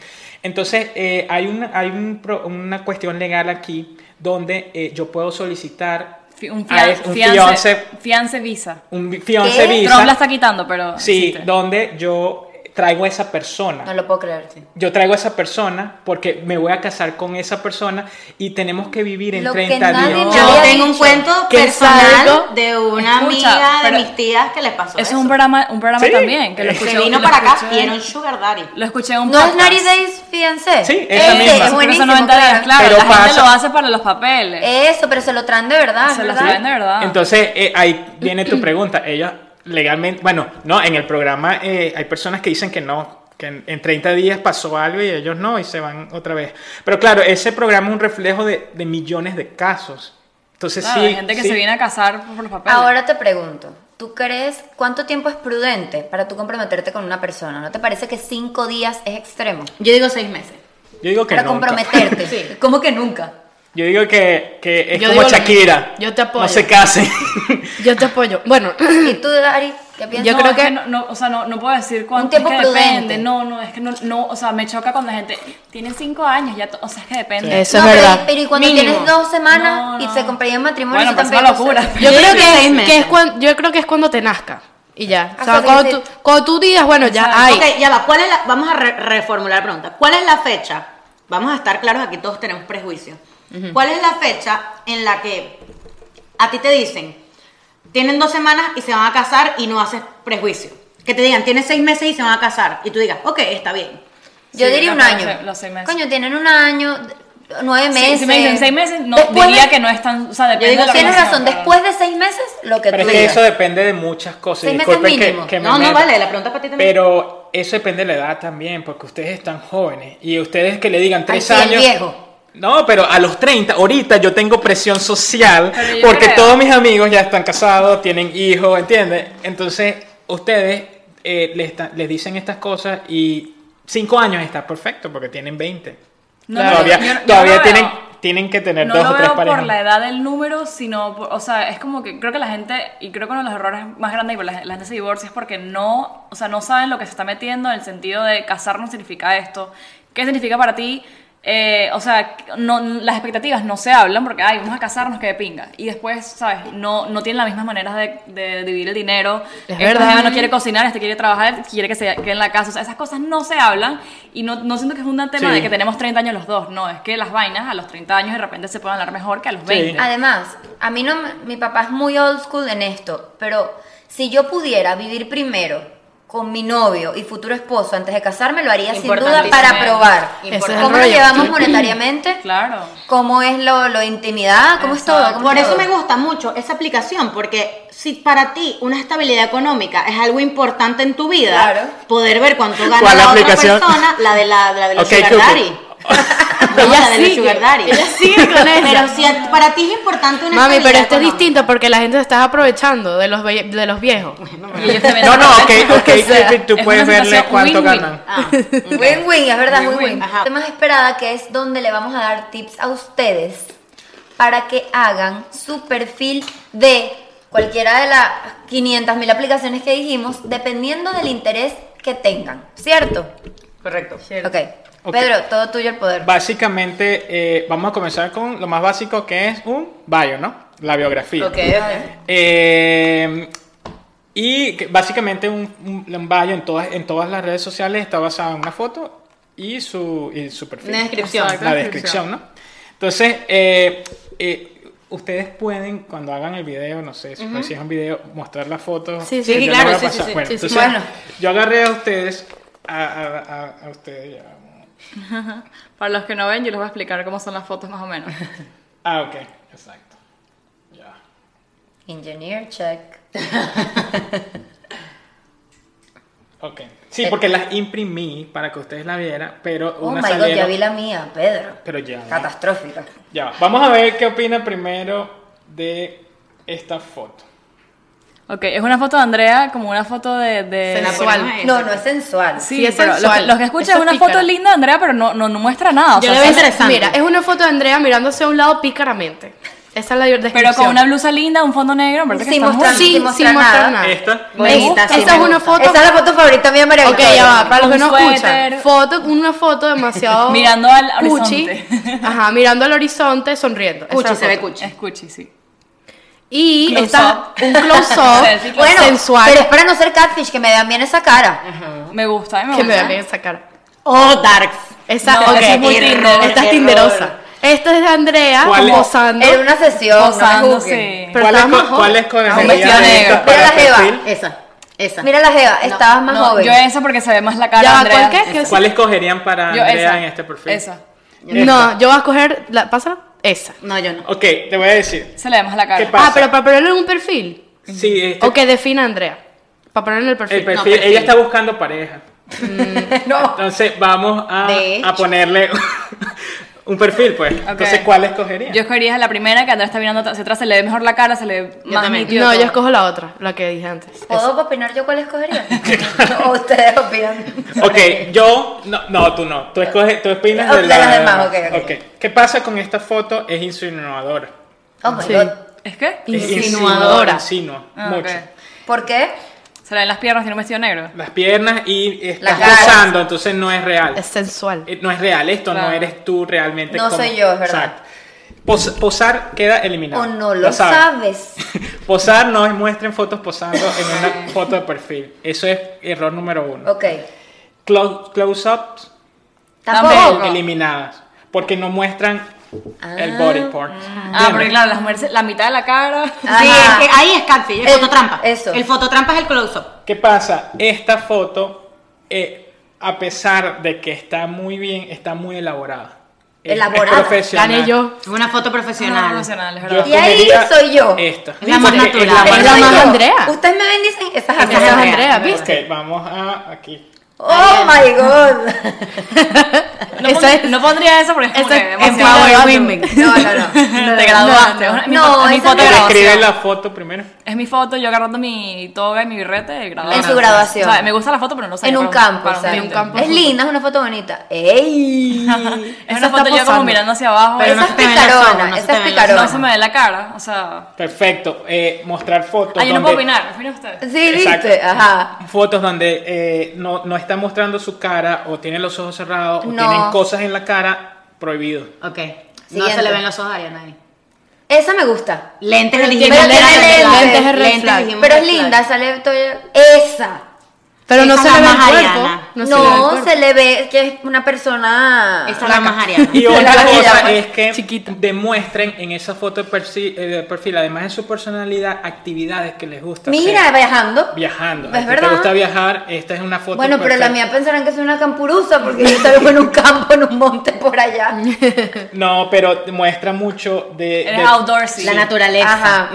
Speaker 1: Entonces, eh, hay, una, hay un pro- una cuestión legal aquí donde eh, yo puedo solicitar
Speaker 6: Fi- Un,
Speaker 1: a
Speaker 6: fian-
Speaker 1: es- un
Speaker 6: fiance,
Speaker 1: fiance,
Speaker 6: fiance visa.
Speaker 1: un fiance
Speaker 3: ¿Qué?
Speaker 1: visa.
Speaker 6: Trump la está quitando, pero
Speaker 1: sí,
Speaker 6: existe.
Speaker 1: donde yo traigo a esa persona
Speaker 3: No lo puedo creer.
Speaker 1: yo traigo a esa persona porque me voy a casar con esa persona y tenemos que vivir en
Speaker 3: Lo que
Speaker 1: 30
Speaker 3: nadie
Speaker 1: días.
Speaker 3: me
Speaker 2: Yo
Speaker 3: había
Speaker 2: tengo un
Speaker 3: dicho.
Speaker 2: cuento
Speaker 1: ¿Qué
Speaker 2: personal
Speaker 6: salgo?
Speaker 2: de una
Speaker 6: Escucha,
Speaker 2: amiga de
Speaker 6: pero-
Speaker 2: mis tías que les pasó
Speaker 6: Eso
Speaker 2: eso.
Speaker 6: es un programa, un programa
Speaker 1: Sí.
Speaker 6: también, que lo escuché.
Speaker 2: Se vino
Speaker 6: lo
Speaker 2: para acá
Speaker 6: escuché-
Speaker 2: y era un sugar daddy.
Speaker 6: Lo escuché en un
Speaker 3: ¿No es
Speaker 6: podcast.
Speaker 3: Nari Days fiancé?
Speaker 1: Sí, esa
Speaker 3: Ese,
Speaker 1: misma.
Speaker 3: Es
Speaker 6: Pero
Speaker 3: buenísimo.
Speaker 6: son 90 días,
Speaker 3: claro.
Speaker 6: claro,
Speaker 1: Pero
Speaker 6: la gente
Speaker 1: pasa-
Speaker 6: lo hace para los papeles.
Speaker 3: Eso, pero se lo traen de verdad.
Speaker 6: se lo
Speaker 3: ¿verdad?
Speaker 6: saben de verdad.
Speaker 1: Entonces eh, ahí viene tu pregunta. Ella legalmente, bueno, no, en el programa eh, hay personas que dicen que no, que en, en 30 días pasó algo y ellos no, y se van otra vez. Pero claro, ese programa es un reflejo de, de millones de casos. Entonces
Speaker 6: Claro,
Speaker 1: sí,
Speaker 6: hay gente que
Speaker 1: sí.
Speaker 6: se viene a casar por los papeles.
Speaker 3: Ahora te pregunto, ¿tú crees cuánto tiempo es prudente para tú comprometerte con una persona? ¿No te parece que cinco días es extremo?
Speaker 2: Yo digo seis meses.
Speaker 1: Yo digo que
Speaker 3: Para
Speaker 1: nunca.
Speaker 3: comprometerte. ¿Cómo que nunca?
Speaker 1: (laughs) Yo digo que, que es
Speaker 5: Yo
Speaker 1: como
Speaker 5: digo lo
Speaker 1: Shakira.
Speaker 5: mismo. Yo te apoyo.
Speaker 1: No se casen.
Speaker 5: Yo te apoyo. Bueno,
Speaker 3: ¿Y tú, Ari, qué piensas?
Speaker 5: Yo
Speaker 6: No,
Speaker 5: creo
Speaker 6: es que,
Speaker 5: que-
Speaker 6: no, no, o sea, no, no puedo decir cuánto
Speaker 3: tiempo
Speaker 6: es que
Speaker 3: prudente.
Speaker 6: depende. No, no, es que no, no, o sea, me choca cuando la gente tiene cinco años, ya, to- o sea, es que depende.
Speaker 5: eso
Speaker 3: No,
Speaker 5: es
Speaker 3: pero-
Speaker 5: verdad.
Speaker 3: Pero, ¿y cuando
Speaker 2: Mínimo.
Speaker 3: tienes dos semanas
Speaker 6: No,
Speaker 3: y
Speaker 6: no.
Speaker 3: se compra en matrimonio?
Speaker 6: Bueno,
Speaker 3: eso
Speaker 6: pues es
Speaker 3: también
Speaker 6: una
Speaker 3: no se-
Speaker 6: locura.
Speaker 5: Yo creo
Speaker 2: digo seis
Speaker 5: que,
Speaker 2: meses.
Speaker 5: que es cuando, yo creo que es cuando te nazca. Y ya.
Speaker 2: Ah,
Speaker 5: O
Speaker 3: Hasta
Speaker 5: sea,
Speaker 3: que
Speaker 5: cuando
Speaker 3: se-
Speaker 5: tú, cuando tú digas, bueno, ya hay.
Speaker 2: Ok, ya va. ¿Cuál es la- vamos a re- reformular la pregunta. ¿Cuál es la fecha? Vamos a estar claros, aquí todos tenemos prejuicios. ¿Cuál es la fecha en la que a ti te dicen, tienen dos semanas y se van a casar y no haces prejuicio? Que te digan, tienes seis meses y se van a casar. Y tú digas, ok, está bien.
Speaker 3: Yo
Speaker 6: Sí,
Speaker 3: diría
Speaker 6: no,
Speaker 3: un
Speaker 6: no,
Speaker 3: año.
Speaker 6: los- los seis meses.
Speaker 3: Coño, tienen un año, nueve
Speaker 6: Sí,
Speaker 3: meses.
Speaker 6: Si me dicen seis meses, no,
Speaker 3: Después
Speaker 6: diría
Speaker 3: de-
Speaker 6: que no es tan, o sea, depende
Speaker 2: digo
Speaker 6: de la
Speaker 3: Tienes
Speaker 6: relación,
Speaker 3: razón,
Speaker 6: pero-
Speaker 3: después de seis meses, lo que
Speaker 1: Pero
Speaker 3: tú
Speaker 1: es que
Speaker 3: digas.
Speaker 1: eso depende de muchas cosas.
Speaker 3: Seis meses
Speaker 1: Disculpen que-
Speaker 3: mínimo.
Speaker 1: que me
Speaker 2: No, no
Speaker 1: meta.
Speaker 2: vale, la pregunta para ti también.
Speaker 1: Pero eso depende de la edad también, porque ustedes están jóvenes y ustedes que le digan tres
Speaker 3: sí, el
Speaker 1: años.
Speaker 3: viejo.
Speaker 1: No, pero a los 30, ahorita yo tengo presión social
Speaker 6: Pero yo
Speaker 1: porque
Speaker 6: creo-
Speaker 1: todos mis amigos ya están casados, tienen hijos, ¿entiendes? Entonces, ustedes eh, les, están- les dicen estas cosas y cinco años está perfecto porque tienen 20.
Speaker 6: No, no,
Speaker 1: todavía
Speaker 6: yo- yo no
Speaker 1: todavía
Speaker 6: veo.
Speaker 1: tienen, tienen que tener
Speaker 6: No
Speaker 1: dos
Speaker 6: lo
Speaker 1: o tres
Speaker 6: veo
Speaker 1: parejas.
Speaker 6: por la edad del número, sino, por- o sea, es como que creo que la gente, y creo que uno de los errores más grandes y por la, la gente se divorcia es porque no, o sea, no saben lo que se está metiendo en el sentido de casarnos significa esto, qué significa para ti, Eh, o sea, no, las expectativas no se hablan porque, ay, vamos a casarnos, que de pinga. Y después, ¿sabes? No, no tienen las mismas maneras de, de dividir el dinero.
Speaker 5: Es
Speaker 6: Esta
Speaker 5: verdad.
Speaker 6: jeva no quiere cocinar, este quiere trabajar, quiere que se quede en la casa. O sea, esas cosas no se hablan y no, no siento que es un tema
Speaker 1: Sí.
Speaker 6: de que tenemos 30 años los dos. No, es que las vainas a los 30 años de repente se pueden hablar mejor que a los
Speaker 1: Sí.
Speaker 6: 20.
Speaker 3: Además, a mí no, me- mi papá es muy old school en esto, pero si yo pudiera vivir primero con mi novio y futuro esposo antes de casarme, lo haría sin duda para
Speaker 6: Importantísimo.
Speaker 3: probar
Speaker 5: Ese es el
Speaker 3: cómo nos
Speaker 5: rollo.
Speaker 3: llevamos monetariamente,
Speaker 6: (clears throat) Claro.
Speaker 3: cómo es lo, lo intimidad, cómo es todo. cómo
Speaker 2: Por
Speaker 3: es
Speaker 2: eso
Speaker 3: todo.
Speaker 2: me gusta mucho esa aplicación, porque si para ti una estabilidad económica es algo importante en tu vida,
Speaker 3: Claro.
Speaker 2: poder ver cuánto gana
Speaker 1: ¿Cuál
Speaker 2: la otra
Speaker 1: aplicación?
Speaker 2: persona, la de la, la de la
Speaker 1: Ok,
Speaker 2: Sugar
Speaker 1: Cupid. (laughs)
Speaker 2: Daddy. No, la de la Sugar Daddy.
Speaker 5: Ella sigue con eso.
Speaker 2: Pero si a- para ti es importante una
Speaker 5: Mami, pero
Speaker 2: estabilidad
Speaker 5: esto es
Speaker 2: económica.
Speaker 5: distinto porque la gente se está aprovechando de los, ve- de los viejos.
Speaker 6: Y ellos se ven
Speaker 1: No, no,
Speaker 6: otra
Speaker 1: ok,
Speaker 6: vez.
Speaker 1: ok,
Speaker 6: (laughs) O sea,
Speaker 1: Cupid, tú
Speaker 6: es
Speaker 1: puedes
Speaker 6: una
Speaker 1: verle
Speaker 6: situación
Speaker 1: cuánto
Speaker 6: win-win.
Speaker 1: ganan.
Speaker 2: Ah,
Speaker 3: Win-win, es verdad, win-win.
Speaker 2: Ajá.
Speaker 3: Más esperada que es donde le vamos a dar tips a ustedes para que hagan su perfil de cualquiera de las 500 mil aplicaciones que dijimos, dependiendo del interés que tengan, ¿cierto?
Speaker 2: Ah.
Speaker 7: Correcto.
Speaker 3: ok. Pedro, todo tuyo el poder.
Speaker 1: Básicamente, eh, vamos a comenzar con lo más básico que es un bio, ¿no? La biografía.
Speaker 7: Ok, ok.
Speaker 1: Eh, y que básicamente un, un, un bio en todas, en todas las redes sociales está basado en una foto y su, y su perfil.
Speaker 2: Una descripción.
Speaker 1: Exacto, La descripción, ¿no? Entonces, eh, eh, ustedes pueden, cuando hagan el video, no sé, si pues, si es un video, mostrar la foto.
Speaker 5: Sí, sí,
Speaker 1: que yo
Speaker 2: claro,
Speaker 1: la voy a
Speaker 2: sí, sí,
Speaker 1: pasar.
Speaker 2: sí,
Speaker 1: Bueno,
Speaker 5: sí, sí.
Speaker 1: entonces,
Speaker 5: Bueno.
Speaker 1: yo agarré a ustedes, a, a, a- a ustedes, ya,
Speaker 6: Para los que no ven, yo les voy a explicar cómo son las fotos más o menos.
Speaker 1: Ah, ok, exacto. Ya.
Speaker 3: Engineer check.
Speaker 1: Ok. Sí, porque las imprimí para que ustedes la vieran, pero
Speaker 3: Eh, Oh my
Speaker 1: una
Speaker 3: god, ya
Speaker 1: salieron-
Speaker 3: vi la mía, Pedro.
Speaker 1: Pero ya. va.
Speaker 3: Catastrófica.
Speaker 1: Ya. va. Vamos a ver qué opina primero de esta foto.
Speaker 6: (laughs) Ok, es una foto de Andrea, como una foto de... de-
Speaker 5: Sensual.
Speaker 3: No, no es sensual.
Speaker 6: Sí,
Speaker 5: Sí, es
Speaker 6: pero lo que,
Speaker 5: sensual.
Speaker 6: lo que escucha
Speaker 5: Eso
Speaker 6: es una
Speaker 5: es
Speaker 6: foto
Speaker 5: pícara.
Speaker 6: linda de Andrea, pero no, no, no muestra nada. o sea,
Speaker 2: la veo
Speaker 6: son-
Speaker 2: interesante.
Speaker 5: Mira, es una foto de Andrea mirándose a un lado pícaramente. Esa es la descripción.
Speaker 6: pero con una blusa linda, un fondo negro, me parece que
Speaker 3: Sin
Speaker 6: está muy-
Speaker 3: mostrar-
Speaker 5: Sí,
Speaker 3: sin
Speaker 5: sin
Speaker 3: mostrar
Speaker 5: mostrar
Speaker 3: nada.
Speaker 5: nada.
Speaker 1: Esta.
Speaker 5: Me gusta,
Speaker 2: sí,
Speaker 5: Esa
Speaker 2: me
Speaker 5: es una foto.
Speaker 3: Esa es la foto favorita mía, María
Speaker 5: Ok, ya va, para los que
Speaker 6: Un
Speaker 5: no
Speaker 6: suéter.
Speaker 5: escuchan. Foto, una foto demasiado.
Speaker 6: Mirando al
Speaker 5: cuchi.
Speaker 6: horizonte.
Speaker 5: Ajá, mirando al horizonte, sonriendo. Esa
Speaker 2: Cuchi,
Speaker 5: es la
Speaker 2: se ve
Speaker 5: foto.
Speaker 2: cuchi.
Speaker 6: Es cuchi, sí.
Speaker 5: Y
Speaker 6: Close
Speaker 5: está
Speaker 6: up.
Speaker 5: un
Speaker 6: Selfie
Speaker 5: close-up
Speaker 6: close
Speaker 3: Bueno,
Speaker 5: sensual.
Speaker 3: pero es para no ser catfish, que me vean bien esa cara.
Speaker 6: Me gusta, a mí me
Speaker 5: que me
Speaker 6: gusta.
Speaker 5: da bien esa cara.
Speaker 2: Oh, Darks.
Speaker 5: Esa,
Speaker 6: No,
Speaker 5: ok,
Speaker 6: esa es muy
Speaker 5: error,
Speaker 6: Tinder.
Speaker 5: Esta es
Speaker 7: Error.
Speaker 5: tinderosa. Esta es de Andrea
Speaker 1: ¿Cuál es?
Speaker 5: posando.
Speaker 3: Era una sesión, no me
Speaker 6: Posando,
Speaker 3: juzguen.
Speaker 6: sí.
Speaker 5: Pero
Speaker 1: ¿Cuál es,
Speaker 5: estabas
Speaker 1: con,
Speaker 5: más
Speaker 1: ¿Cuál este
Speaker 5: joven.
Speaker 1: es con el
Speaker 6: un vestido negro.
Speaker 3: Mira la jeva.
Speaker 2: Esa, esa.
Speaker 3: Mira la Jeva, estabas más
Speaker 6: No,
Speaker 3: joven.
Speaker 6: Yo esa porque se ve más la cara
Speaker 5: Ya,
Speaker 6: de
Speaker 5: va,
Speaker 6: Andrea.
Speaker 5: ¿cuál qué? ¿Qué es?
Speaker 1: ¿Cuál escogerían para
Speaker 6: Yo
Speaker 1: Andrea
Speaker 6: esa.
Speaker 1: en este perfil?
Speaker 6: Esa.
Speaker 5: No, yo voy a escoger. La, pásala. Esa.
Speaker 2: No, yo no.
Speaker 1: Ok, te voy a decir.
Speaker 6: Se le ve más la cara.
Speaker 1: ¿Qué pasa?
Speaker 5: Ah, pero para ponerlo en un perfil.
Speaker 1: Sí, este-
Speaker 5: O que defina a Andrea. Para poner en el perfil.
Speaker 1: El perfil,
Speaker 7: perfil.
Speaker 1: ella está buscando pareja.
Speaker 3: (laughs) No.
Speaker 1: Entonces vamos a,
Speaker 2: De hecho.
Speaker 1: a ponerle (laughs) un perfil, pues. Entonces, ¿cuál escogería?
Speaker 6: Yo escogería la primera que atrás está mirando hacia atrás, se le ve mejor la cara, se le ve más
Speaker 7: también.
Speaker 6: nítido
Speaker 5: no,
Speaker 6: todo.
Speaker 5: yo escojo la otra, la que dije antes.
Speaker 3: ¿Puedo opinar yo cuál escogería? ¿O ustedes opinan?
Speaker 1: Ok, yo. No, no, tú no. Tú escoges, tú opinas
Speaker 3: Ok,
Speaker 1: de la-
Speaker 3: las demás, ok, ok.
Speaker 1: ¿Qué pasa con esta foto? Es insinuadora.
Speaker 3: Oh my
Speaker 5: Sí.
Speaker 3: God.
Speaker 6: ¿Es que?
Speaker 1: Es
Speaker 5: Insinuadora.
Speaker 1: Insinua,
Speaker 6: Ah,
Speaker 1: mucho.
Speaker 6: ok.
Speaker 3: ¿Por qué?
Speaker 6: Se le ven las piernas, tiene un vestido negro.
Speaker 1: Las piernas y estás
Speaker 3: cara.
Speaker 1: posando, entonces no es real.
Speaker 5: Es sensual.
Speaker 1: Eh, No es real, esto no
Speaker 6: Claro.
Speaker 1: eres tú realmente.
Speaker 3: No soy yo, es verdad.
Speaker 1: Exacto. Pos- posar queda eliminado.
Speaker 3: ¿O no
Speaker 1: Ya
Speaker 3: lo
Speaker 1: sabes.
Speaker 3: sabes?
Speaker 1: Posar no es muestren fotos posando en
Speaker 3: (laughs)
Speaker 1: una foto de perfil. Eso es error número uno.
Speaker 3: Ok.
Speaker 1: Clo- Close-ups
Speaker 3: Tampoco.
Speaker 1: eliminadas. Porque no muestran el body part.
Speaker 6: Ah, porque claro, las mujeres, se- la mitad de la cara. Ah,
Speaker 2: Sí,
Speaker 3: Ajá.
Speaker 2: es que ahí es catfish, el,
Speaker 3: El-
Speaker 2: fototrampa.
Speaker 3: eso.
Speaker 2: El fototrampa es el close-up.
Speaker 1: ¿Qué pasa? Esta foto, eh, a pesar de que está muy bien, está muy elaborada. Es- es
Speaker 3: Elaborada.
Speaker 1: profesional.
Speaker 5: Gané yo.
Speaker 2: Es una foto profesional.
Speaker 6: Profesional, es
Speaker 1: Yo
Speaker 6: verdad.
Speaker 3: Y ahí
Speaker 1: escogería
Speaker 3: soy yo.
Speaker 1: Esta.
Speaker 2: Es la más
Speaker 1: Porque
Speaker 2: natural.
Speaker 1: más
Speaker 5: Es la
Speaker 3: Soy
Speaker 5: más
Speaker 3: yo.
Speaker 5: Andrea.
Speaker 3: Ustedes me ven dicen, esa es
Speaker 5: Esa
Speaker 3: Andrea.
Speaker 5: es Andrea,
Speaker 1: Ok,
Speaker 5: ¿viste?
Speaker 1: vamos a aquí.
Speaker 3: Oh my God.
Speaker 6: No,
Speaker 5: Esa
Speaker 6: pondría,
Speaker 5: es-
Speaker 6: no pondría eso porque es como
Speaker 5: esa
Speaker 6: que
Speaker 5: es
Speaker 6: demasiado-
Speaker 5: (laughs) Empower
Speaker 2: women.
Speaker 3: No, no, no.
Speaker 6: Te
Speaker 3: no,
Speaker 6: graduaste. es una- mi
Speaker 3: no,
Speaker 6: foto- es mi
Speaker 3: esa
Speaker 6: foto
Speaker 3: no
Speaker 6: de
Speaker 3: es-
Speaker 6: graduación.
Speaker 1: Describe la foto primero.
Speaker 6: Es mi foto, yo agarrando mi toga y mi birrete y graduación.
Speaker 3: En su graduación.
Speaker 6: Ah, O sea, me gusta la foto, pero no sé.
Speaker 3: En un campo, o sea,
Speaker 5: En un campo.
Speaker 3: es linda, es una foto bonita. ¡Ey!
Speaker 6: Es
Speaker 5: Esa
Speaker 6: una foto
Speaker 5: está
Speaker 6: yo como
Speaker 5: posando.
Speaker 6: mirando hacia abajo.
Speaker 2: Pero
Speaker 3: esa
Speaker 2: no
Speaker 3: es
Speaker 2: se te ven las
Speaker 3: picarona,
Speaker 2: ojos, no se
Speaker 3: esa
Speaker 2: te
Speaker 3: es
Speaker 2: ven las
Speaker 6: no
Speaker 3: picarona.
Speaker 6: se me ve la cara, o sea...
Speaker 1: Perfecto. Eh, mostrar fotos.
Speaker 6: Ah, yo no
Speaker 1: donde-
Speaker 6: puedo opinar, opina usted.
Speaker 3: Sí,
Speaker 1: Exacto.
Speaker 3: viste, ajá.
Speaker 1: Fotos donde eh, no, no está mostrando su cara o tiene los ojos cerrados o
Speaker 3: No.
Speaker 1: tienen cosas en la cara prohibido.
Speaker 2: Ok. No
Speaker 3: Siguiente.
Speaker 2: se le ven los ojos a Ariana ahí.
Speaker 3: Esa me gusta.
Speaker 2: Lentes
Speaker 5: Pero
Speaker 2: dijimos
Speaker 5: tiene
Speaker 2: que era
Speaker 5: lentes,
Speaker 2: red flag.
Speaker 5: lentes es red flag.
Speaker 2: dijimos
Speaker 3: Pero es
Speaker 2: red flag.
Speaker 3: linda, sale todo... Esa.
Speaker 5: Pero no
Speaker 2: Esa
Speaker 5: se
Speaker 2: es
Speaker 5: le
Speaker 2: la
Speaker 5: ve el
Speaker 2: más
Speaker 5: cuerpo.
Speaker 2: Ariana.
Speaker 5: No,
Speaker 3: No,
Speaker 5: se le ve el cuerpo.
Speaker 3: se le ve que es una persona...
Speaker 2: Esa es la más Ariana.
Speaker 3: (laughs)
Speaker 1: Y otra
Speaker 3: La vida,
Speaker 1: cosa
Speaker 3: pues,
Speaker 1: es que
Speaker 5: chiquita.
Speaker 1: demuestren en esa foto de persi- eh, de perfil, además de su personalidad, actividades que les gusta.
Speaker 3: Mira,
Speaker 1: hacer.
Speaker 3: viajando.
Speaker 1: viajando.
Speaker 3: Es
Speaker 1: A ti
Speaker 3: verdad.
Speaker 1: Te gusta viajar, pues, esta es una foto.
Speaker 3: Bueno, pero la
Speaker 1: perfecta.
Speaker 3: mía pensarán que soy una campurusa porque yo salgo en un campo, en un monte por allá.
Speaker 1: No, pero muestra mucho de.
Speaker 6: Eres
Speaker 1: de-
Speaker 6: outdoorsy.
Speaker 2: La naturaleza.
Speaker 3: Ajá.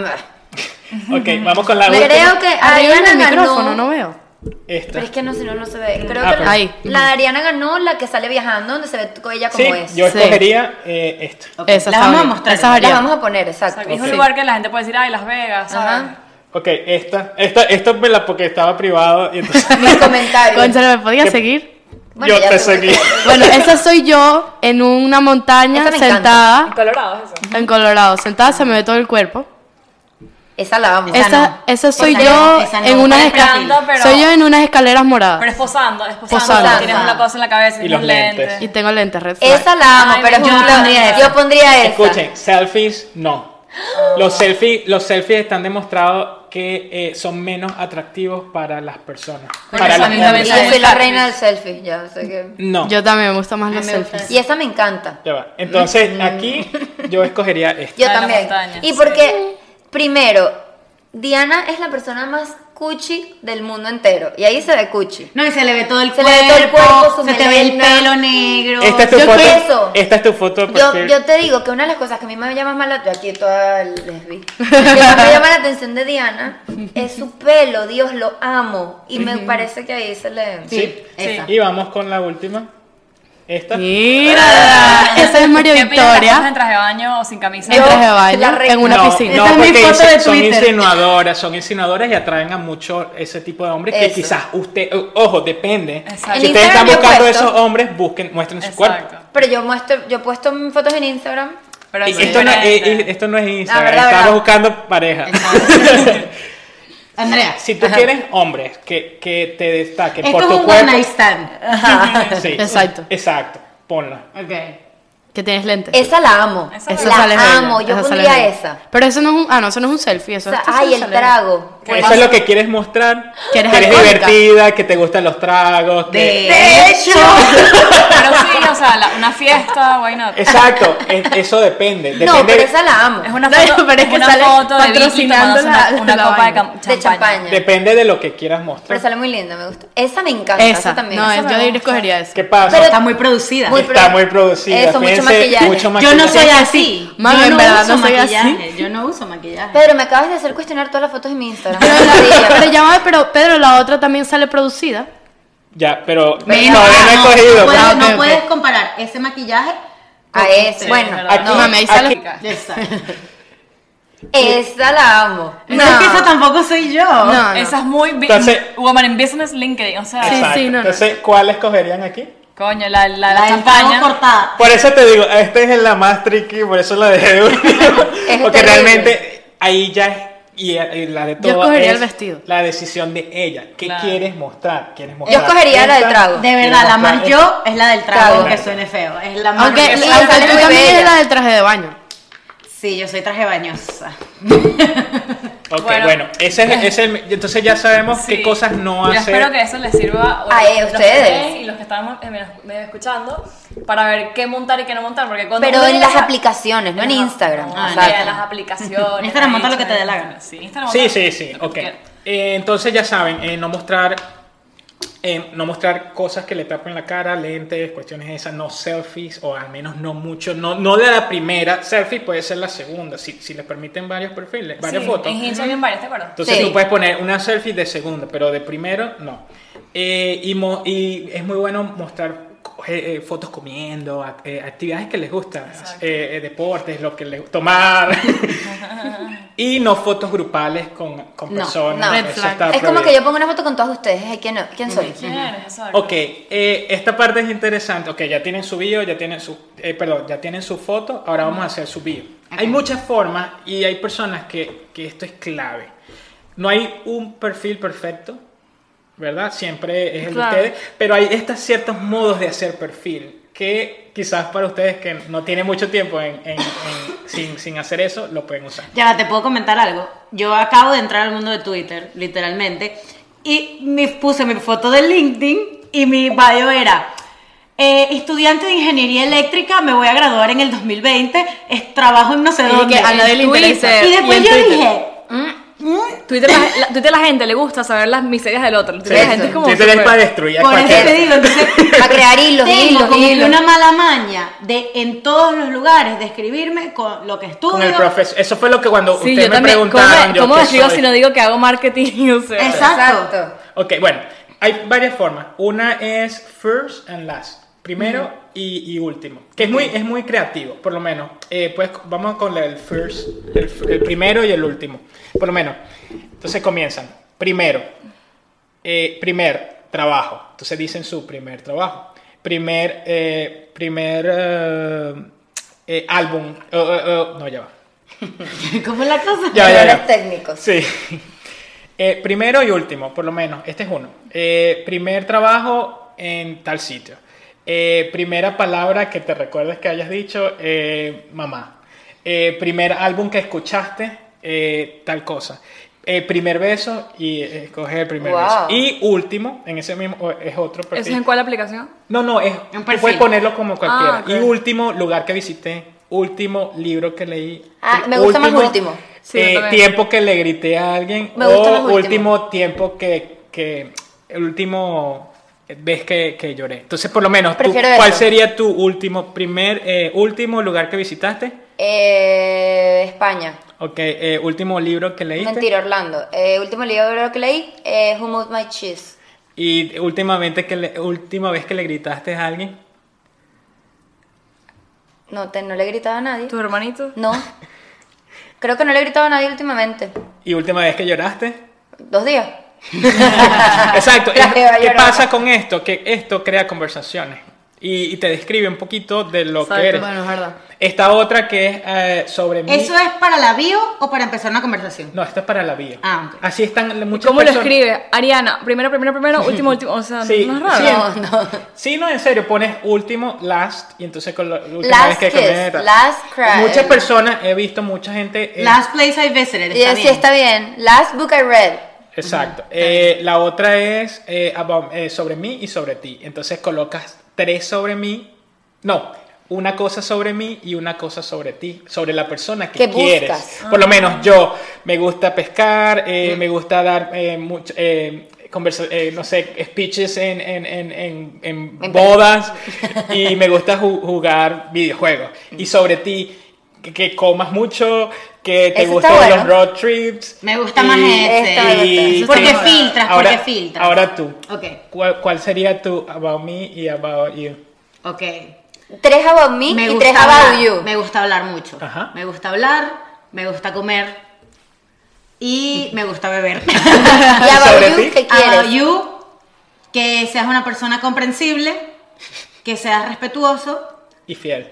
Speaker 1: Ok, vamos con la
Speaker 3: Me
Speaker 1: última.
Speaker 3: creo que
Speaker 5: Arriba en
Speaker 3: Ariana
Speaker 5: el micrófono,
Speaker 3: ganó.
Speaker 5: no veo.
Speaker 1: Esta.
Speaker 3: Pero es que no, si no, no se ve. Creo
Speaker 1: Ah,
Speaker 3: que
Speaker 1: pero-
Speaker 3: la,
Speaker 5: Ahí.
Speaker 3: la de Ariana ganó la que sale viajando, donde se ve co- ella como
Speaker 1: Sí,
Speaker 3: es.
Speaker 1: yo
Speaker 5: Sí.
Speaker 1: escogería eh, esta.
Speaker 2: Ok,
Speaker 5: Esa
Speaker 2: la
Speaker 5: está
Speaker 2: vamos a
Speaker 5: bien.
Speaker 2: mostrar.
Speaker 5: Esa es
Speaker 3: Las
Speaker 5: Ariana.
Speaker 3: vamos a poner, exacto.
Speaker 6: Es un
Speaker 1: Sí.
Speaker 6: lugar que la gente puede decir, ay, Las Vegas, ¿sabes?
Speaker 3: Ajá.
Speaker 1: Ok, esta. Esta, esta me la porque estaba privado y entonces.
Speaker 3: Mis
Speaker 5: (laughs)
Speaker 3: comentarios.
Speaker 5: Concha, ¿me podía
Speaker 1: ¿Qué-
Speaker 5: seguir?
Speaker 3: (laughs) Bueno,
Speaker 1: yo
Speaker 3: ya
Speaker 1: te
Speaker 3: se-
Speaker 1: seguí.
Speaker 5: Bueno, esa soy yo en una montaña
Speaker 3: Esa me encanta.
Speaker 6: En
Speaker 5: sentada
Speaker 6: Colorado es eso.
Speaker 5: en Colorado. Sentada se me ve todo el cuerpo.
Speaker 3: Esa la vamos.
Speaker 5: Esa,
Speaker 2: no.
Speaker 5: esa soy
Speaker 2: Esa
Speaker 5: yo
Speaker 2: no, esa no.
Speaker 5: en unas
Speaker 2: Pero
Speaker 5: escaleras.
Speaker 6: esperando, pero-
Speaker 5: Soy yo en unas escaleras
Speaker 6: Pero
Speaker 5: moradas.
Speaker 6: es posando, es posando.
Speaker 5: Posando.
Speaker 6: Tienes una cosa en la cabeza
Speaker 1: Y
Speaker 6: unos
Speaker 1: los lentes.
Speaker 5: Y tengo lentes red flag.
Speaker 3: Esa la amo,
Speaker 6: Ay,
Speaker 3: pero
Speaker 6: me
Speaker 3: yo
Speaker 6: encanta.
Speaker 3: pondría esa. Yo pondría esa.
Speaker 1: Escuchen, selfies no. Los selfies, los selfies están demostrados que eh, son menos atractivos para las personas. Para
Speaker 6: eso
Speaker 1: las
Speaker 6: a mí
Speaker 1: mujeres.
Speaker 6: también
Speaker 3: Y
Speaker 6: Esa es
Speaker 3: yo soy
Speaker 6: muy
Speaker 3: la
Speaker 6: catfish.
Speaker 3: reina del selfie, ya, o sea que...
Speaker 1: No.
Speaker 5: Yo también me gustan más los selfies.
Speaker 3: Y esa me encanta.
Speaker 1: Ya va. Entonces, aquí yo escogería
Speaker 3: (laughs)
Speaker 1: esta.
Speaker 3: Yo
Speaker 6: La de la
Speaker 3: también.
Speaker 6: montaña,
Speaker 3: Y
Speaker 6: sí.
Speaker 3: porque, primero, Diana es la persona más cuchi del mundo entero. Y ahí se ve cuchi.
Speaker 2: No, y se le ve todo el
Speaker 3: Se le
Speaker 2: cuerpo.
Speaker 3: ve todo el cuerpo, su
Speaker 2: se te ve el
Speaker 3: melena.
Speaker 2: pelo negro.
Speaker 1: Esta es tu
Speaker 5: Yo
Speaker 1: foto.
Speaker 3: creo eso.
Speaker 1: Esta es tu foto de
Speaker 3: Yo,
Speaker 1: perfil.
Speaker 3: yo te digo que una de las cosas que a mí me llama más la atención, aquí toda lesbi, que más me llama la atención de Diana es su pelo, Dios lo amo. Y me parece que ahí se le...
Speaker 1: Sí,
Speaker 2: esa.
Speaker 1: Y vamos con la última. Esta.
Speaker 3: (laughs)
Speaker 5: Mira, esa es María
Speaker 6: ¿Qué opinas de las cosas
Speaker 5: Victoria
Speaker 6: en traje de baño o sin camisa?
Speaker 5: en
Speaker 3: Yo-
Speaker 5: traje de
Speaker 3: la
Speaker 5: baño
Speaker 3: reina.
Speaker 5: en una
Speaker 1: no,
Speaker 5: piscina.
Speaker 1: no,
Speaker 2: Esta es mi
Speaker 1: porque
Speaker 2: foto
Speaker 1: insi-
Speaker 2: de
Speaker 1: son
Speaker 2: Twitter.
Speaker 1: insinuadoras, son insinuadoras y atraen a mucho ese tipo de hombres que
Speaker 3: Eso.
Speaker 1: quizás usted, o- ojo, depende.
Speaker 6: Exacto.
Speaker 1: Si
Speaker 3: En
Speaker 1: ustedes están
Speaker 3: Instagram yo he
Speaker 1: buscando
Speaker 3: puesto-
Speaker 1: esos hombres, busquen, muestren su cuerpo.
Speaker 6: Exacto.
Speaker 3: Pero yo muestro, yo he puesto fotos en Instagram.
Speaker 6: Pero
Speaker 1: Y
Speaker 6: eso
Speaker 1: esto, no,
Speaker 6: diferente.
Speaker 1: eh, eh, esto no es Instagram,
Speaker 3: verdad,
Speaker 1: estamos
Speaker 3: verdad.
Speaker 1: buscando pareja.
Speaker 2: Andrea,
Speaker 1: (laughs) si tú quieres hombres que, que te destaquen
Speaker 2: esto
Speaker 1: por
Speaker 2: es
Speaker 1: tu
Speaker 2: un one
Speaker 1: cuerpo, (laughs)
Speaker 2: night stand.
Speaker 1: sí,
Speaker 5: Exacto.
Speaker 1: exacto, ponla.
Speaker 2: Ok.
Speaker 5: que tienes lentes.
Speaker 3: Esa la amo.
Speaker 6: Esa
Speaker 3: la
Speaker 5: sale bella,
Speaker 3: amo. Yo
Speaker 5: esa sale
Speaker 3: pondría
Speaker 5: bella.
Speaker 3: esa.
Speaker 5: Pero eso no es un, ah, no, eso no es un selfie, eso
Speaker 3: O sea,
Speaker 5: esto
Speaker 3: ay,
Speaker 5: sale
Speaker 3: el
Speaker 5: bella.
Speaker 3: trago.
Speaker 1: Eso es lo que quieres mostrar,
Speaker 5: Que eres alcohólica.
Speaker 1: divertida, que te gustan los tragos, que-
Speaker 2: De hecho,
Speaker 6: Pero sí, o sea, la- una fiesta, why not.
Speaker 1: Exacto, es- eso depende. depende
Speaker 3: No, pero esa la amo.
Speaker 6: Es una
Speaker 5: (laughs) No,
Speaker 6: foto,
Speaker 5: pero es que
Speaker 6: una
Speaker 5: sale
Speaker 6: foto de Vicky
Speaker 5: patrocinando
Speaker 6: tomándose una,
Speaker 5: la-
Speaker 6: una
Speaker 5: la
Speaker 6: copa de,
Speaker 5: vaina.
Speaker 6: cam-
Speaker 3: De champaña.
Speaker 1: Depende de lo que quieras
Speaker 3: Pero
Speaker 1: mostrar.
Speaker 3: sale muy linda, me gusta. Esa me encanta. Esa,
Speaker 5: Esa,
Speaker 3: también.
Speaker 5: no,
Speaker 3: Esa
Speaker 5: es-
Speaker 3: me
Speaker 5: yo
Speaker 3: gusta.
Speaker 5: diría escogería eso.
Speaker 1: ¿Qué pasa?
Speaker 3: Pero-
Speaker 2: está muy producida.
Speaker 3: Muy
Speaker 1: Está
Speaker 3: produ-
Speaker 1: muy producida.
Speaker 3: Eso, mucho
Speaker 1: fíjense,
Speaker 3: maquillaje.
Speaker 1: mucho
Speaker 2: Yo no
Speaker 1: maquillaje.
Speaker 2: soy así.
Speaker 5: Mami,
Speaker 2: yo
Speaker 5: en
Speaker 2: no
Speaker 5: verdad no
Speaker 2: uso
Speaker 5: soy así.
Speaker 2: maquillaje. Yo no uso maquillaje.
Speaker 3: Pedro, me acabas de hacer cuestionar todas las fotos de mi Instagram. las
Speaker 5: Pero,
Speaker 3: manos
Speaker 5: la-
Speaker 3: amarillas.
Speaker 5: pero llámame, pero Pedro, la otra también sale producida.
Speaker 1: Ya, pero
Speaker 2: Pero
Speaker 1: todavía no he
Speaker 2: no,
Speaker 1: cogido.
Speaker 2: puedes,
Speaker 5: Ah, ok,
Speaker 2: no
Speaker 5: ok.
Speaker 2: puedes comparar ese maquillaje con
Speaker 3: A
Speaker 2: este.
Speaker 3: ese. Bueno,
Speaker 1: Aquí-
Speaker 5: No, mami, ahí sale.
Speaker 1: aquí-
Speaker 2: Exacto.
Speaker 3: esa la amo.
Speaker 2: No. Es que esa tampoco soy yo.
Speaker 5: No, no.
Speaker 6: Esa es muy bi-
Speaker 1: Entonces-
Speaker 6: Woman in Business LinkedIn, o sea,
Speaker 5: Sí,
Speaker 1: Exacto.
Speaker 5: sí, no, no.
Speaker 1: Entonces, ¿cuál escogerían aquí?
Speaker 6: coño, la, la,
Speaker 2: La del
Speaker 6: champaña.
Speaker 2: trago cortada.
Speaker 1: Por eso te digo, esta es la más tricky, por eso la dejé de último.
Speaker 3: (laughs) Es
Speaker 1: Porque
Speaker 3: terrible.
Speaker 1: realmente ahí ya es. Y y la de
Speaker 5: Yo
Speaker 1: todo
Speaker 5: escogería
Speaker 1: es
Speaker 5: el vestido.
Speaker 1: La decisión de ella. ¿Qué
Speaker 6: Claro.
Speaker 1: quieres mostrar? ¿Quieres
Speaker 3: Yo
Speaker 1: mostrar
Speaker 3: escogería la de
Speaker 1: esta?
Speaker 3: trago.
Speaker 2: De verdad, la
Speaker 1: mostrar
Speaker 2: más
Speaker 1: esta.
Speaker 2: yo es la del trago,
Speaker 3: Trago.
Speaker 2: que suene feo. Es la
Speaker 6: Ah,
Speaker 2: más
Speaker 5: Aunque,
Speaker 2: yo.
Speaker 3: Sí,
Speaker 5: aunque
Speaker 3: sale
Speaker 5: tú
Speaker 3: muy
Speaker 5: también
Speaker 3: bella.
Speaker 5: eres la del traje de baño.
Speaker 2: Sí, yo soy traje bañosa.
Speaker 1: Ok, bueno,
Speaker 6: Bueno.
Speaker 1: ese es, ese es el- entonces ya sabemos
Speaker 6: Sí.
Speaker 1: qué cosas no
Speaker 6: Yo
Speaker 1: hacer.
Speaker 6: espero que eso les sirva eh,
Speaker 3: A eh,
Speaker 6: los que
Speaker 3: ustedes.
Speaker 6: ven y los que están eh, medio- medio escuchando para ver qué montar y qué no montar. Porque cuando
Speaker 3: Pero
Speaker 6: uno
Speaker 3: en
Speaker 6: llega-
Speaker 3: las aplicaciones, no en Instagram.
Speaker 6: No,
Speaker 3: o
Speaker 6: en
Speaker 3: sea,
Speaker 6: las aplicaciones.
Speaker 2: Instagram,
Speaker 6: ahí,
Speaker 2: monta lo que te dé la
Speaker 6: Instagram.
Speaker 2: gana.
Speaker 6: Sí, Instagram,
Speaker 1: Sí,
Speaker 6: monta
Speaker 1: sí, sí,
Speaker 6: lo que
Speaker 1: ok.
Speaker 6: quieras.
Speaker 1: Eh, entonces ya saben, eh, no mostrar eh, no mostrar cosas que le tapen la cara, lentes, cuestiones esas, no selfies, o al menos no mucho, no, no de la primera, selfie puede ser la segunda, si, si les permiten varios perfiles, varias
Speaker 6: Sí,
Speaker 1: fotos.
Speaker 6: En Instagram, varias, ¿te acuerdas?
Speaker 1: Entonces
Speaker 3: Sí.
Speaker 1: tú puedes poner una selfie de segunda, pero de primero no. Eh, y, mo- y es muy bueno mostrar co- eh, eh, fotos comiendo, act- eh, actividades que les gustan, eh, eh, deportes, lo que les gusta
Speaker 3: (laughs)
Speaker 1: tomar. (laughs) y no fotos grupales con, con
Speaker 2: No,
Speaker 1: personas.
Speaker 3: no.
Speaker 1: eso
Speaker 5: Red flag.
Speaker 1: está
Speaker 3: es como
Speaker 1: prohibido.
Speaker 3: que yo pongo una foto con todos ustedes. ay, ¿Quién, no? ¿Quién soy?
Speaker 6: ¿Quién eres? Sorry.
Speaker 1: Ok, eh, esta parte es interesante. Ok, ya tienen su bio, ya tienen su, eh, perdón, ya tienen su foto, ahora vamos a hacer su bio. Hay muchas formas y hay personas que, que esto es clave. No hay un perfil perfecto, ¿verdad? Siempre es el
Speaker 5: Claro.
Speaker 1: de ustedes, pero hay estos ciertos modos de hacer perfil que quizás para ustedes que no tienen mucho tiempo en- en- en- sin, sin hacer eso, lo pueden usar.
Speaker 2: Ya va, te puedo comentar algo. Yo acabo de entrar al mundo de Twitter, literalmente, y me puse mi foto de LinkedIn y mi bio era eh, estudiante de ingeniería eléctrica, me voy a graduar en el 2020, es, trabajo en no sé
Speaker 5: Y
Speaker 2: dónde.
Speaker 5: que a nadie le
Speaker 2: En
Speaker 5: interesa.
Speaker 2: Twitter. Y después
Speaker 5: Y en
Speaker 2: yo
Speaker 5: Twitter.
Speaker 2: dije, "Mm,
Speaker 6: Twitter, la, la- Twitter a la gente le gusta saber las miserias del otro. Twitter la
Speaker 3: Sí,
Speaker 6: gente es como.
Speaker 1: Sí, pero es
Speaker 6: súper-
Speaker 1: para destruir a
Speaker 2: por eso
Speaker 1: cualquiera.
Speaker 2: te digo, entonces
Speaker 5: (laughs)
Speaker 3: Para crear hilos,
Speaker 2: tengo
Speaker 3: hilos,
Speaker 2: como que
Speaker 3: hilos.
Speaker 2: una mala maña de en todos los lugares describirme con lo que
Speaker 1: Con el
Speaker 2: estudio.
Speaker 1: profes- Eso fue lo que cuando
Speaker 6: Sí,
Speaker 1: ustedes
Speaker 6: yo
Speaker 1: me
Speaker 6: también. ¿Cómo,
Speaker 1: preguntaron. yo
Speaker 6: cómo
Speaker 1: qué
Speaker 6: escribo
Speaker 1: soy.
Speaker 6: si no digo que hago marketing? (laughs) O sea,
Speaker 2: Exacto.
Speaker 1: Ok, bueno, hay varias formas. Una es first and last, primero y, y último, que es muy, es muy creativo, por lo menos. Eh, pues vamos con el first, el, f- el primero y el último, por lo menos. Entonces comienzan. Primero, eh, primer trabajo. Entonces dicen su primer trabajo. Primer, eh, primer eh, eh, álbum. Eh, eh, eh, no, ya va.
Speaker 2: (laughs) ¿Cómo es la cosa?
Speaker 1: Ya, ya, ya.
Speaker 3: Errores técnicos.
Speaker 1: Sí. Eh, primero y último, por lo menos, este es uno. Eh, primer trabajo en tal sitio. Eh, primera palabra que te recuerdes que hayas dicho, eh, mamá. Eh, primer álbum que escuchaste, eh, tal cosa. Eh, primer beso y eh, escoge el primer
Speaker 3: Wow.
Speaker 1: beso. Y último, en ese mismo, o- es otro
Speaker 6: ¿Eso
Speaker 1: perfil.
Speaker 6: es en cuál aplicación?
Speaker 1: No, no, es,
Speaker 2: Un perfil.
Speaker 1: puedes ponerlo como cualquiera.
Speaker 6: Ah, ok.
Speaker 1: Y último lugar que visité, último libro que leí.
Speaker 3: Ah,
Speaker 1: pri-
Speaker 3: me gusta más último.
Speaker 6: Sí, yo
Speaker 1: eh,
Speaker 6: también.
Speaker 1: tiempo que le grité a alguien.
Speaker 3: Me
Speaker 1: o
Speaker 3: gusta más último.
Speaker 1: último tiempo que, que el último vez que, que lloré. Entonces, por lo menos, tú,
Speaker 3: Prefiero
Speaker 1: ¿cuál
Speaker 3: eso.
Speaker 1: sería tu último, primer, eh, último lugar que visitaste?
Speaker 3: Eh, España.
Speaker 1: Ok, eh, último libro que leíste.
Speaker 3: Mentira, Orlando. Eh, último libro que leí, eh, Who Moved My Cheese.
Speaker 1: Y últimamente que le- última vez que le gritaste a alguien.
Speaker 3: No, te, no le he gritado a nadie.
Speaker 6: ¿Tu hermanito?
Speaker 3: No. Creo que no le he gritado a nadie últimamente.
Speaker 1: Y última vez que lloraste.
Speaker 3: Dos días.
Speaker 1: Exacto.
Speaker 3: La
Speaker 1: Es-
Speaker 3: jeva
Speaker 1: ¿Qué
Speaker 3: llorona.
Speaker 1: pasa con esto? Que esto crea conversaciones y, y te describe un poquito de lo que eres.
Speaker 5: Bueno, es verdad.
Speaker 1: Esta otra que es eh, sobre mí.
Speaker 2: ¿Eso es para la bio o para empezar una conversación?
Speaker 1: No, esto es para la bio.
Speaker 2: Ah, ok.
Speaker 1: Así están muchas
Speaker 6: ¿Cómo lo
Speaker 1: personas.
Speaker 6: escribe? Ariana, primero,
Speaker 1: (laughs)
Speaker 6: primero, primero, último, último. O sea,
Speaker 1: Sí,
Speaker 6: no es raro.
Speaker 1: sí, en- sí, no, en serio, pones último, last, y entonces con lo, la última
Speaker 3: Last
Speaker 1: vez que
Speaker 3: kiss,
Speaker 1: comenta.
Speaker 3: last cry.
Speaker 1: Muchas personas, he visto mucha gente. eh,
Speaker 2: Last place I visited.
Speaker 3: Y
Speaker 2: Está
Speaker 3: así
Speaker 2: bien.
Speaker 3: está bien. Last book I read.
Speaker 1: Exacto. Eh, la otra es eh, about- eh, sobre mí y sobre ti. Entonces colocas tres sobre mí. No, una cosa sobre mí y una cosa sobre ti. Sobre la persona que
Speaker 3: Que
Speaker 1: quieres.
Speaker 3: buscas. Ah.
Speaker 1: Por lo menos yo me gusta pescar, eh, me gusta dar eh, mucho. eh, conversa- eh, no sé, speeches en, en- en- en- en
Speaker 3: En
Speaker 1: bodas y me gusta ju- jugar videojuegos. Y sobre ti, que, que comas mucho, que te
Speaker 3: Eso
Speaker 1: gusten
Speaker 3: está bueno.
Speaker 1: los road trips.
Speaker 2: Me gusta más ese.
Speaker 3: Está bueno,
Speaker 1: y-
Speaker 2: está bueno.
Speaker 1: sí.
Speaker 2: Porque filtras,
Speaker 1: ahora,
Speaker 2: porque filtras.
Speaker 1: Ahora tú.
Speaker 2: Ok.
Speaker 1: ¿Cuál, cuál sería tu about me y about you?
Speaker 2: Ok.
Speaker 3: Tres about me,
Speaker 2: Me
Speaker 3: y
Speaker 2: gusta,
Speaker 3: tres
Speaker 2: hablar,
Speaker 3: about you.
Speaker 2: me gusta hablar mucho.
Speaker 1: Ajá.
Speaker 2: Me gusta hablar, me gusta comer y me
Speaker 1: (laughs)
Speaker 2: gusta beber.
Speaker 3: Y about
Speaker 1: ¿Sobre
Speaker 3: you,
Speaker 1: ti?
Speaker 3: ¿qué quieres?
Speaker 2: About Ah, you, que seas una persona comprensible, que seas respetuoso
Speaker 1: Y fiel.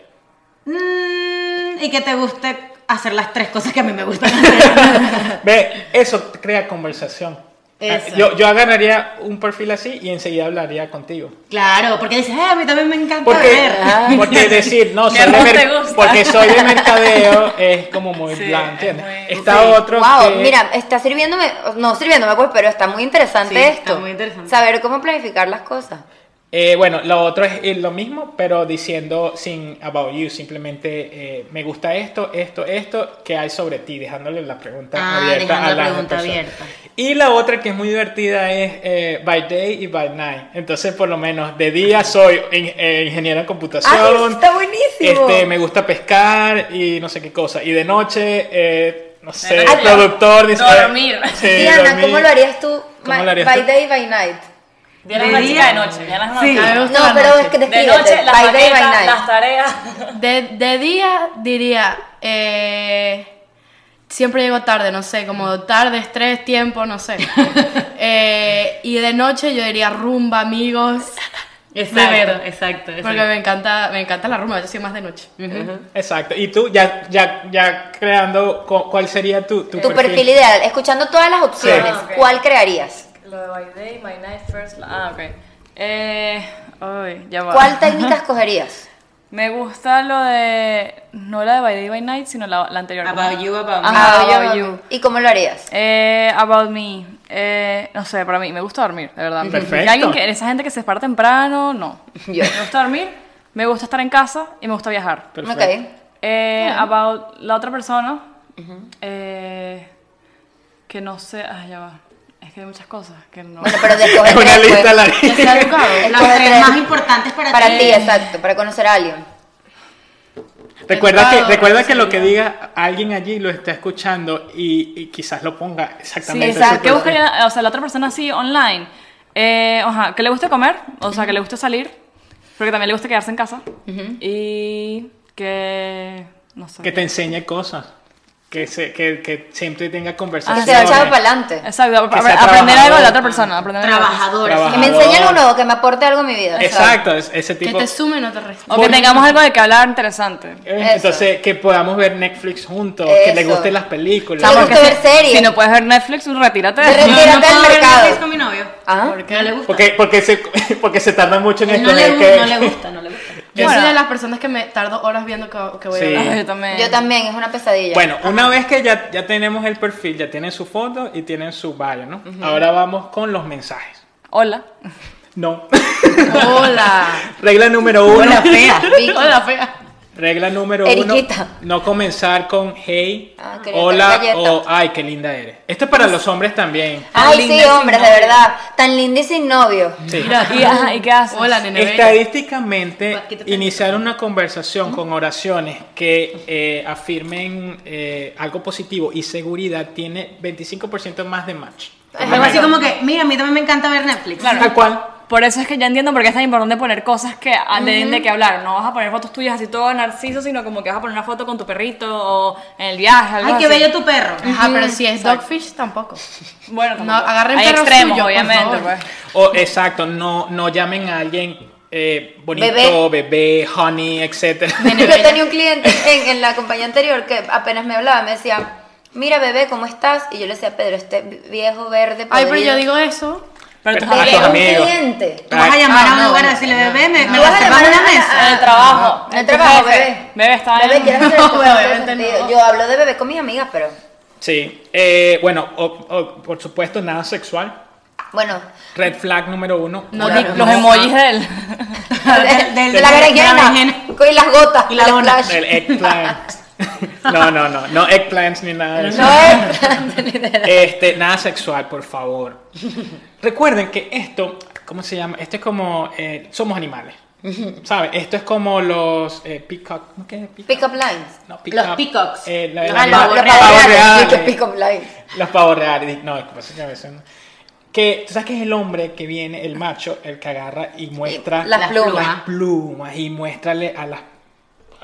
Speaker 1: (laughs)
Speaker 2: mm, y que te guste hacer las tres cosas que a mí me gustan hacer.
Speaker 1: Ve, eso te crea conversación. Ah,
Speaker 2: Eso.
Speaker 1: Yo, yo agarraría un perfil así y enseguida hablaría contigo.
Speaker 2: claro, porque dices, "Ay, a mí también me encanta
Speaker 1: Porque, ah,
Speaker 2: beber. (laughs)
Speaker 1: porque decir, no, soy
Speaker 6: Ya no
Speaker 1: de mer-
Speaker 6: te gusta.
Speaker 1: porque soy de mercadeo es como muy blanco, ¿entiendes? Está otro
Speaker 3: Wow,
Speaker 1: que-
Speaker 3: mira, está sirviéndome, no sirviéndome pues, pero está muy interesante
Speaker 2: Sí,
Speaker 3: esto.
Speaker 2: está muy interesante.
Speaker 3: Saber cómo planificar las cosas.
Speaker 1: Eh, bueno, lo otro es eh, lo mismo, pero diciendo sin about you, simplemente eh, me gusta esto, esto, esto, que hay sobre ti, dejándole la pregunta
Speaker 2: Ah,
Speaker 1: abierta
Speaker 2: dejando
Speaker 1: a
Speaker 2: la
Speaker 1: la
Speaker 2: pregunta
Speaker 1: persona.
Speaker 2: abierta.
Speaker 1: Y la otra que es muy divertida es eh, by day y by night. Entonces, por lo menos de día soy in- eh, ingeniero en computación.
Speaker 3: Ah, eso está buenísimo.
Speaker 1: Este, me gusta pescar y no sé qué cosa. Y de noche, eh,
Speaker 3: Ah,
Speaker 1: no sé,
Speaker 6: noche,
Speaker 1: productor, dice,
Speaker 6: dormir.
Speaker 1: Sí,
Speaker 3: Diana,
Speaker 1: dormir.
Speaker 3: ¿cómo lo harías tú
Speaker 1: ¿Cómo
Speaker 3: ma-
Speaker 1: lo harías
Speaker 3: by
Speaker 1: tú?
Speaker 3: day, by night?
Speaker 6: Diana
Speaker 2: De
Speaker 6: es una chica de
Speaker 2: día.
Speaker 6: noche. Diana es una
Speaker 5: A mí me
Speaker 6: chica
Speaker 5: gusta
Speaker 3: No,
Speaker 5: la
Speaker 3: pero
Speaker 5: noche.
Speaker 3: es que
Speaker 6: de noche.
Speaker 3: descríbete.
Speaker 6: De noche, las
Speaker 3: by day, by
Speaker 6: maquetas,
Speaker 3: night.
Speaker 6: las tareas.
Speaker 5: De, de día diría, eh, siempre llego tarde, no sé, como tarde, estrés, tiempo, no
Speaker 6: (laughs)
Speaker 5: sé. Eh, y de noche yo diría
Speaker 6: (laughs)
Speaker 5: rumba, amigos,
Speaker 2: Exacto,
Speaker 5: Beber.
Speaker 2: exacto,
Speaker 5: porque
Speaker 2: exacto.
Speaker 5: me encanta, me encanta la rumba, yo soy más de noche.
Speaker 1: Exacto. Y tú ya, ya, ya creando cu- cuál sería tu, tu,
Speaker 3: Tu perfil ideal, escuchando todas las opciones,
Speaker 6: Ah, ok.
Speaker 3: ¿cuál crearías?
Speaker 6: (laughs) Lo de by day, my night first. Ah, ok. Eh, ay, ya va.
Speaker 3: ¿Cuál técnica escogerías?
Speaker 6: Me gusta lo de. No la de By Day by Night, sino la, la anterior.
Speaker 7: About you, about me.
Speaker 6: Ajá,
Speaker 3: Ah,
Speaker 6: about
Speaker 3: yo-
Speaker 6: you.
Speaker 3: ¿Y cómo lo harías?
Speaker 6: Eh, about me. Eh, no sé, para mí me gusta dormir, de verdad.
Speaker 1: Perfecto.
Speaker 6: Y alguien que, esa gente que se para temprano, no.
Speaker 3: (laughs) Yo.
Speaker 6: Me gusta dormir, me gusta estar en casa y me gusta viajar.
Speaker 3: Ok.
Speaker 6: Eh, About la otra persona. eh, que no sé. Ah, ya va. Es que hay muchas cosas que no.
Speaker 3: Bueno, pero
Speaker 1: (laughs) (laughs)
Speaker 3: después
Speaker 1: Es una lista larga.
Speaker 2: Las
Speaker 3: Escoge
Speaker 2: tres
Speaker 3: tres.
Speaker 2: más importantes para,
Speaker 3: Para ti, exacto, para conocer a alguien.
Speaker 1: (laughs) Recuerda que,
Speaker 5: Educado,
Speaker 1: recuerda que lo que diga alguien allí lo está escuchando y, y quizás lo ponga
Speaker 6: Sí,
Speaker 1: exactamente. en su
Speaker 6: exacto. ¿Qué
Speaker 1: perfil.
Speaker 6: buscaría? O sea, la otra persona así online. Eh, oja, que le guste comer, o sea, que le guste salir, pero que también le guste quedarse en casa. Y que. No sé.
Speaker 1: Que te enseñe cosas. Que, se, que, que siempre tenga
Speaker 3: Que
Speaker 1: conversaciones.
Speaker 3: se ha echado para adelante.
Speaker 6: Exacto,
Speaker 1: Que
Speaker 6: apre-
Speaker 1: sea
Speaker 6: aprender algo de
Speaker 1: trabajador.
Speaker 6: la otra persona. Aprender algo.
Speaker 2: Trabajadores.
Speaker 1: Trabajadores.
Speaker 3: Que me enseñe algo nuevo, que me aporte algo a mi vida.
Speaker 1: Exacto, es- ese tipo.
Speaker 5: Que te sume, no te reste.
Speaker 6: O que tengamos algo de que hablar interesante.
Speaker 1: Eh, Entonces, que podamos ver Netflix juntos, que le
Speaker 3: Eso.
Speaker 1: gusten las películas.
Speaker 3: Chamo, gusta
Speaker 6: que
Speaker 3: ver series.
Speaker 6: Si no puedes ver Netflix, retírate.
Speaker 3: Re-
Speaker 2: No,
Speaker 3: Retírate
Speaker 2: no
Speaker 3: del
Speaker 2: puedo ver
Speaker 3: mercado.
Speaker 2: Netflix con mi novio.
Speaker 3: Ah,
Speaker 2: Porque no le gusta.
Speaker 1: Porque, porque, se, (laughs) porque se tarda mucho en
Speaker 2: no,
Speaker 1: esto.
Speaker 2: le,
Speaker 1: de
Speaker 2: gu-
Speaker 1: que-
Speaker 2: no le gusta, no le gusta.
Speaker 5: Yo
Speaker 6: Bueno.
Speaker 5: soy de las personas que me tardo horas viendo que, que voy
Speaker 1: Sí.
Speaker 5: a ver.
Speaker 6: (laughs) Ay, yo también.
Speaker 3: yo también, es una pesadilla.
Speaker 1: Bueno, una vez que ya, ya tenemos el perfil, ya tienen su foto y tienen su bio, ¿no? Ahora vamos con los mensajes.
Speaker 6: Hola.
Speaker 1: No. (laughs)
Speaker 5: Hola.
Speaker 6: (laughs)
Speaker 1: Regla número uno.
Speaker 3: Vicky.
Speaker 5: Hola, fea.
Speaker 1: Regla número
Speaker 3: Eriquita.
Speaker 1: uno. No comenzar con hey,
Speaker 3: Ah, quería
Speaker 1: hola
Speaker 3: galleta.
Speaker 1: o ay, qué linda eres. Esto es para los hombres también.
Speaker 3: Ay, sí, hombres, de verdad. Tan linda y sin novio.
Speaker 1: Sí.
Speaker 6: ¿Y, ajá, ¿y qué haces?
Speaker 5: Hola, nene. bella.
Speaker 1: Estadísticamente,
Speaker 2: Va, quítate.
Speaker 1: iniciar una conversación con oraciones que eh, afirmen eh, algo positivo y seguridad tiene 25% más de match.
Speaker 2: Es algo así como que, mira, a mí también me encanta ver Netflix.
Speaker 1: Tal cual.
Speaker 6: Por eso es que ya entiendo por qué es tan importante poner cosas que a- le den de qué hablar. No vas a poner fotos tuyas así todo narciso, sino como que vas a poner una foto con tu perrito o en el viaje. Algo
Speaker 2: Ay, qué
Speaker 6: así.
Speaker 2: bello tu perro.
Speaker 5: Ajá, pero si es dogfish, tampoco.
Speaker 6: Bueno,
Speaker 5: No,
Speaker 6: tampoco.
Speaker 5: agarren
Speaker 6: Hay
Speaker 5: perro
Speaker 6: extremos,
Speaker 5: suyo, por
Speaker 6: obviamente.
Speaker 5: favor.
Speaker 6: pues.
Speaker 1: O exacto, no, no llamen a alguien eh, bonito, bebé, honey, etcétera.
Speaker 3: Yo tenía un cliente en, en la compañía anterior que apenas me hablaba, me decía, mira bebé, ¿cómo estás? Y yo le decía, Pedro, este viejo verde.
Speaker 5: Ay, pero
Speaker 3: podrido".
Speaker 5: yo digo eso.
Speaker 6: Pero tus
Speaker 1: Bebé.
Speaker 3: Bebé,
Speaker 1: Este, a tus
Speaker 3: un
Speaker 1: amigos.
Speaker 3: cliente.
Speaker 2: Tú vas a
Speaker 1: Ay,
Speaker 2: llamar
Speaker 5: ah,
Speaker 2: a un
Speaker 5: no,
Speaker 2: lugar a
Speaker 5: no,
Speaker 2: decirle, bebé, me, me
Speaker 3: Tú vas a
Speaker 2: reservas
Speaker 3: llamar a
Speaker 2: una
Speaker 3: una-
Speaker 2: mesa.
Speaker 3: a-
Speaker 6: En el trabajo.
Speaker 3: En el
Speaker 6: Tu
Speaker 3: trabajo,
Speaker 6: jefe.
Speaker 3: bebé.
Speaker 6: Bebé está
Speaker 3: Bebé,
Speaker 6: en-
Speaker 3: ¿quieres
Speaker 6: (laughs)
Speaker 3: hacer esto? No,
Speaker 5: Obviamente
Speaker 3: no tiene
Speaker 5: no.
Speaker 3: sentido. Yo hablo de bebé con mis amigas, pero
Speaker 1: (laughs) Sí, eh, bueno, o- o, por supuesto, nada sexual.
Speaker 3: bueno.
Speaker 1: Red flag número uno.
Speaker 5: No,
Speaker 1: Hola.
Speaker 5: digo-
Speaker 6: Los emojis de él.
Speaker 2: Del- del- de
Speaker 3: la
Speaker 2: la
Speaker 3: berenjena
Speaker 2: berenjena.
Speaker 3: y las gotas
Speaker 2: Y la
Speaker 3: del
Speaker 2: dona.
Speaker 3: flash.
Speaker 1: El eggplant. (laughs) No, no, no, no eggplants ni nada de eso.
Speaker 3: No es ni nada.
Speaker 1: Este, nada sexual, por favor. Recuerden que esto, ¿cómo se llama? Esto es como, eh, somos animales. ¿Sabes? Esto es como los eh, peacock. ¿No qué es peacock?
Speaker 3: Pick up lines.
Speaker 1: No,
Speaker 2: Los peacocks.
Speaker 1: Eh, la-
Speaker 2: Los
Speaker 1: la-
Speaker 3: Ah,
Speaker 2: pavos
Speaker 3: no, los
Speaker 2: reales.
Speaker 3: pavos reales.
Speaker 1: reales.
Speaker 3: Dije pick up lines.
Speaker 1: Los pavos reales. No, es que pasa que a veces no. Que tú sabes que es el hombre que viene, el macho, el que agarra y muestra
Speaker 3: Las
Speaker 2: Las
Speaker 3: plumas.
Speaker 2: plumas.
Speaker 1: las plumas y muéstrale a las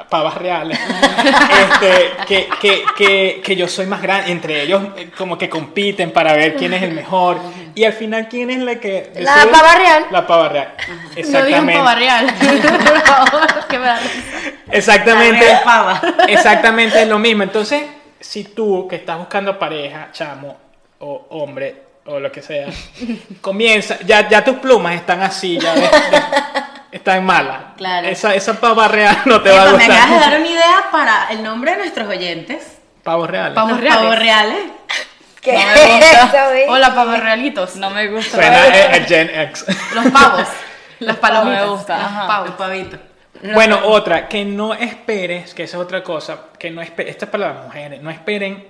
Speaker 1: pavas reales este, que, que, que, que yo soy más grande. Entre ellos, eh, como que compiten para ver quién es el mejor. Y al final, ¿quién es la que.
Speaker 3: La
Speaker 1: decide?
Speaker 3: pava real.
Speaker 1: La pava real.
Speaker 5: No
Speaker 1: Exactamente.
Speaker 5: digan pava
Speaker 1: (laughs)
Speaker 5: real. Por favor, que me da risa.
Speaker 1: Exactamente.
Speaker 7: La real pava.
Speaker 1: Exactamente es lo mismo. Entonces, si tú que estás buscando pareja, chamo o hombre o lo que sea,
Speaker 2: (laughs)
Speaker 1: comienza, ya, ya tus plumas están así, ya ves, ya están malas.
Speaker 2: Claro.
Speaker 1: Esa, esa pava real no te va a
Speaker 2: Epa, me acabas de
Speaker 1: (laughs) gustar.
Speaker 2: dar una idea para el nombre de nuestros oyentes.
Speaker 1: Pavos reales.
Speaker 5: Pavos
Speaker 2: Los
Speaker 5: reales.
Speaker 2: pavos reales.
Speaker 3: ¿Qué
Speaker 5: No me gusta.
Speaker 3: ¿Sabes?
Speaker 5: Hola, pavos realitos.
Speaker 6: No me
Speaker 2: (laughs)
Speaker 6: gusta.
Speaker 1: Suena a, a Gen X.
Speaker 5: Los
Speaker 3: (laughs)
Speaker 5: pavos. Las palomitas.
Speaker 6: me gusta.
Speaker 5: Los
Speaker 6: Ajá.
Speaker 5: pavos.
Speaker 2: Los pavitos.
Speaker 1: Bueno, otra, que no esperes, que esa es otra cosa, que no esperes, esta es para las mujeres, no esperen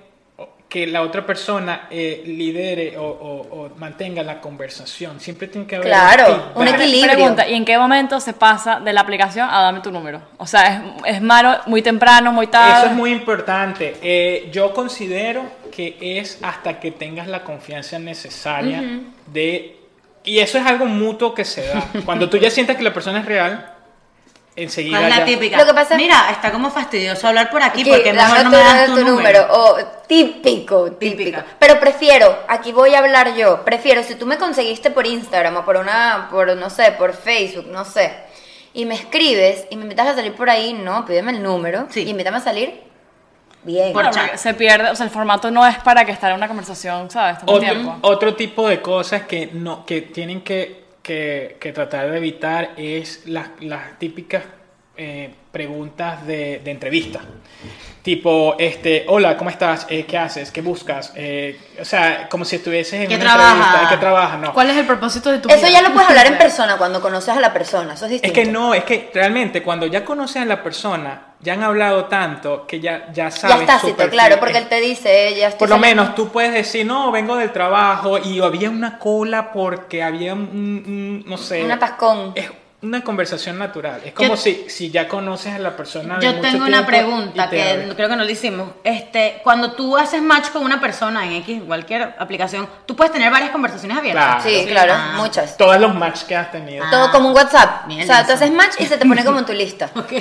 Speaker 1: que la otra persona eh, lidere o, o- o mantenga la conversación. Siempre tiene que haber un
Speaker 3: Claro, un
Speaker 1: feedback.
Speaker 3: equilibrio.
Speaker 6: Pregunta, ¿y en qué momento se pasa de la aplicación a dame tu número? O sea, es, es malo, muy temprano, muy tarde.
Speaker 1: Eso es muy importante. Eh, yo considero que es hasta que tengas la confianza necesaria de... Y eso es algo mutuo que se da. Cuando tú ya sientas que la persona es real, enseguida...
Speaker 2: ¿Cuál es la
Speaker 1: ya-
Speaker 2: típica?
Speaker 3: Lo que pasa-
Speaker 2: Mira, está como fastidioso hablar por aquí
Speaker 3: Que
Speaker 2: porque
Speaker 3: la
Speaker 2: mejor no
Speaker 3: nota
Speaker 2: me das
Speaker 3: de
Speaker 2: tu número.
Speaker 3: O típico, típico.
Speaker 2: Típica.
Speaker 3: Pero prefiero, aquí voy a hablar yo, prefiero si tú me conseguiste por Instagram o por una, por no sé, por Facebook, no sé, y me escribes y me invitas a salir por ahí, no, pídeme el número
Speaker 2: Sí.
Speaker 3: y invítame a salir. Bien.
Speaker 2: Por
Speaker 6: Claro,
Speaker 2: chat.
Speaker 6: porque se pierde, o sea, el formato no es para que estar en una conversación, ¿sabes? Todo el
Speaker 1: Otro,
Speaker 6: tiempo.
Speaker 1: otro tipo de cosas que, no, que tienen que, que- que tratar de evitar es las, las típicas eh, preguntas de, de entrevista. Tipo, este, hola, ¿cómo estás? Eh, ¿Qué haces? ¿Qué buscas? Eh, o sea, como si estuvieses en
Speaker 2: ¿Qué
Speaker 1: una
Speaker 2: trabaja?
Speaker 1: entrevista. ¿Qué trabajas? No.
Speaker 5: ¿Cuál es el propósito de tu
Speaker 3: Eso
Speaker 5: vida?
Speaker 3: ya lo puedes hablar en persona cuando conoces a la persona, eso es
Speaker 1: Es
Speaker 3: distinto.
Speaker 1: que no, es que realmente cuando ya conoces a la persona, ya han hablado tanto que ya, ya
Speaker 3: Ya
Speaker 1: sabes
Speaker 3: está,
Speaker 1: su
Speaker 3: Cito,
Speaker 1: perfil.
Speaker 3: claro, porque
Speaker 1: Es-
Speaker 3: él te dice, eh, ya estoy
Speaker 1: Por lo
Speaker 3: saliendo.
Speaker 1: menos tú puedes decir, no, vengo del trabajo y había una cola porque había un, un- no sé.
Speaker 3: Un atascón.
Speaker 1: Es una conversación natural. Es como
Speaker 2: Yo-
Speaker 1: si, si ya conoces a la persona. de
Speaker 2: Yo
Speaker 1: mucho
Speaker 2: tengo una
Speaker 1: tiempo y
Speaker 2: pregunta
Speaker 1: te
Speaker 2: que
Speaker 1: abres.
Speaker 2: creo que no lo hicimos. Este, cuando tú haces match con una persona en X, cualquier aplicación, tú puedes tener varias conversaciones abiertas.
Speaker 1: Claro.
Speaker 3: Sí,
Speaker 1: Sí.
Speaker 3: claro,
Speaker 2: Ah.
Speaker 3: muchas.
Speaker 1: (laughs) Todos los match que has tenido.
Speaker 2: Ah.
Speaker 3: Todo como un WhatsApp.
Speaker 2: Mira,
Speaker 3: o sea, tú
Speaker 2: Nelson.
Speaker 3: haces match y se te pone como en
Speaker 2: (laughs)
Speaker 3: tu lista.
Speaker 2: Ok.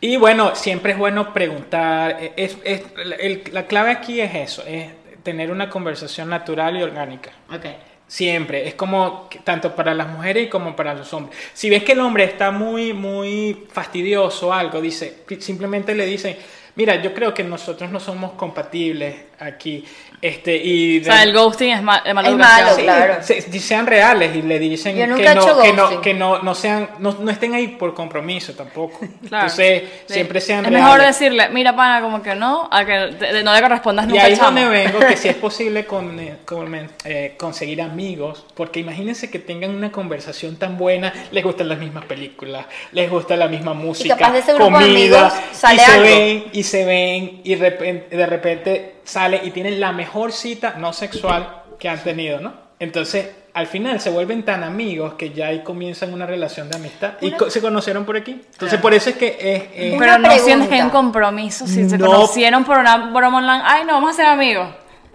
Speaker 1: Y bueno, siempre es bueno preguntar. eh, Es, es- el- la clave aquí es eso, es tener una conversación natural y orgánica.
Speaker 2: Ok.
Speaker 1: Siempre, es como que- tanto para las mujeres y como para los hombres. Si ves que el hombre está muy, muy fastidioso o algo, dice, simplemente le dicen, mira, yo creo que nosotros no somos compatibles aquí. Este, y
Speaker 6: O sea,
Speaker 1: de-
Speaker 6: el ghosting es, ma- es mala
Speaker 3: Es
Speaker 6: educación.
Speaker 3: malo,
Speaker 1: Sí,
Speaker 3: claro.
Speaker 1: se- se- sean reales y le dicen
Speaker 3: Yo
Speaker 1: que
Speaker 3: nunca he hecho
Speaker 1: no, que
Speaker 3: ghosting.
Speaker 1: no, que no, no sean, no, no estén ahí por compromiso tampoco.
Speaker 6: Claro.
Speaker 1: Entonces, siempre sean
Speaker 6: Es
Speaker 1: reales.
Speaker 6: mejor decirle, mira, pana, como que no, a que te- te- no le correspondas
Speaker 1: Y
Speaker 6: nunca
Speaker 1: ahí
Speaker 6: al
Speaker 1: es donde
Speaker 6: chamo.
Speaker 1: vengo que
Speaker 3: (laughs)
Speaker 1: si es posible con, eh, con, eh, conseguir amigos, porque imagínense que tengan una conversación tan buena, les gustan las mismas películas, les gusta la misma música,
Speaker 3: capaz de ese grupo de
Speaker 1: comida,
Speaker 3: amigos sale
Speaker 1: y se
Speaker 3: algo.
Speaker 1: ven y se ven y repen- de repente sale y tienen la mejor cita no sexual que han tenido, ¿no? Entonces, al final se vuelven tan amigos que ya ahí comienzan una relación de amistad y co- se conocieron por aquí. Entonces, por eso es que es, es-
Speaker 3: Una
Speaker 6: Pero no sientes
Speaker 3: pregunta.
Speaker 6: que hay un compromiso si se
Speaker 1: No.
Speaker 6: conocieron por una broma online. Ay, no, vamos a ser amigos.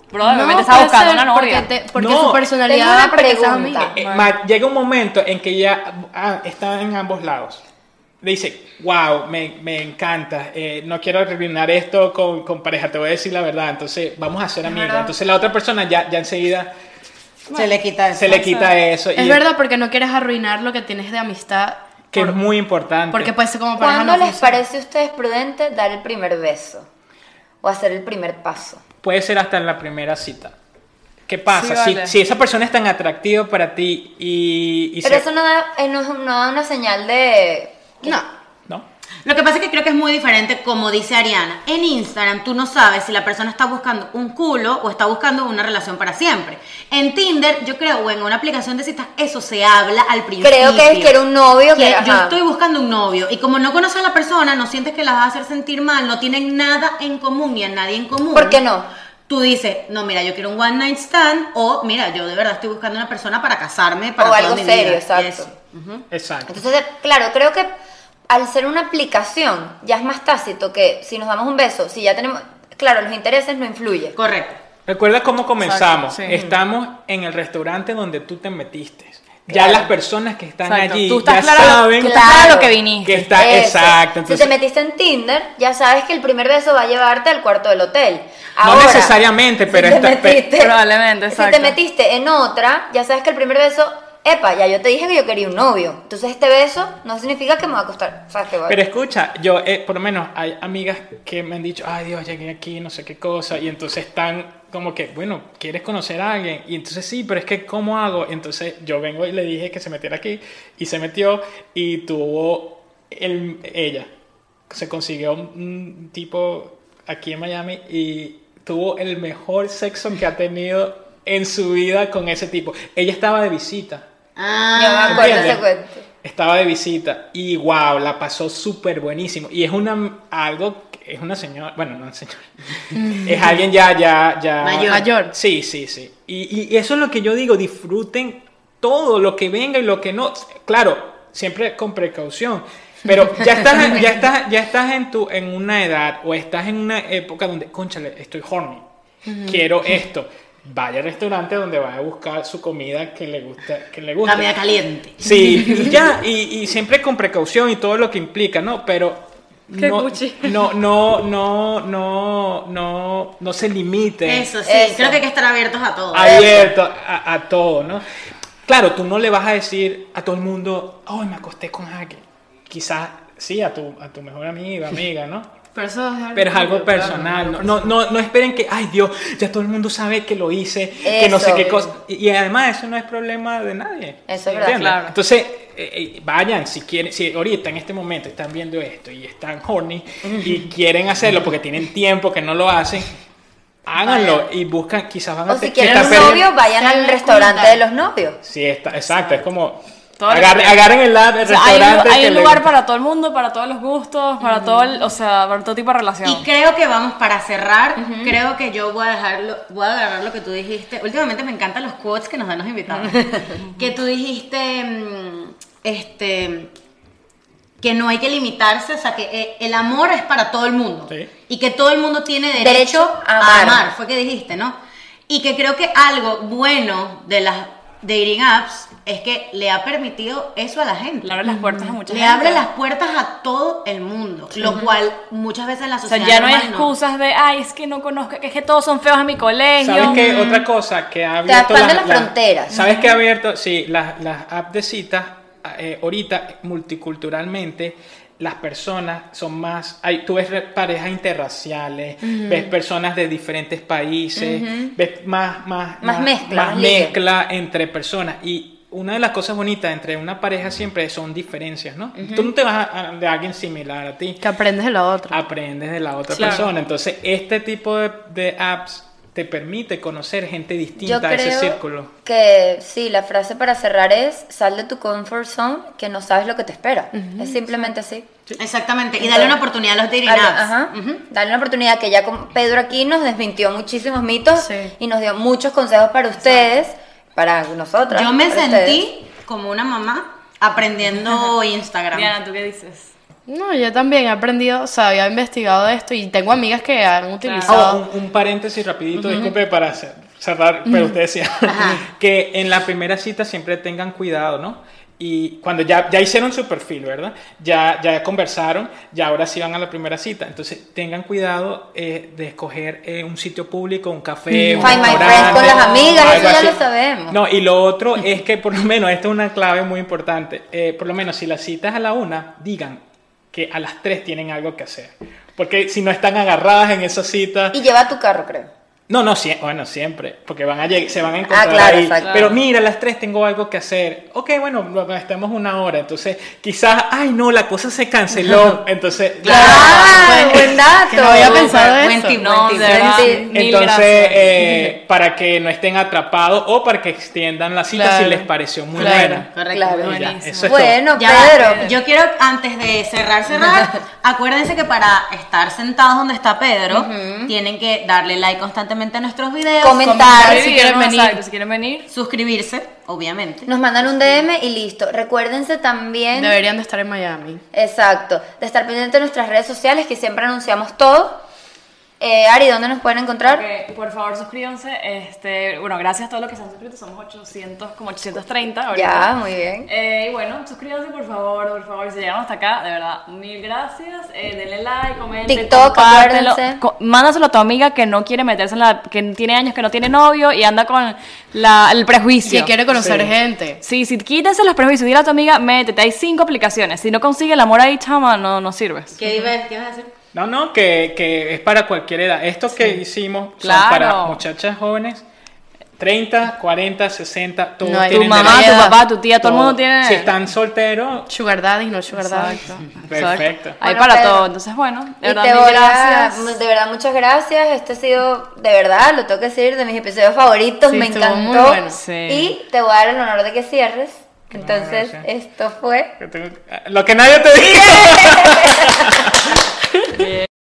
Speaker 6: Probablemente está
Speaker 5: puede
Speaker 6: buscando
Speaker 5: ser
Speaker 6: una novia.
Speaker 5: Porque, te- porque
Speaker 1: No.
Speaker 5: su personalidad
Speaker 3: Tengo una
Speaker 5: da para que seas
Speaker 3: pregunta.
Speaker 5: amiga.
Speaker 1: Eh, ma- llega un momento en que ya ah, está en ambos lados. Le dice, wow, me, me encanta, eh, no quiero arruinar esto con, con pareja, te voy a decir la verdad, entonces vamos a ser amigos. Entonces la otra persona ya, ya enseguida
Speaker 2: Se le quita eso.
Speaker 1: se le quita eso. y
Speaker 5: Es verdad porque no quieres arruinar lo que tienes de amistad.
Speaker 1: Que
Speaker 5: por-
Speaker 1: es muy importante.
Speaker 5: Porque pues, puede ser como pareja
Speaker 3: ¿Cuándo
Speaker 5: no
Speaker 3: les
Speaker 5: funciona.
Speaker 3: parece a ustedes prudente dar el primer beso? O hacer el primer paso.
Speaker 1: Puede ser hasta en la primera cita. ¿Qué pasa?
Speaker 6: Sí,
Speaker 1: Si-
Speaker 6: vale.
Speaker 1: si, esa persona es tan atractiva para ti y... y
Speaker 3: Pero
Speaker 1: se-
Speaker 3: eso no da, eh, no, es- no da una señal de...
Speaker 2: No.
Speaker 1: ¿No?
Speaker 2: Lo que pasa es que creo que es muy diferente, como dice Ariana. En Instagram tú no sabes si la persona está buscando un culo o está buscando una relación para siempre. En Tinder, yo creo, o en una aplicación de citas, eso se habla al principio.
Speaker 3: Creo que es que era un novio que...
Speaker 2: Que yo
Speaker 3: ajá.
Speaker 2: estoy buscando un novio y como no conoces a la persona, no sientes que la vas a hacer sentir mal, no tienen nada en común y a nadie en común.
Speaker 3: ¿Por qué no?
Speaker 2: Tú dices, no, mira, yo quiero un one night stand o mira, yo de verdad estoy buscando una persona para casarme, para
Speaker 3: o
Speaker 2: toda
Speaker 3: algo
Speaker 2: mi
Speaker 3: serio,
Speaker 2: vida", y
Speaker 3: exacto.
Speaker 2: eso.
Speaker 1: Exacto.
Speaker 3: Entonces, claro, creo que al ser una aplicación ya es más tácito que si nos damos un beso, si ya tenemos, claro, los intereses no influyen.
Speaker 2: Correcto.
Speaker 1: Recuerda cómo comenzamos.
Speaker 6: Exacto, sí.
Speaker 1: Estamos en el restaurante donde tú te metiste. Ya las personas que están
Speaker 6: Exacto.
Speaker 1: allí
Speaker 6: Tú estás
Speaker 1: ya
Speaker 6: clara-
Speaker 1: saben
Speaker 6: tú estás clara lo que viniste.
Speaker 1: que está
Speaker 3: Eso.
Speaker 1: exacto.
Speaker 3: si
Speaker 1: Entonces,
Speaker 3: te metiste en Tinder, ya sabes que el primer beso va a llevarte al cuarto del hotel.
Speaker 1: no
Speaker 3: Ahora,
Speaker 1: necesariamente, pero
Speaker 3: si te
Speaker 1: esta- pe-
Speaker 3: metiste,
Speaker 6: probablemente,
Speaker 3: Si
Speaker 6: exacto.
Speaker 3: te metiste en otra, ya sabes que el primer beso, epa, ya yo te dije que yo quería un novio. Entonces este beso no significa que me va a costar. ¿Sabes qué?
Speaker 1: Pero escucha, yo, eh, por lo menos, hay amigas que me han dicho, ay Dios, llegué aquí, no sé qué cosa, y entonces están como que, bueno, ¿quieres conocer a alguien? Y entonces sí, pero es que, ¿cómo hago? Entonces yo vengo y le dije que se metiera aquí, y se metió, y tuvo el, ella, se consiguió un, un tipo aquí en Miami, y tuvo el mejor sexo que ha tenido en su vida con ese tipo. Ella estaba de visita.
Speaker 3: Yo me
Speaker 2: Ah,
Speaker 3: acuerdo ese
Speaker 1: ¿Entiendes?
Speaker 3: cuento.
Speaker 1: Estaba de visita y wow, la pasó súper buenísimo. Y es una algo, que- es una señora, bueno, no una señora, es alguien ya, ya, ya.
Speaker 2: Mayor. Mayor.
Speaker 1: Sí, sí, sí. Y, y- y eso es lo que yo digo, disfruten todo lo que venga y lo que no. Claro, siempre con precaución. Pero ya estás, ya estás, ya estás en tu, en una edad o estás en una época donde, conchale, estoy horny, quiero esto. Vaya al restaurante donde vaya a buscar su comida que le gusta, que le gusta.
Speaker 2: la media caliente.
Speaker 4: (laughs)
Speaker 1: Sí, y ya, y, y siempre con precaución y todo lo que implica, ¿no? Pero
Speaker 4: Qué
Speaker 1: no,
Speaker 4: cuchi.
Speaker 1: no, no, no, no, no, no se limite
Speaker 2: Eso sí,
Speaker 3: Eso.
Speaker 2: creo que hay que estar abiertos a todo.
Speaker 1: abierto a, a todo, ¿no? Claro, tú no le vas a decir a todo el mundo, hoy me acosté con alguien. Quizás sí, a tu, a tu mejor amiga, amiga, ¿no?
Speaker 6: Pero eso es algo,
Speaker 1: Pero es algo personal, ¿no? No, no, no esperen que, ay Dios, ya todo el mundo sabe que lo hice, que no sé
Speaker 3: Eso.
Speaker 1: qué cosa. Y, y además eso no es problema de nadie.
Speaker 3: Eso es verdad,
Speaker 1: ¿entiendes?
Speaker 6: claro.
Speaker 1: Entonces, eh, eh, vayan, si quieren, si ahorita en este momento están viendo esto y están horny y quieren hacerlo porque tienen tiempo que no lo hacen, háganlo y buscan, quizás van a
Speaker 3: O si
Speaker 1: te-
Speaker 3: quieren
Speaker 1: quizás
Speaker 3: un
Speaker 1: perder-
Speaker 3: novio, vayan al restaurante de los novios.
Speaker 1: Sí, está, exacto, es como...
Speaker 6: Todo lo que
Speaker 1: agarren-
Speaker 6: sea.
Speaker 1: agarren el, lab, el
Speaker 6: O sea, hay un,
Speaker 1: restaurante.
Speaker 6: hay
Speaker 1: que
Speaker 6: un
Speaker 1: le
Speaker 6: lugar
Speaker 1: guste.
Speaker 6: para todo el mundo, para todos los gustos, para todo el, o sea, para todo tipo de relación.
Speaker 2: Y creo que vamos para cerrar, creo que yo voy a dejarlo, voy a agarrar lo que tú dijiste. Últimamente me encantan los quotes que nos dan los invitados. que tú dijiste mm, este que no hay que limitarse, o sea que eh, el amor es para todo el mundo
Speaker 1: Sí.
Speaker 2: y que todo el mundo tiene derecho,
Speaker 3: Derecho a
Speaker 2: a
Speaker 3: amar.
Speaker 2: amar. fue que dijiste, ¿no? Y que creo que algo bueno de las dating apps es que le ha permitido eso a la gente.
Speaker 6: Le abre las puertas a mucha
Speaker 2: Le
Speaker 6: gente.
Speaker 2: abre las puertas a todo el mundo, lo cual muchas veces en la
Speaker 6: O sea,
Speaker 2: sociedad
Speaker 6: ya no hay
Speaker 2: normal
Speaker 6: excusas de, ay, es que no conozco, que es que todos son feos en mi colegio.
Speaker 1: ¿Sabes qué? Otra cosa que ha abierto.
Speaker 3: expanden las fronteras.
Speaker 1: ¿Sabes qué ha abierto? Sí, las, las apps de citas, eh, ahorita, multiculturalmente, las personas son más. Hay, tú ves re- parejas interraciales, ves personas de diferentes países, ves más, más,
Speaker 3: Más mezcla,
Speaker 1: más
Speaker 3: más ligue.
Speaker 1: mezcla entre personas. Y una de las cosas bonitas entre una pareja siempre son diferencias, ¿no? Tú no te vas a- a- de alguien similar a ti
Speaker 5: Que aprendes de la otra.
Speaker 1: aprendes de la otra
Speaker 6: Claro.
Speaker 1: persona. Entonces, este tipo de, de apps te permite conocer gente distinta
Speaker 3: Yo
Speaker 1: a ese
Speaker 3: creo
Speaker 1: círculo.
Speaker 3: que sí, la frase para cerrar es, sal de tu comfort zone, que no sabes lo que te espera. Es simplemente así.
Speaker 2: Exactamente, y dale una oportunidad a los dating apps.
Speaker 3: Dale, ajá. Dale una oportunidad que ya con Pedro aquí nos desmintió muchísimos mitos
Speaker 5: Sí.
Speaker 3: y nos dio muchos consejos para ustedes, para nosotras.
Speaker 2: Yo me
Speaker 3: para
Speaker 2: sentí como una mamá aprendiendo
Speaker 6: (laughs)
Speaker 2: Instagram.
Speaker 6: Diana, ¿tú qué dices?
Speaker 5: No, yo también he aprendido, o sea, había investigado esto y tengo amigas que han utilizado.
Speaker 1: Oh, un, un paréntesis rapidito, disculpe para cer- cerrar, pero usted decía (laughs) que en la primera cita siempre tengan cuidado, ¿no? Y cuando ya, ya hicieron su perfil, ¿verdad? Ya, ya conversaron, ya ahora sí van a la primera cita. Entonces tengan cuidado eh, de escoger eh, un sitio público, un café, un
Speaker 3: Find my
Speaker 1: restaurante,
Speaker 3: friends con las amigas,
Speaker 1: algo
Speaker 3: eso ya
Speaker 1: así.
Speaker 3: lo sabemos.
Speaker 1: No, y lo otro es que por lo menos, esta es una clave muy importante, eh, por lo menos si la cita es a la una, digan que a las tres tienen algo que hacer. Porque si no están agarradas en esa cita,
Speaker 3: Y lleva tu carro, creo.
Speaker 1: no, no, sie- bueno, siempre, porque van a lleg- se van a encontrar
Speaker 3: claro,
Speaker 1: ahí.
Speaker 3: exacto.
Speaker 1: Pero mira, a las tres tengo algo que hacer. Ok, bueno, lo- estamos una hora, entonces quizás, ay no, la cosa se canceló, entonces...
Speaker 3: ¡Ah, buen dato!
Speaker 5: que no había pensado
Speaker 2: buen
Speaker 5: eso.
Speaker 2: tip,
Speaker 6: No,
Speaker 2: buen
Speaker 6: de
Speaker 2: tip.
Speaker 6: verdad,
Speaker 3: Entonces,
Speaker 6: mil
Speaker 1: Entonces,
Speaker 6: gracias. (laughs)
Speaker 1: eh, para que no estén atrapados o para que extiendan la cita si
Speaker 5: Claro.
Speaker 1: les pareció muy
Speaker 5: Claro.
Speaker 1: buena.
Speaker 2: Correcto.
Speaker 3: Claro.
Speaker 1: Y ya,
Speaker 6: Buenísimo.
Speaker 1: eso es todo.
Speaker 3: Bueno,
Speaker 2: Ya,
Speaker 3: Pedro.
Speaker 2: yo quiero, antes de cerrar,
Speaker 6: (laughs)
Speaker 2: cerrar, acuérdense que para estar sentados donde está Pedro, tienen que darle like constantemente comenten nuestros videos.
Speaker 3: Comentar.
Speaker 6: si
Speaker 3: si
Speaker 6: quieren
Speaker 5: quieren
Speaker 6: venir.
Speaker 5: venir.
Speaker 6: si quieren venir.
Speaker 2: Suscribirse, obviamente.
Speaker 3: Nos mandan un DM y listo. Recuérdense también.
Speaker 5: Deberían de estar en Miami.
Speaker 3: Exacto. De estar pendiente de nuestras redes sociales que siempre anunciamos todo. Eh, Ari, ¿dónde nos pueden encontrar?
Speaker 6: Ok, por favor, suscríbanse. Este, bueno, gracias a todos los que se han suscrito. Somos 800, como 830 ahorita.
Speaker 3: Ya, muy bien.
Speaker 6: Eh, y bueno, suscríbanse por favor, por favor, si llegamos hasta acá, de verdad, mil gracias, eh, denle like, comenten,
Speaker 3: TikTok,
Speaker 6: compártelo.
Speaker 3: acuérdense.
Speaker 6: Co- mándaselo a tu amiga que no quiere meterse en la, que tiene años, que no tiene novio y anda con la, el prejuicio.
Speaker 5: Si quiere conocer gente.
Speaker 6: Sí, si quítense los prejuicios, dile a tu amiga, métete, hay cinco aplicaciones, si no consigue el amor ahí, chama, no, no sirves.
Speaker 2: ¿Qué ibas qué ibas a hacer?
Speaker 1: No, no, que, que es para cualquier edad. Esto que hicimos son
Speaker 6: Claro.
Speaker 1: para muchachas jóvenes, 30, 40, 60, todos
Speaker 5: No hay-
Speaker 1: tienen
Speaker 6: Tu mamá,
Speaker 1: derecho.
Speaker 6: tu
Speaker 5: Edad.
Speaker 6: papá, tu tía, todo, el mundo tiene...
Speaker 1: Si están solteros,
Speaker 5: Sugar daddy, no sugar daddy.
Speaker 1: Perfecto.
Speaker 6: Hay
Speaker 3: Bueno,
Speaker 6: para
Speaker 3: Pedro.
Speaker 6: todo, entonces bueno, de
Speaker 3: Y
Speaker 6: verdad,
Speaker 3: te
Speaker 6: mil
Speaker 3: voy a-
Speaker 6: gracias.
Speaker 3: De verdad, muchas gracias. Este ha sido, de verdad, lo tengo que decir, de mis episodios favoritos.
Speaker 5: Sí,
Speaker 3: me
Speaker 5: estuvo
Speaker 3: encantó.
Speaker 5: muy bueno.
Speaker 6: Sí.
Speaker 3: Y te voy a dar el honor de que cierres. Entonces,
Speaker 1: gracias.
Speaker 3: esto fue.
Speaker 1: que tengo- lo que nadie te dijo.